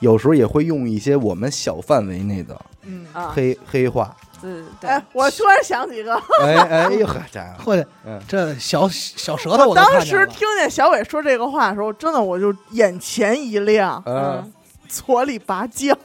Speaker 1: 有时候也会用一些我们小范围内的
Speaker 3: 嗯，
Speaker 4: 啊，
Speaker 1: 黑黑 话。
Speaker 4: 对对
Speaker 3: 哎，，我突然想起一个，
Speaker 1: 哎哎呦呵，家伙，
Speaker 2: 或者
Speaker 1: 嗯
Speaker 2: 这小小舌头我都
Speaker 3: 当
Speaker 2: 看见
Speaker 3: 时
Speaker 2: 了，
Speaker 3: 听见小伟说这个话的时候，真的我就眼前一亮，
Speaker 1: 呃，
Speaker 4: 嗯，
Speaker 3: 矬里拔将，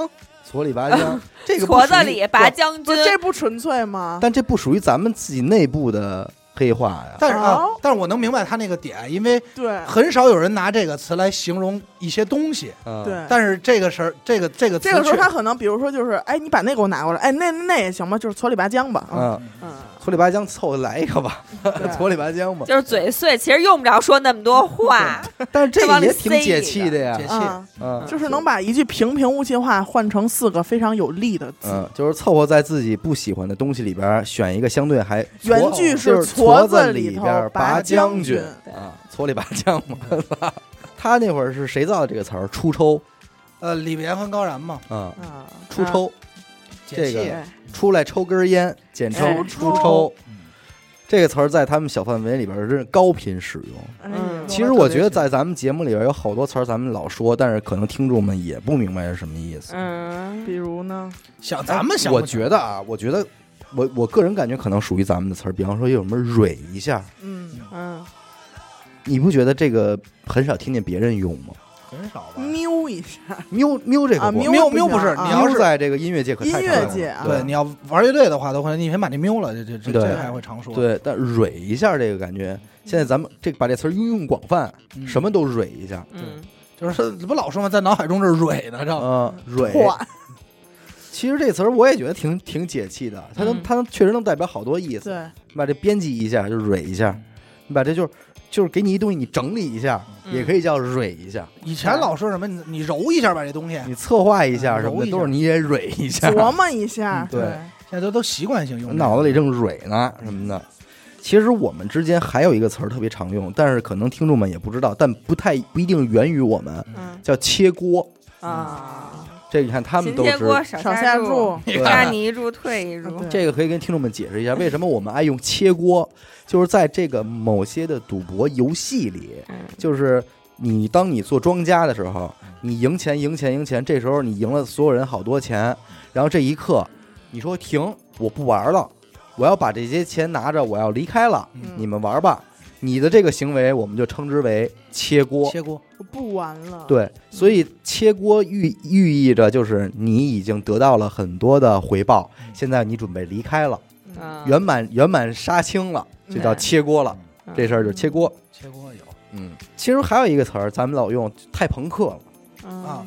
Speaker 1: 矬里拔 将，这个不
Speaker 4: 矬
Speaker 1: 属
Speaker 4: 子
Speaker 1: 于
Speaker 4: 里拔，将
Speaker 3: 不
Speaker 4: 军
Speaker 3: 是，这不纯粹吗？
Speaker 1: 但这不属于咱们自己内部的黑话呀。
Speaker 2: 但是啊
Speaker 3: 哦，
Speaker 2: 但是我能明白他那个点，因为
Speaker 3: 对
Speaker 2: 很少有人拿这个词来形容一些东西。
Speaker 1: 嗯，
Speaker 3: 对，
Speaker 2: 但是这个词儿，这个这个词
Speaker 3: 这个时候
Speaker 2: 确
Speaker 3: 他可能比如说就是，哎，你把那给我拿过来，哎，那那也行吧，就是矬里拔将吧。嗯，
Speaker 1: 嗯，
Speaker 4: 嗯，
Speaker 1: 矬里拔将凑合来一个吧，
Speaker 3: 对
Speaker 1: 矬里拔将吧。
Speaker 4: 就是嘴碎，其实用不着说那么多话。
Speaker 1: 但是这
Speaker 4: 再往
Speaker 1: 个
Speaker 4: 里
Speaker 1: 也挺
Speaker 4: 塞一
Speaker 1: 解
Speaker 4: 个
Speaker 1: 气的呀
Speaker 2: 解，气
Speaker 3: 啊，
Speaker 1: 嗯，
Speaker 3: 就是能把一句平平无奇的话换成四个非常有力的字。
Speaker 1: 嗯，就是凑合在自己不喜欢的东西里边儿选一个相对还
Speaker 3: 原句
Speaker 1: 就是是
Speaker 3: 矬
Speaker 1: 矬
Speaker 3: 子
Speaker 1: 里
Speaker 3: 里头
Speaker 1: 边儿拔
Speaker 3: 将
Speaker 1: 军啊，矬里拔将嘛。 他那会儿是谁造的这个词儿？出抽
Speaker 2: 呃，李岩和高然嘛，
Speaker 1: 啊，
Speaker 3: 啊，
Speaker 1: 出抽，
Speaker 2: 解
Speaker 1: 这
Speaker 2: 气
Speaker 1: 个。出来抽根烟，简称
Speaker 4: 嗯
Speaker 1: 出
Speaker 3: 出
Speaker 1: 抽
Speaker 3: 抽。
Speaker 1: 这个词儿在他们小范围里边儿是高频使用。
Speaker 3: 哎呦
Speaker 1: 其实我觉得在咱们节目里边儿有好多词儿咱们老说，但是可能听众们也不明白是什么意思。
Speaker 4: 嗯，
Speaker 3: 比如呢，
Speaker 2: 想咱们想不
Speaker 1: 我
Speaker 2: 起来，
Speaker 1: 觉得啊，我觉得我我个人感觉可能属于咱们的词儿，比方说有什么蕊一下，
Speaker 3: 嗯嗯，
Speaker 1: 你不觉得这个很少听见别人用吗？
Speaker 2: 很少吧。
Speaker 3: 瞄一下，
Speaker 1: 喵喵这个
Speaker 3: 啊
Speaker 1: 活
Speaker 3: 喵
Speaker 2: 喵
Speaker 3: 不行
Speaker 2: 不是，
Speaker 3: 啊
Speaker 2: 你要是
Speaker 1: 在这个音乐界可太常
Speaker 3: 音
Speaker 1: 见了
Speaker 3: 乐界啊
Speaker 2: 对你要玩乐队的话，都会你先把这瞄了，这这这
Speaker 1: 对
Speaker 2: 这还会常说。，
Speaker 1: 对，但蕊一下这个感觉，现在咱们这把这词儿应用广泛，
Speaker 3: 嗯
Speaker 1: 什么都蕊一下，
Speaker 4: 嗯，
Speaker 2: 嗯就是这不老说吗？在脑海中这蕊呢，知
Speaker 3: 哦
Speaker 2: 道吗？
Speaker 1: 啊，蕊。
Speaker 3: 嚯，
Speaker 1: 其实这词儿我也觉得挺挺解气的，它能
Speaker 4: 嗯
Speaker 1: 它能确实能代表好多意思。
Speaker 3: 对，
Speaker 1: 你把这编辑一下就蕊一下，你把这就是就是给你一东西你整理一下，
Speaker 4: 嗯
Speaker 1: 也可以叫蕊一下。
Speaker 2: 以前老说什么，你你揉一下吧，这东西，现
Speaker 1: 你策划一下什么
Speaker 2: 哎揉
Speaker 1: 的，
Speaker 2: 一
Speaker 1: 都
Speaker 2: 下
Speaker 1: 是你也蕊一下，
Speaker 3: 琢磨一下，
Speaker 1: 嗯对
Speaker 2: 在都都习惯性用这个。
Speaker 1: 脑 子里正蕊呢什么的。其实我们之间还有一个词儿特别常用，但是可能听众们也不知道，但不太不一定源于我们，
Speaker 4: 嗯
Speaker 1: 叫切锅。
Speaker 4: 啊，
Speaker 1: 这你看他们
Speaker 4: 勤
Speaker 1: 都
Speaker 4: 贴
Speaker 1: 知
Speaker 4: 锅，
Speaker 1: 道，
Speaker 4: 少
Speaker 3: 少下
Speaker 4: 注，
Speaker 3: 注，
Speaker 1: 对
Speaker 4: 杀你一注，退一注。
Speaker 3: 对
Speaker 1: 这个可以跟听众们解释一下，为什么我们爱用切锅，就是在这个某些的赌博游戏里，
Speaker 4: 嗯
Speaker 1: 就是你当你做庄家的时候，你赢钱赢钱赢钱，这时候你赢了所有人好多钱，然后这一刻你说停，我不玩了，我要把这些钱拿着，我要离开了，
Speaker 2: 嗯
Speaker 1: 你们玩吧。你的这个行为，我们就称之为切锅。
Speaker 2: 切锅，
Speaker 3: 我不玩了。，
Speaker 1: 对，所以切锅寓寓意着就是你已经得到了很多的回报，现在你准备离开了，
Speaker 3: 嗯，
Speaker 1: 圆满圆满杀青了，就叫
Speaker 4: 嗯
Speaker 1: 切锅了。
Speaker 4: 嗯
Speaker 1: 这事儿就是切锅。
Speaker 2: 切锅有
Speaker 1: 嗯，其实还有一个词儿，咱们老用，太朋克了。
Speaker 2: 啊
Speaker 3: 嗯，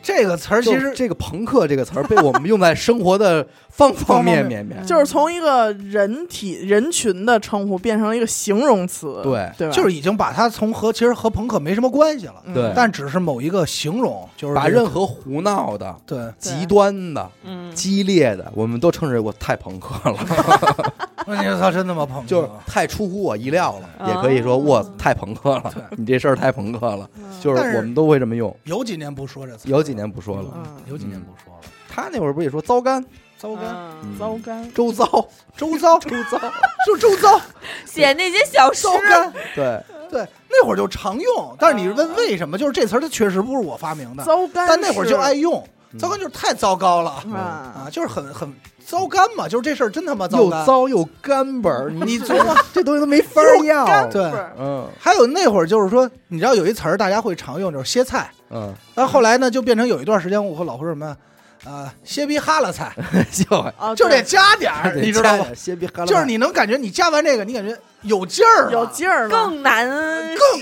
Speaker 2: 这个词儿，其
Speaker 1: 就
Speaker 2: 实
Speaker 1: 这个“朋克”这个词儿被我们用在生活的方方
Speaker 2: 方
Speaker 1: 面
Speaker 2: 面
Speaker 1: 面
Speaker 4: 嗯
Speaker 1: 面。
Speaker 3: 就是从一个人体人群的称呼变成了一个形容词，
Speaker 1: 对
Speaker 3: 对吧？
Speaker 2: 就是已经把它从和其实和朋克没什么关系了，
Speaker 3: 嗯
Speaker 1: 对
Speaker 2: 但只是某一个形容，就是
Speaker 1: 把
Speaker 2: 这个
Speaker 1: 任何胡闹的、
Speaker 2: 对，
Speaker 3: 对
Speaker 1: 极端的、
Speaker 4: 嗯
Speaker 1: 激烈的，我们都称之为太朋克了，
Speaker 2: 那你操，真他妈朋克，啊
Speaker 1: 就是太出乎我意料了，
Speaker 4: 嗯
Speaker 1: 也可以说我太朋克了， 你这事儿太朋克了，就是
Speaker 2: 但是
Speaker 1: 我们都会这么用。
Speaker 2: 有几年不说这词儿了，
Speaker 1: 有几年不说了，
Speaker 3: 嗯
Speaker 2: 有几年不说了，
Speaker 1: 他那会儿不也说糟干、
Speaker 2: 糟糕，
Speaker 1: 嗯
Speaker 3: 糟干，
Speaker 1: 周遭、
Speaker 2: 周遭，
Speaker 1: 周糟？
Speaker 2: 就周遭，
Speaker 4: 写那些小诗
Speaker 2: 糟，干，
Speaker 1: 对，
Speaker 2: 对，那会儿就常用，但是你问为什么，就是这词儿它确实不是我发明的，
Speaker 3: 嗯糟干是，
Speaker 2: 但那会儿就爱用
Speaker 1: 嗯，
Speaker 2: 糟糕就是太糟糕了
Speaker 3: 啊
Speaker 2: 啊，，就是很很糟干嘛，就是这事儿真他妈糟
Speaker 1: 又
Speaker 2: 干，
Speaker 1: 糟又干本儿，你这 这东西都没法
Speaker 2: 又
Speaker 1: 要。
Speaker 2: 对。
Speaker 1: 嗯
Speaker 2: 还有那会儿就是说，你知道有一词儿大家会常用，就是歇菜。
Speaker 1: 嗯，
Speaker 2: 但后来呢，就变成有一段时间我和老胡什么，呃，歇逼哈了菜，
Speaker 1: 就
Speaker 3: 啊，
Speaker 2: 就
Speaker 3: 对
Speaker 2: 得加点儿，你知道吗？？
Speaker 1: 歇逼哈拉
Speaker 2: 就是你能感觉你加完这个，你感觉有劲儿了，啊
Speaker 3: 有劲儿了，
Speaker 4: 更难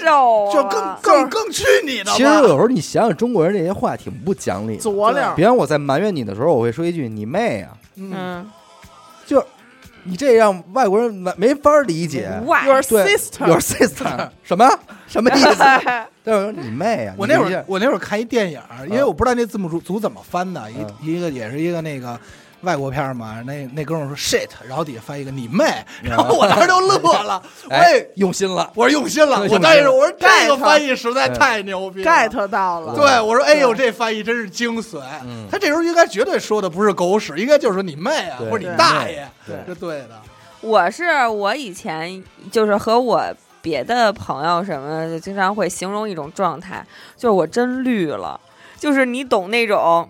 Speaker 4: 受啊，
Speaker 2: 就更更更去你的
Speaker 1: 其实有时候你想想中国人这些话挺不讲理的。
Speaker 3: 佐料
Speaker 1: 比，方我在埋怨你的时候，我会说一句“你妹啊
Speaker 2: 嗯，
Speaker 4: 嗯，”，
Speaker 1: 你这让外国人没没法理解。
Speaker 4: 哇，
Speaker 3: your
Speaker 1: 对
Speaker 3: sister，
Speaker 1: ，your sister 什么什么意思？ 但是我说你妹啊！
Speaker 2: 我
Speaker 1: 你啊
Speaker 2: 那会
Speaker 1: 这
Speaker 2: 儿我那会儿看一电影儿，因为我不知道那字幕组组怎么翻的，
Speaker 1: 嗯
Speaker 2: 一一个也是一个那个外国片儿嘛，那那哥们儿说 shit，然后底下翻一个你妹，然后我当时就乐了，
Speaker 1: 哎
Speaker 2: 喂，
Speaker 1: 用心了，
Speaker 2: 我说用心了
Speaker 1: 用，心嗯
Speaker 2: 我当时我说这
Speaker 3: get
Speaker 2: 个翻译实在太牛逼了
Speaker 3: get 到了，
Speaker 2: 对，我说哎呦，
Speaker 3: 对
Speaker 2: 这翻译真是精髓
Speaker 1: 嗯。
Speaker 2: 他这时候应该绝对说的不是狗屎，应该就是说你妹啊，
Speaker 1: 对
Speaker 2: 或者
Speaker 3: 对
Speaker 2: 你大爷，
Speaker 1: 对
Speaker 2: 这对的。
Speaker 4: 我是我以前就是和我别的朋友什么，就经常会形容一种状态，就是我真绿了，就是你懂那种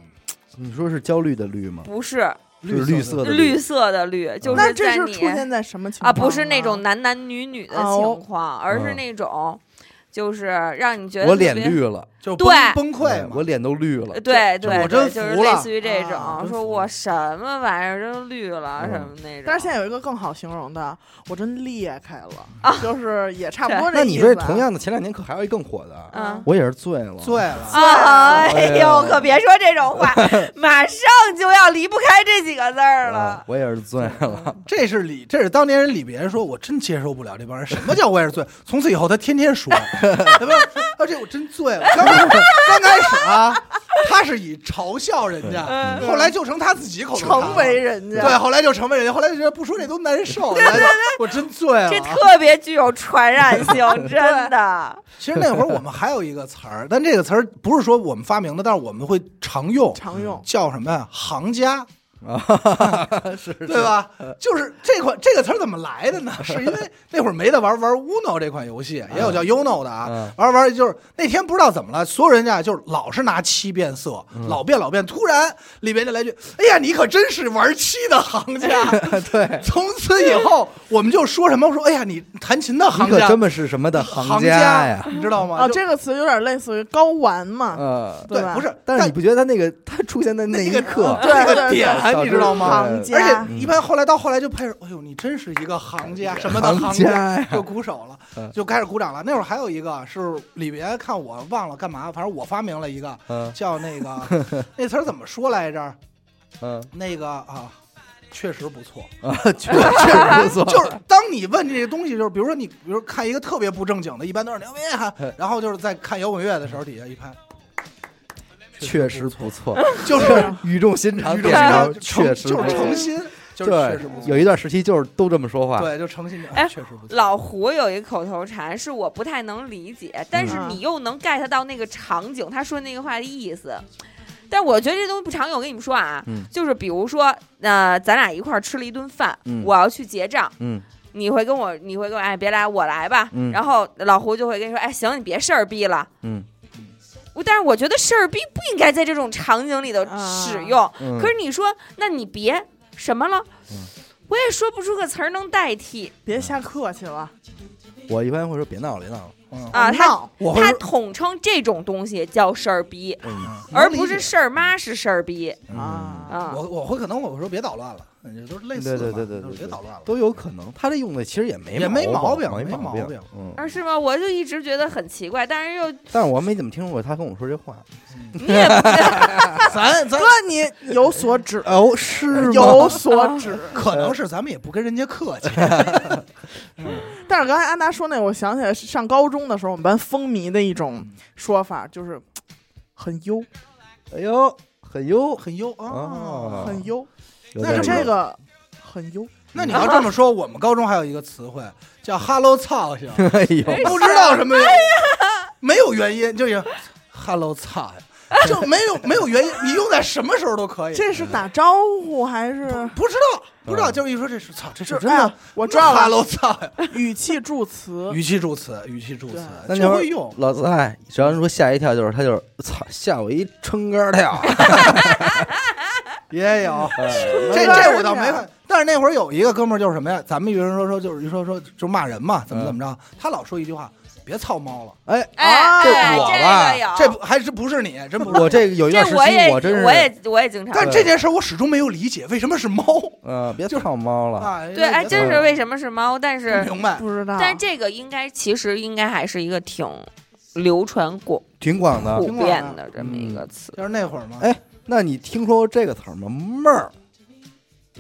Speaker 1: 你说是焦虑的绿吗？
Speaker 4: 不是
Speaker 1: 是嗯绿色的
Speaker 4: 绿色的绿，就
Speaker 3: 那
Speaker 4: 是
Speaker 3: 这
Speaker 4: 在
Speaker 3: 是
Speaker 4: 你
Speaker 3: 出现在什么情况
Speaker 4: 啊，不是那种男男女女的情
Speaker 3: 哦
Speaker 4: 况，而是
Speaker 1: 嗯
Speaker 4: 那种就是让你觉得
Speaker 1: 我
Speaker 4: 特别
Speaker 1: 脸绿了，
Speaker 2: 就是
Speaker 4: 对
Speaker 2: 崩崩溃
Speaker 1: 哎
Speaker 2: 嘛，
Speaker 1: 我脸都绿了
Speaker 4: 呃。对对，
Speaker 2: 我
Speaker 4: 对
Speaker 2: 真
Speaker 4: 就是
Speaker 2: 服
Speaker 4: 类
Speaker 2: 了
Speaker 4: 似于这种，
Speaker 3: 啊
Speaker 1: 真
Speaker 4: 说
Speaker 1: 服
Speaker 4: 我
Speaker 1: 了
Speaker 4: 什么玩意儿真绿了、什
Speaker 1: 嗯
Speaker 4: 么那种。
Speaker 3: 但是现在有一个更好形容的，我真裂开了，
Speaker 4: 啊
Speaker 3: 就是也差不多
Speaker 1: 那
Speaker 3: 意
Speaker 1: 你
Speaker 3: 思
Speaker 1: 说
Speaker 3: 啊吧。
Speaker 1: 同样的，前两年可还有一更火的，
Speaker 4: 嗯
Speaker 1: 我也是醉了，
Speaker 2: 醉了。
Speaker 4: 啊，
Speaker 1: 哎
Speaker 4: 哎
Speaker 1: 呦
Speaker 4: 呦，可别说这种 话，马上就要离不开这几个字
Speaker 1: 啊
Speaker 4: 儿了。
Speaker 1: 我也是醉了。
Speaker 2: 这是李，这是当年人李别说，我真接受不了这帮人。什么叫我也是醉？从此以后他天天说，对吧？他这我真醉了。刚刚开始啊，他是以嘲笑人家，
Speaker 4: 嗯
Speaker 2: 后来就成他自己口头禅了
Speaker 3: 成为人家，
Speaker 2: 对，啊后来就成为人家，后来就觉得不说这都难受。对对对，我真醉了。
Speaker 4: 这特别具有传染 性，真的。
Speaker 2: 其实那会儿我们还有一个词儿，但这个词儿不是说我们发明的，但是我们会常用，
Speaker 3: 常用。
Speaker 2: 叫什么呀？行家，
Speaker 1: 啊 是
Speaker 2: 对吧？就是这款这个词儿怎么来的呢？是因为那会儿没得玩玩 Uno 这款游戏，也有叫 Uno 的啊
Speaker 1: 嗯，
Speaker 2: 玩着玩着就是那天不知道怎么了，所有人家就是老是拿七变色，
Speaker 1: 嗯
Speaker 2: 老变老变，突然里边就来句：“哎呀，你可真是玩七的行家。”
Speaker 1: 哎对，
Speaker 2: 从此以后，我们就说什么说：“哎呀，你弹琴的
Speaker 1: 你
Speaker 2: 行
Speaker 1: 可
Speaker 2: 家，
Speaker 1: 真们是什么的
Speaker 2: 行
Speaker 1: 家呀？
Speaker 2: 你知道吗？”
Speaker 3: 哦，
Speaker 2: 啊就
Speaker 3: 这个词有点类似于睾丸
Speaker 2: 嗯
Speaker 3: 嘛，
Speaker 1: 呃，
Speaker 2: 对，
Speaker 3: 吧？
Speaker 2: 不是，
Speaker 1: 但是你不觉得他那个他出现在那一刻，
Speaker 3: 对
Speaker 2: 那
Speaker 3: 对
Speaker 2: 个
Speaker 3: 对
Speaker 2: 点
Speaker 1: 导致
Speaker 2: 你知道吗？
Speaker 1: 对
Speaker 3: 行家
Speaker 2: 而
Speaker 4: 嗯
Speaker 2: 且一般后来到后来就配上，哎呦，你真是一个 行家，什么的
Speaker 1: 行
Speaker 2: 家，
Speaker 1: 家呀
Speaker 2: 就鼓手了
Speaker 1: 嗯，
Speaker 2: 就开始鼓掌了。那会儿还有一个是里边看我忘了干嘛，反正我发明了一个
Speaker 1: 嗯
Speaker 2: 叫 那个那词儿怎么说来着？
Speaker 1: 嗯
Speaker 2: 那个啊。确实不 错，
Speaker 1: 啊，确确实不错，
Speaker 2: 就是当你问这些东西，就是比如说你，比如说看一个特别不正经的，一般都是牛逼哈
Speaker 1: 嗯，
Speaker 2: 然后就是在看摇滚乐的时候，底下一 拍，
Speaker 1: 确实不错，
Speaker 2: 就是
Speaker 1: 语重心长，
Speaker 2: 语重
Speaker 1: 点
Speaker 2: 心长
Speaker 1: 着，
Speaker 2: 诚
Speaker 1: 啊确实
Speaker 2: 就
Speaker 1: 不
Speaker 2: 是
Speaker 1: 错
Speaker 2: 诚心，就是确实不
Speaker 1: 对，
Speaker 2: 错。
Speaker 1: 有一段时期就是都这么说话，
Speaker 2: 对，就诚心点，
Speaker 4: 哎
Speaker 2: 确实不错。
Speaker 4: 老胡有一口头禅是我不太能理解，但是
Speaker 3: 嗯
Speaker 4: 你又能 get 到那个场景，他说那个话的意思。但我觉得这东西不常用，我跟你们说啊，
Speaker 1: 嗯
Speaker 4: 就是比如说，呃，咱俩一块儿吃了一顿饭，
Speaker 1: 嗯
Speaker 4: 我要去结账，
Speaker 1: 嗯
Speaker 4: 你会跟我，你会跟我，哎，别来，我来吧。
Speaker 1: 嗯
Speaker 4: 然后老胡就会跟你说，哎，行，你别事儿逼了。
Speaker 1: 嗯
Speaker 4: 我但是我觉得事儿逼不应该在这种场景里头
Speaker 3: 啊
Speaker 4: 使用。
Speaker 1: 嗯
Speaker 4: 可是你说，那你别什么了，
Speaker 1: 嗯
Speaker 4: 我也说不出个词儿能代替
Speaker 3: 别瞎客气了
Speaker 1: 我一般会说别闹了，别闹了，
Speaker 2: 嗯，
Speaker 4: 啊。他
Speaker 3: 闹
Speaker 2: 我会
Speaker 4: 他
Speaker 2: 说
Speaker 4: 统称这种东西叫事儿逼，
Speaker 1: 嗯
Speaker 2: 嗯
Speaker 4: 而
Speaker 2: 能理
Speaker 4: 不是
Speaker 2: 解
Speaker 4: 事儿妈是事儿逼
Speaker 1: 嗯，
Speaker 3: 啊！
Speaker 4: 啊。
Speaker 2: 我我会可能我说别捣乱了，嗯这都是类似的
Speaker 1: 对
Speaker 2: 嘛，
Speaker 1: 对对对
Speaker 2: 就是
Speaker 1: 对
Speaker 2: 别捣乱了。
Speaker 1: 都有可能。他这用的其实也没
Speaker 2: 也没
Speaker 1: 毛
Speaker 2: 毛病
Speaker 1: 没
Speaker 2: 没毛
Speaker 1: 病
Speaker 2: 病，
Speaker 1: 嗯，
Speaker 4: 啊，是吗？我就一直觉得很奇怪，但是又
Speaker 1: 但是我没怎么听说过他跟我说这话。
Speaker 4: 你也
Speaker 2: 咱咱
Speaker 3: 哥，你有 所指，
Speaker 1: 哦，是
Speaker 3: 有所指。
Speaker 2: 可
Speaker 3: 呃
Speaker 2: 能是咱们也不跟人家 客气，
Speaker 3: 但是刚才安达说那，我想起来是上高中的时候，我们班风靡的一种说法就是嘖很优，
Speaker 1: 哎呦，很优，
Speaker 2: 很优啊
Speaker 1: 哦。
Speaker 3: 很优。
Speaker 1: 有
Speaker 2: 那
Speaker 1: 点
Speaker 2: 是
Speaker 3: 就
Speaker 1: 意
Speaker 3: 这
Speaker 1: 思
Speaker 3: 个很优，
Speaker 2: 那你要这么说，我们高中还有一个词汇叫 “hello 操性”，
Speaker 1: 哎呦，
Speaker 2: 不知道什么原因，没有原因，就是 “hello 操性”，就没有没有原因，你用在什么时候都可以。
Speaker 3: 这是打招呼还是？
Speaker 2: 不知道，不
Speaker 1: 嗯
Speaker 2: 知道，就是一说这是操，这是
Speaker 3: 就是
Speaker 2: 真
Speaker 3: 哎
Speaker 2: 的
Speaker 3: 呀，我知道了，
Speaker 2: ，hello 操性，
Speaker 3: 语气助词。
Speaker 2: 语气助词，语气助词，
Speaker 1: 那你
Speaker 2: 就会
Speaker 1: 说
Speaker 2: 用。
Speaker 1: 老哎蔡，只要说吓一跳，就是他就是操，吓我一撑杆儿跳，也有呃
Speaker 2: 这这我倒没看，但是那会儿有一个哥们儿就是什么呀？咱们有人说说就是说说就骂人嘛，怎
Speaker 1: 嗯
Speaker 2: 么怎么着？他老说一句话，别操猫了，
Speaker 1: 哎，
Speaker 2: 啊
Speaker 4: 哎，
Speaker 1: 这
Speaker 4: 哎
Speaker 1: 我吧
Speaker 4: 这个有，
Speaker 2: 这不还是不是你？真不是
Speaker 1: 我这个有一段时
Speaker 4: 这我也
Speaker 1: 期，真是，
Speaker 4: 我也我也经常
Speaker 2: 但这件事儿我始终没有理解，为什么是猫
Speaker 1: 呃，别操猫了，
Speaker 2: 啊？
Speaker 4: 对，哎，真
Speaker 1: 这
Speaker 4: 是为什么是猫？但是
Speaker 2: 不明白。
Speaker 3: 不知道，
Speaker 4: 但这个应该其实应该还是一个挺流传广
Speaker 1: 挺广的
Speaker 4: 普。
Speaker 2: 挺广
Speaker 4: 遍
Speaker 2: 的
Speaker 4: 的这么一个词。
Speaker 2: 就是那会儿嘛，
Speaker 1: 哎那你听说过这个词儿吗？妹儿，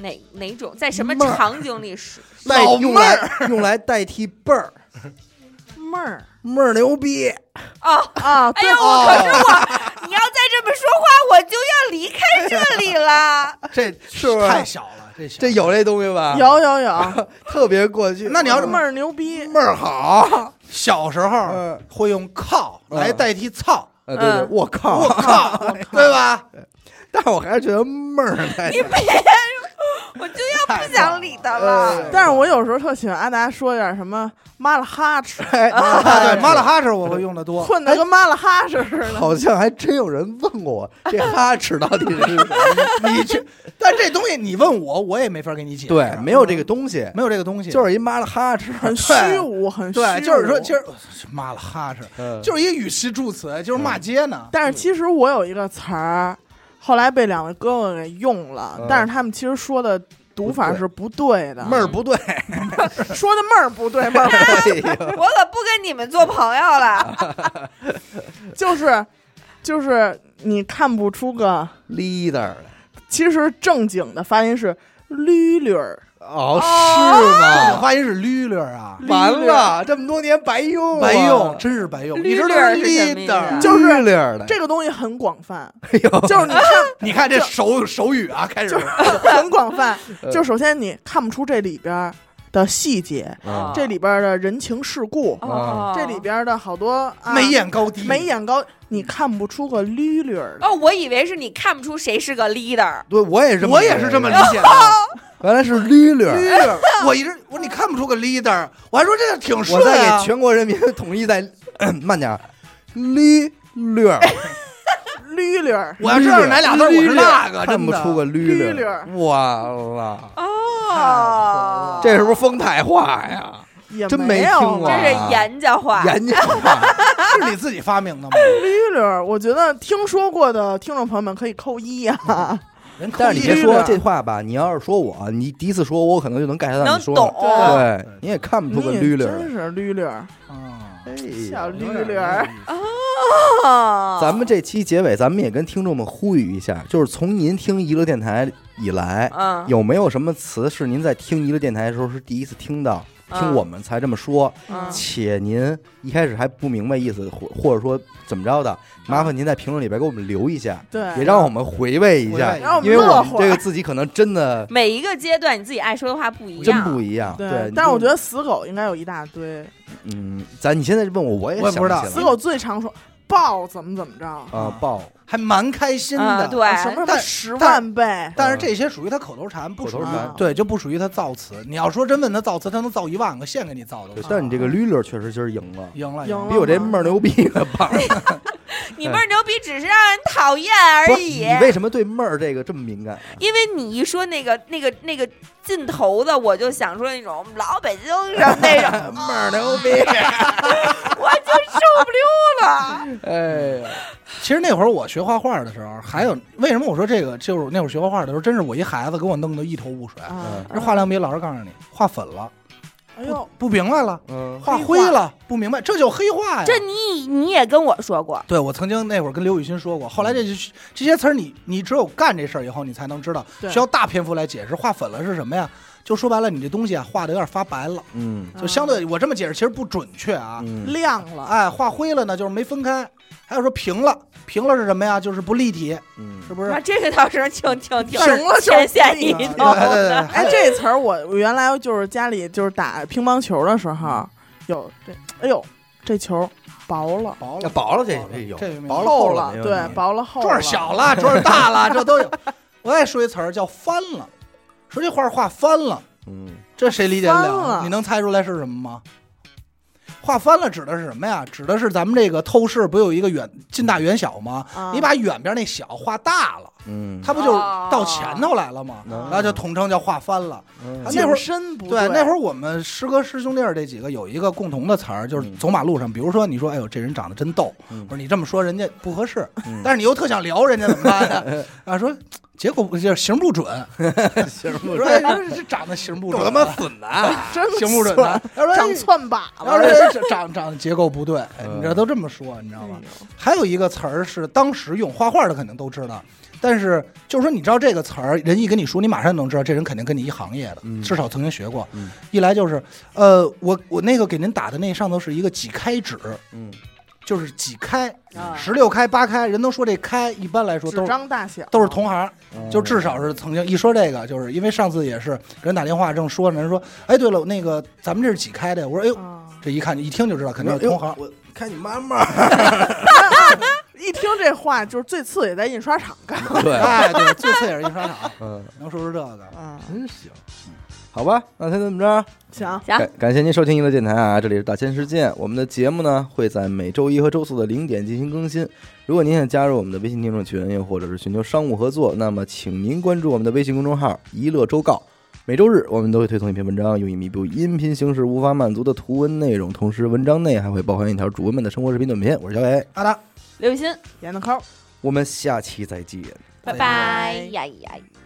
Speaker 4: 哪哪种在什么
Speaker 1: 妹儿
Speaker 4: 场景里使？
Speaker 1: 代
Speaker 2: 老
Speaker 1: 用
Speaker 2: 妹
Speaker 1: 来 用来代替辈儿，
Speaker 3: 妹儿
Speaker 1: 妹儿牛逼，
Speaker 4: 哦，
Speaker 3: 啊，
Speaker 4: 哎
Speaker 3: 对
Speaker 4: 呦，我可是我，你要再这么说话，我就要离开这里 了。
Speaker 1: 这是不是啊
Speaker 2: 太小了，这小
Speaker 1: 这有这东西吧？，
Speaker 3: 哦有有有，
Speaker 1: 特别过去。 嗯
Speaker 2: 那你要是
Speaker 3: 妹儿牛逼，
Speaker 1: 妹儿好，
Speaker 2: 小时候
Speaker 1: 嗯
Speaker 2: 会用靠
Speaker 1: 嗯
Speaker 2: 来代替操，
Speaker 1: 呃，对对，
Speaker 4: 嗯
Speaker 1: 我 靠
Speaker 2: 我，靠，对吧？
Speaker 1: 但是我还是觉得妹儿太
Speaker 4: 我就要不想理他了。
Speaker 3: 但是我有时候特喜欢阿达说点什么妈了 哈哧，
Speaker 2: 啊对，马拉哈是我哎会用的 多，
Speaker 3: 混的跟妈了哈哧似的。
Speaker 1: 好像还真有人问过我，这哈哧到底是什么？
Speaker 2: 你这，但这东西你问我，我也没法给你解释，啊
Speaker 1: 对，没有这个东西，
Speaker 2: 没有这个东西，
Speaker 1: 就是一妈了哈哧，
Speaker 3: 很虚无，很虚无。
Speaker 2: 对，就是说，其实骂了哈哧，
Speaker 1: 嗯
Speaker 2: 就是一个语气助词，就是骂街呢。
Speaker 3: 但是其实我有一个词儿，后来被两位哥哥给用了，
Speaker 1: 嗯
Speaker 3: 但是他们其实说的读法是不对的，
Speaker 1: 妹儿不对。
Speaker 3: 说的妹儿 不对，妹儿不对
Speaker 1: 哎呦
Speaker 4: 我可不跟你们做朋友了。
Speaker 3: 就是就是你看不出个，
Speaker 1: ，leader
Speaker 3: 其实正经的发音是捋捋儿，
Speaker 1: 哦，是
Speaker 2: 这个
Speaker 1: 吗？
Speaker 2: 发音是捋捋啊，
Speaker 1: 完了，这么多年白用啊，
Speaker 2: 白用，真是白用，
Speaker 4: 捋
Speaker 2: 一直都
Speaker 4: 捋是什么意思啊
Speaker 2: leader。
Speaker 3: 就是
Speaker 1: 绿绿
Speaker 2: 哎
Speaker 1: 的。
Speaker 3: 这个东西很广泛，
Speaker 1: 哎呦，
Speaker 3: 就是你看
Speaker 2: 你看这手手语啊，开始
Speaker 3: 很广 泛，
Speaker 1: 呃
Speaker 3: 就首先你看不出这里边儿的细节，
Speaker 1: 啊
Speaker 3: 这里边儿的人情世故，
Speaker 1: 啊
Speaker 4: 哦
Speaker 3: 这里边儿的好多、啊、
Speaker 2: 眉眼高
Speaker 4: 嗯
Speaker 2: 低，
Speaker 3: 眉眼高，你看不出个捋捋儿的。
Speaker 4: 哦，我以为是你看不出谁是个 leader。
Speaker 1: 对，我也是，
Speaker 2: 我也是这么理，解的。
Speaker 1: 原来是绿
Speaker 4: 啊
Speaker 1: 绿。
Speaker 2: 绿绿，我一直我说你看不出个 leader，我还说这挺
Speaker 1: 我
Speaker 2: 顺
Speaker 1: 再
Speaker 2: 啊
Speaker 1: 给。全国人民统一再慢点儿，绿绿儿，
Speaker 3: 捋捋儿，
Speaker 2: 我要知道是哪俩字儿，我是那个，
Speaker 1: 看
Speaker 2: 真
Speaker 1: 不
Speaker 2: 的
Speaker 1: 出个绿
Speaker 3: 绿绿儿
Speaker 1: 哇了，
Speaker 4: 哦，
Speaker 1: 这是不是丰台话呀？
Speaker 3: 也
Speaker 1: 真没
Speaker 3: 没
Speaker 1: 听
Speaker 3: 有
Speaker 1: 过
Speaker 4: 这
Speaker 3: 吧
Speaker 1: 啊
Speaker 4: 是严家话。
Speaker 1: 严家话，
Speaker 2: 是你自己发明的吗？
Speaker 3: 捋捋儿，我觉得听说过的听众朋友们可以扣一啊。
Speaker 1: 嗯
Speaker 2: 人
Speaker 1: 但是你别
Speaker 2: 扣一
Speaker 1: 说这话吧，你要是说我，你第一次说我，我可能就能 get 到
Speaker 4: 能
Speaker 1: 你说
Speaker 4: 懂
Speaker 1: 的，对，你也看不
Speaker 3: 你
Speaker 1: 出个绿绿儿
Speaker 3: 真是捋捋儿，
Speaker 2: 啊，
Speaker 1: 哎
Speaker 3: 小
Speaker 1: 呀。
Speaker 3: 绿绿儿，啊
Speaker 4: 哦
Speaker 1: 咱们这期结尾，咱们也跟听众们呼吁一下，就是从您听娱乐电台以来，
Speaker 4: 嗯
Speaker 1: 有没有什么词是您在听娱乐电台的时候是第一次听到，听
Speaker 4: 嗯
Speaker 1: 我们才这么说，
Speaker 4: 嗯
Speaker 1: 且您一开始还不明白意思，或或者说怎么着的，麻烦您在评论里边给我们留一下，
Speaker 3: 对
Speaker 1: 也让我们回味一下
Speaker 2: 回味，
Speaker 3: 让我
Speaker 1: 因
Speaker 3: 们
Speaker 1: 为我
Speaker 3: 乐
Speaker 1: 们
Speaker 3: 会
Speaker 1: 这个
Speaker 3: 儿。
Speaker 1: 自己可能真的
Speaker 4: 每一个阶段你自己爱说的话不一
Speaker 1: 真
Speaker 4: 样，
Speaker 1: 不一样。啊对，
Speaker 3: 但是我觉
Speaker 1: 得，
Speaker 3: 得死狗应该有一大堆，
Speaker 1: 嗯，咱你现在问我，我也
Speaker 2: 我也
Speaker 1: 想
Speaker 2: 不知道
Speaker 1: 起来
Speaker 3: 死
Speaker 1: 了
Speaker 3: 狗最常说爆怎么怎么着，
Speaker 1: 啊爆，
Speaker 2: 还蛮开心的。
Speaker 4: 啊，对，
Speaker 3: 什么什么
Speaker 2: 但
Speaker 3: 十万倍，
Speaker 2: 但是这些属于他口头禅，不
Speaker 1: 嗯口
Speaker 2: 属
Speaker 1: 头
Speaker 2: 于啊
Speaker 1: 禅
Speaker 2: 对，就不属于他造词。你要说真问他造词，他能造一万个，现给你造的
Speaker 1: 对。但你这个绿绿确实今儿赢了，
Speaker 2: 赢了，
Speaker 3: 赢了
Speaker 1: 比我这妹儿牛逼的棒。
Speaker 4: 你妹儿牛逼，只是让人讨厌而
Speaker 1: 不是
Speaker 4: 已
Speaker 1: 你。为什么对妹儿这个这么敏感啊？
Speaker 4: 因为你一说那个、那个、那个劲头子，我就想说那种老北京什么那种，
Speaker 1: 妹儿牛逼！
Speaker 4: 我就受不了了。
Speaker 1: 哎呀，
Speaker 2: 其实那会儿我学画画的时候，还有为什么我说这个，就是那会儿学画画的时候，真是我一孩子给我弄得一头雾
Speaker 1: 嗯
Speaker 2: 水。
Speaker 3: 啊，
Speaker 2: 这画两笔，老师告诉你画粉了，
Speaker 3: 哎呦，
Speaker 2: 不明白了；
Speaker 1: 嗯，
Speaker 2: 画灰了，不明白，这就黑化呀。
Speaker 4: 这你你也跟我说过，
Speaker 2: 对我曾经那会儿跟刘雨欣说过，后来这些这些词儿，你你只有干这事儿以后，你才能知道，
Speaker 3: 嗯对
Speaker 2: 需要大篇幅来解释。画粉了是什么呀？就说白了，你这东西啊，画的有点发白了，
Speaker 1: 嗯
Speaker 2: 就相对我这么解释其实不准确啊。
Speaker 1: 嗯，
Speaker 3: 亮了，
Speaker 2: 哎，画灰了呢，就是没分开。还有说平了，平了是什么呀？就是不立体，
Speaker 1: 嗯
Speaker 2: 是不是
Speaker 4: 啊，？这个倒是挺挺挺
Speaker 3: 行了就
Speaker 4: 浅
Speaker 3: 是
Speaker 4: 显易
Speaker 2: 对
Speaker 4: 懂
Speaker 2: 对对
Speaker 4: 的。，
Speaker 2: 还
Speaker 3: 哎，这词儿我我原来就是家里就是打乒乓球的时候，
Speaker 2: 嗯
Speaker 3: 有这，哎呦，这球薄了，
Speaker 2: 薄
Speaker 1: 那
Speaker 2: 了，
Speaker 1: 薄了这
Speaker 2: 薄了
Speaker 1: 这有
Speaker 2: 这没
Speaker 1: 薄了
Speaker 3: 厚
Speaker 1: 了没问题，
Speaker 3: 对，薄了厚了，
Speaker 2: 桌儿小了，桌儿大了，这都有。我也说一词儿叫翻了，说这画画翻了，
Speaker 1: 嗯，
Speaker 2: 这谁理解得
Speaker 3: 翻
Speaker 2: 了？啊
Speaker 3: 了
Speaker 2: 你能猜出来是什么吗？画翻了指的是什么呀？指的是咱们这个透视不有一个远近大远小吗？
Speaker 3: 啊，
Speaker 2: 你把远边那小画大了，
Speaker 1: 嗯，啊
Speaker 2: 它不就到前头来了吗？
Speaker 1: 能
Speaker 2: 然后就统称叫画翻了。
Speaker 1: 嗯
Speaker 2: 啊那会儿
Speaker 3: 景深不
Speaker 2: 对，那会
Speaker 3: 儿
Speaker 2: 儿我们师哥师兄弟儿这几个有一个共同的词儿，就是
Speaker 1: 嗯
Speaker 2: 走马路上，比如说你说，哎呦，这人长得真逗，
Speaker 1: 嗯
Speaker 2: 我说你这么说人家不合适，
Speaker 1: 嗯
Speaker 2: 但是你又特想聊人家怎么办 呢？啊，说结果不就是形不 准，
Speaker 1: 行
Speaker 2: 我
Speaker 1: 不
Speaker 2: 说哎这这长得形不准，啊
Speaker 1: 损的，啊
Speaker 3: 真
Speaker 2: 形不准
Speaker 3: 算
Speaker 2: 的，要不然
Speaker 3: 长窜粑
Speaker 2: 要不
Speaker 3: 粑了。
Speaker 2: 然这长长得结构不对，哎
Speaker 1: 嗯
Speaker 2: 你这都这么说，你知道吗
Speaker 3: 哎？
Speaker 2: 还有一个词儿是当时用，画画的肯定都知道，但是就是说你知道这个词儿，人一跟你说，你马上能知道这人肯定跟你一行业的，
Speaker 1: 嗯
Speaker 2: 至少曾经学过。
Speaker 1: 嗯
Speaker 2: 一来就是，呃，我我那个给您打的那上头是一个几开指，
Speaker 1: 嗯
Speaker 2: 就是几开，
Speaker 4: 啊
Speaker 2: 十六开、八开，人都说这开，一般来说都
Speaker 3: 纸
Speaker 2: 是
Speaker 3: 张大小
Speaker 2: 都是同行，
Speaker 1: 嗯
Speaker 2: 就至少是曾经一说这个，就是因为上次也是给人打电话正说呢，人说，哎，对了，那个咱们这是几开的呀？我说，哎呦，
Speaker 3: 啊，
Speaker 2: 这一看就一听就知道肯定是同行
Speaker 1: 哎。呦我看你妈妈，
Speaker 3: 一听这话就是最次也在印刷厂干
Speaker 1: 对，
Speaker 2: 哎，对，最次也是印刷厂，
Speaker 1: 嗯，
Speaker 2: 能说出这个。
Speaker 3: 啊。
Speaker 1: 真行。好吧，那先这么着，
Speaker 3: 行，
Speaker 4: 行
Speaker 1: 感感谢您收听娱乐电台啊，这里是大千世界。我们的节目呢会在每周一和周四的零点进行更新。如果您想加入我们的微信听众群，又或者是寻求商务合作，那么请您关注我们的微信公众号“一乐周告”。每周日我们都会推送一篇文章，用以弥补音频形式无法满足的图文内容，同时文章内还会包含一条主播们的生活视频短片。我是小伟，
Speaker 2: 阿达，
Speaker 4: 刘雨欣，
Speaker 3: 严的抠。
Speaker 1: 我们下期再见。
Speaker 2: 拜
Speaker 4: 拜拜
Speaker 3: 拜
Speaker 4: 呀呀呀！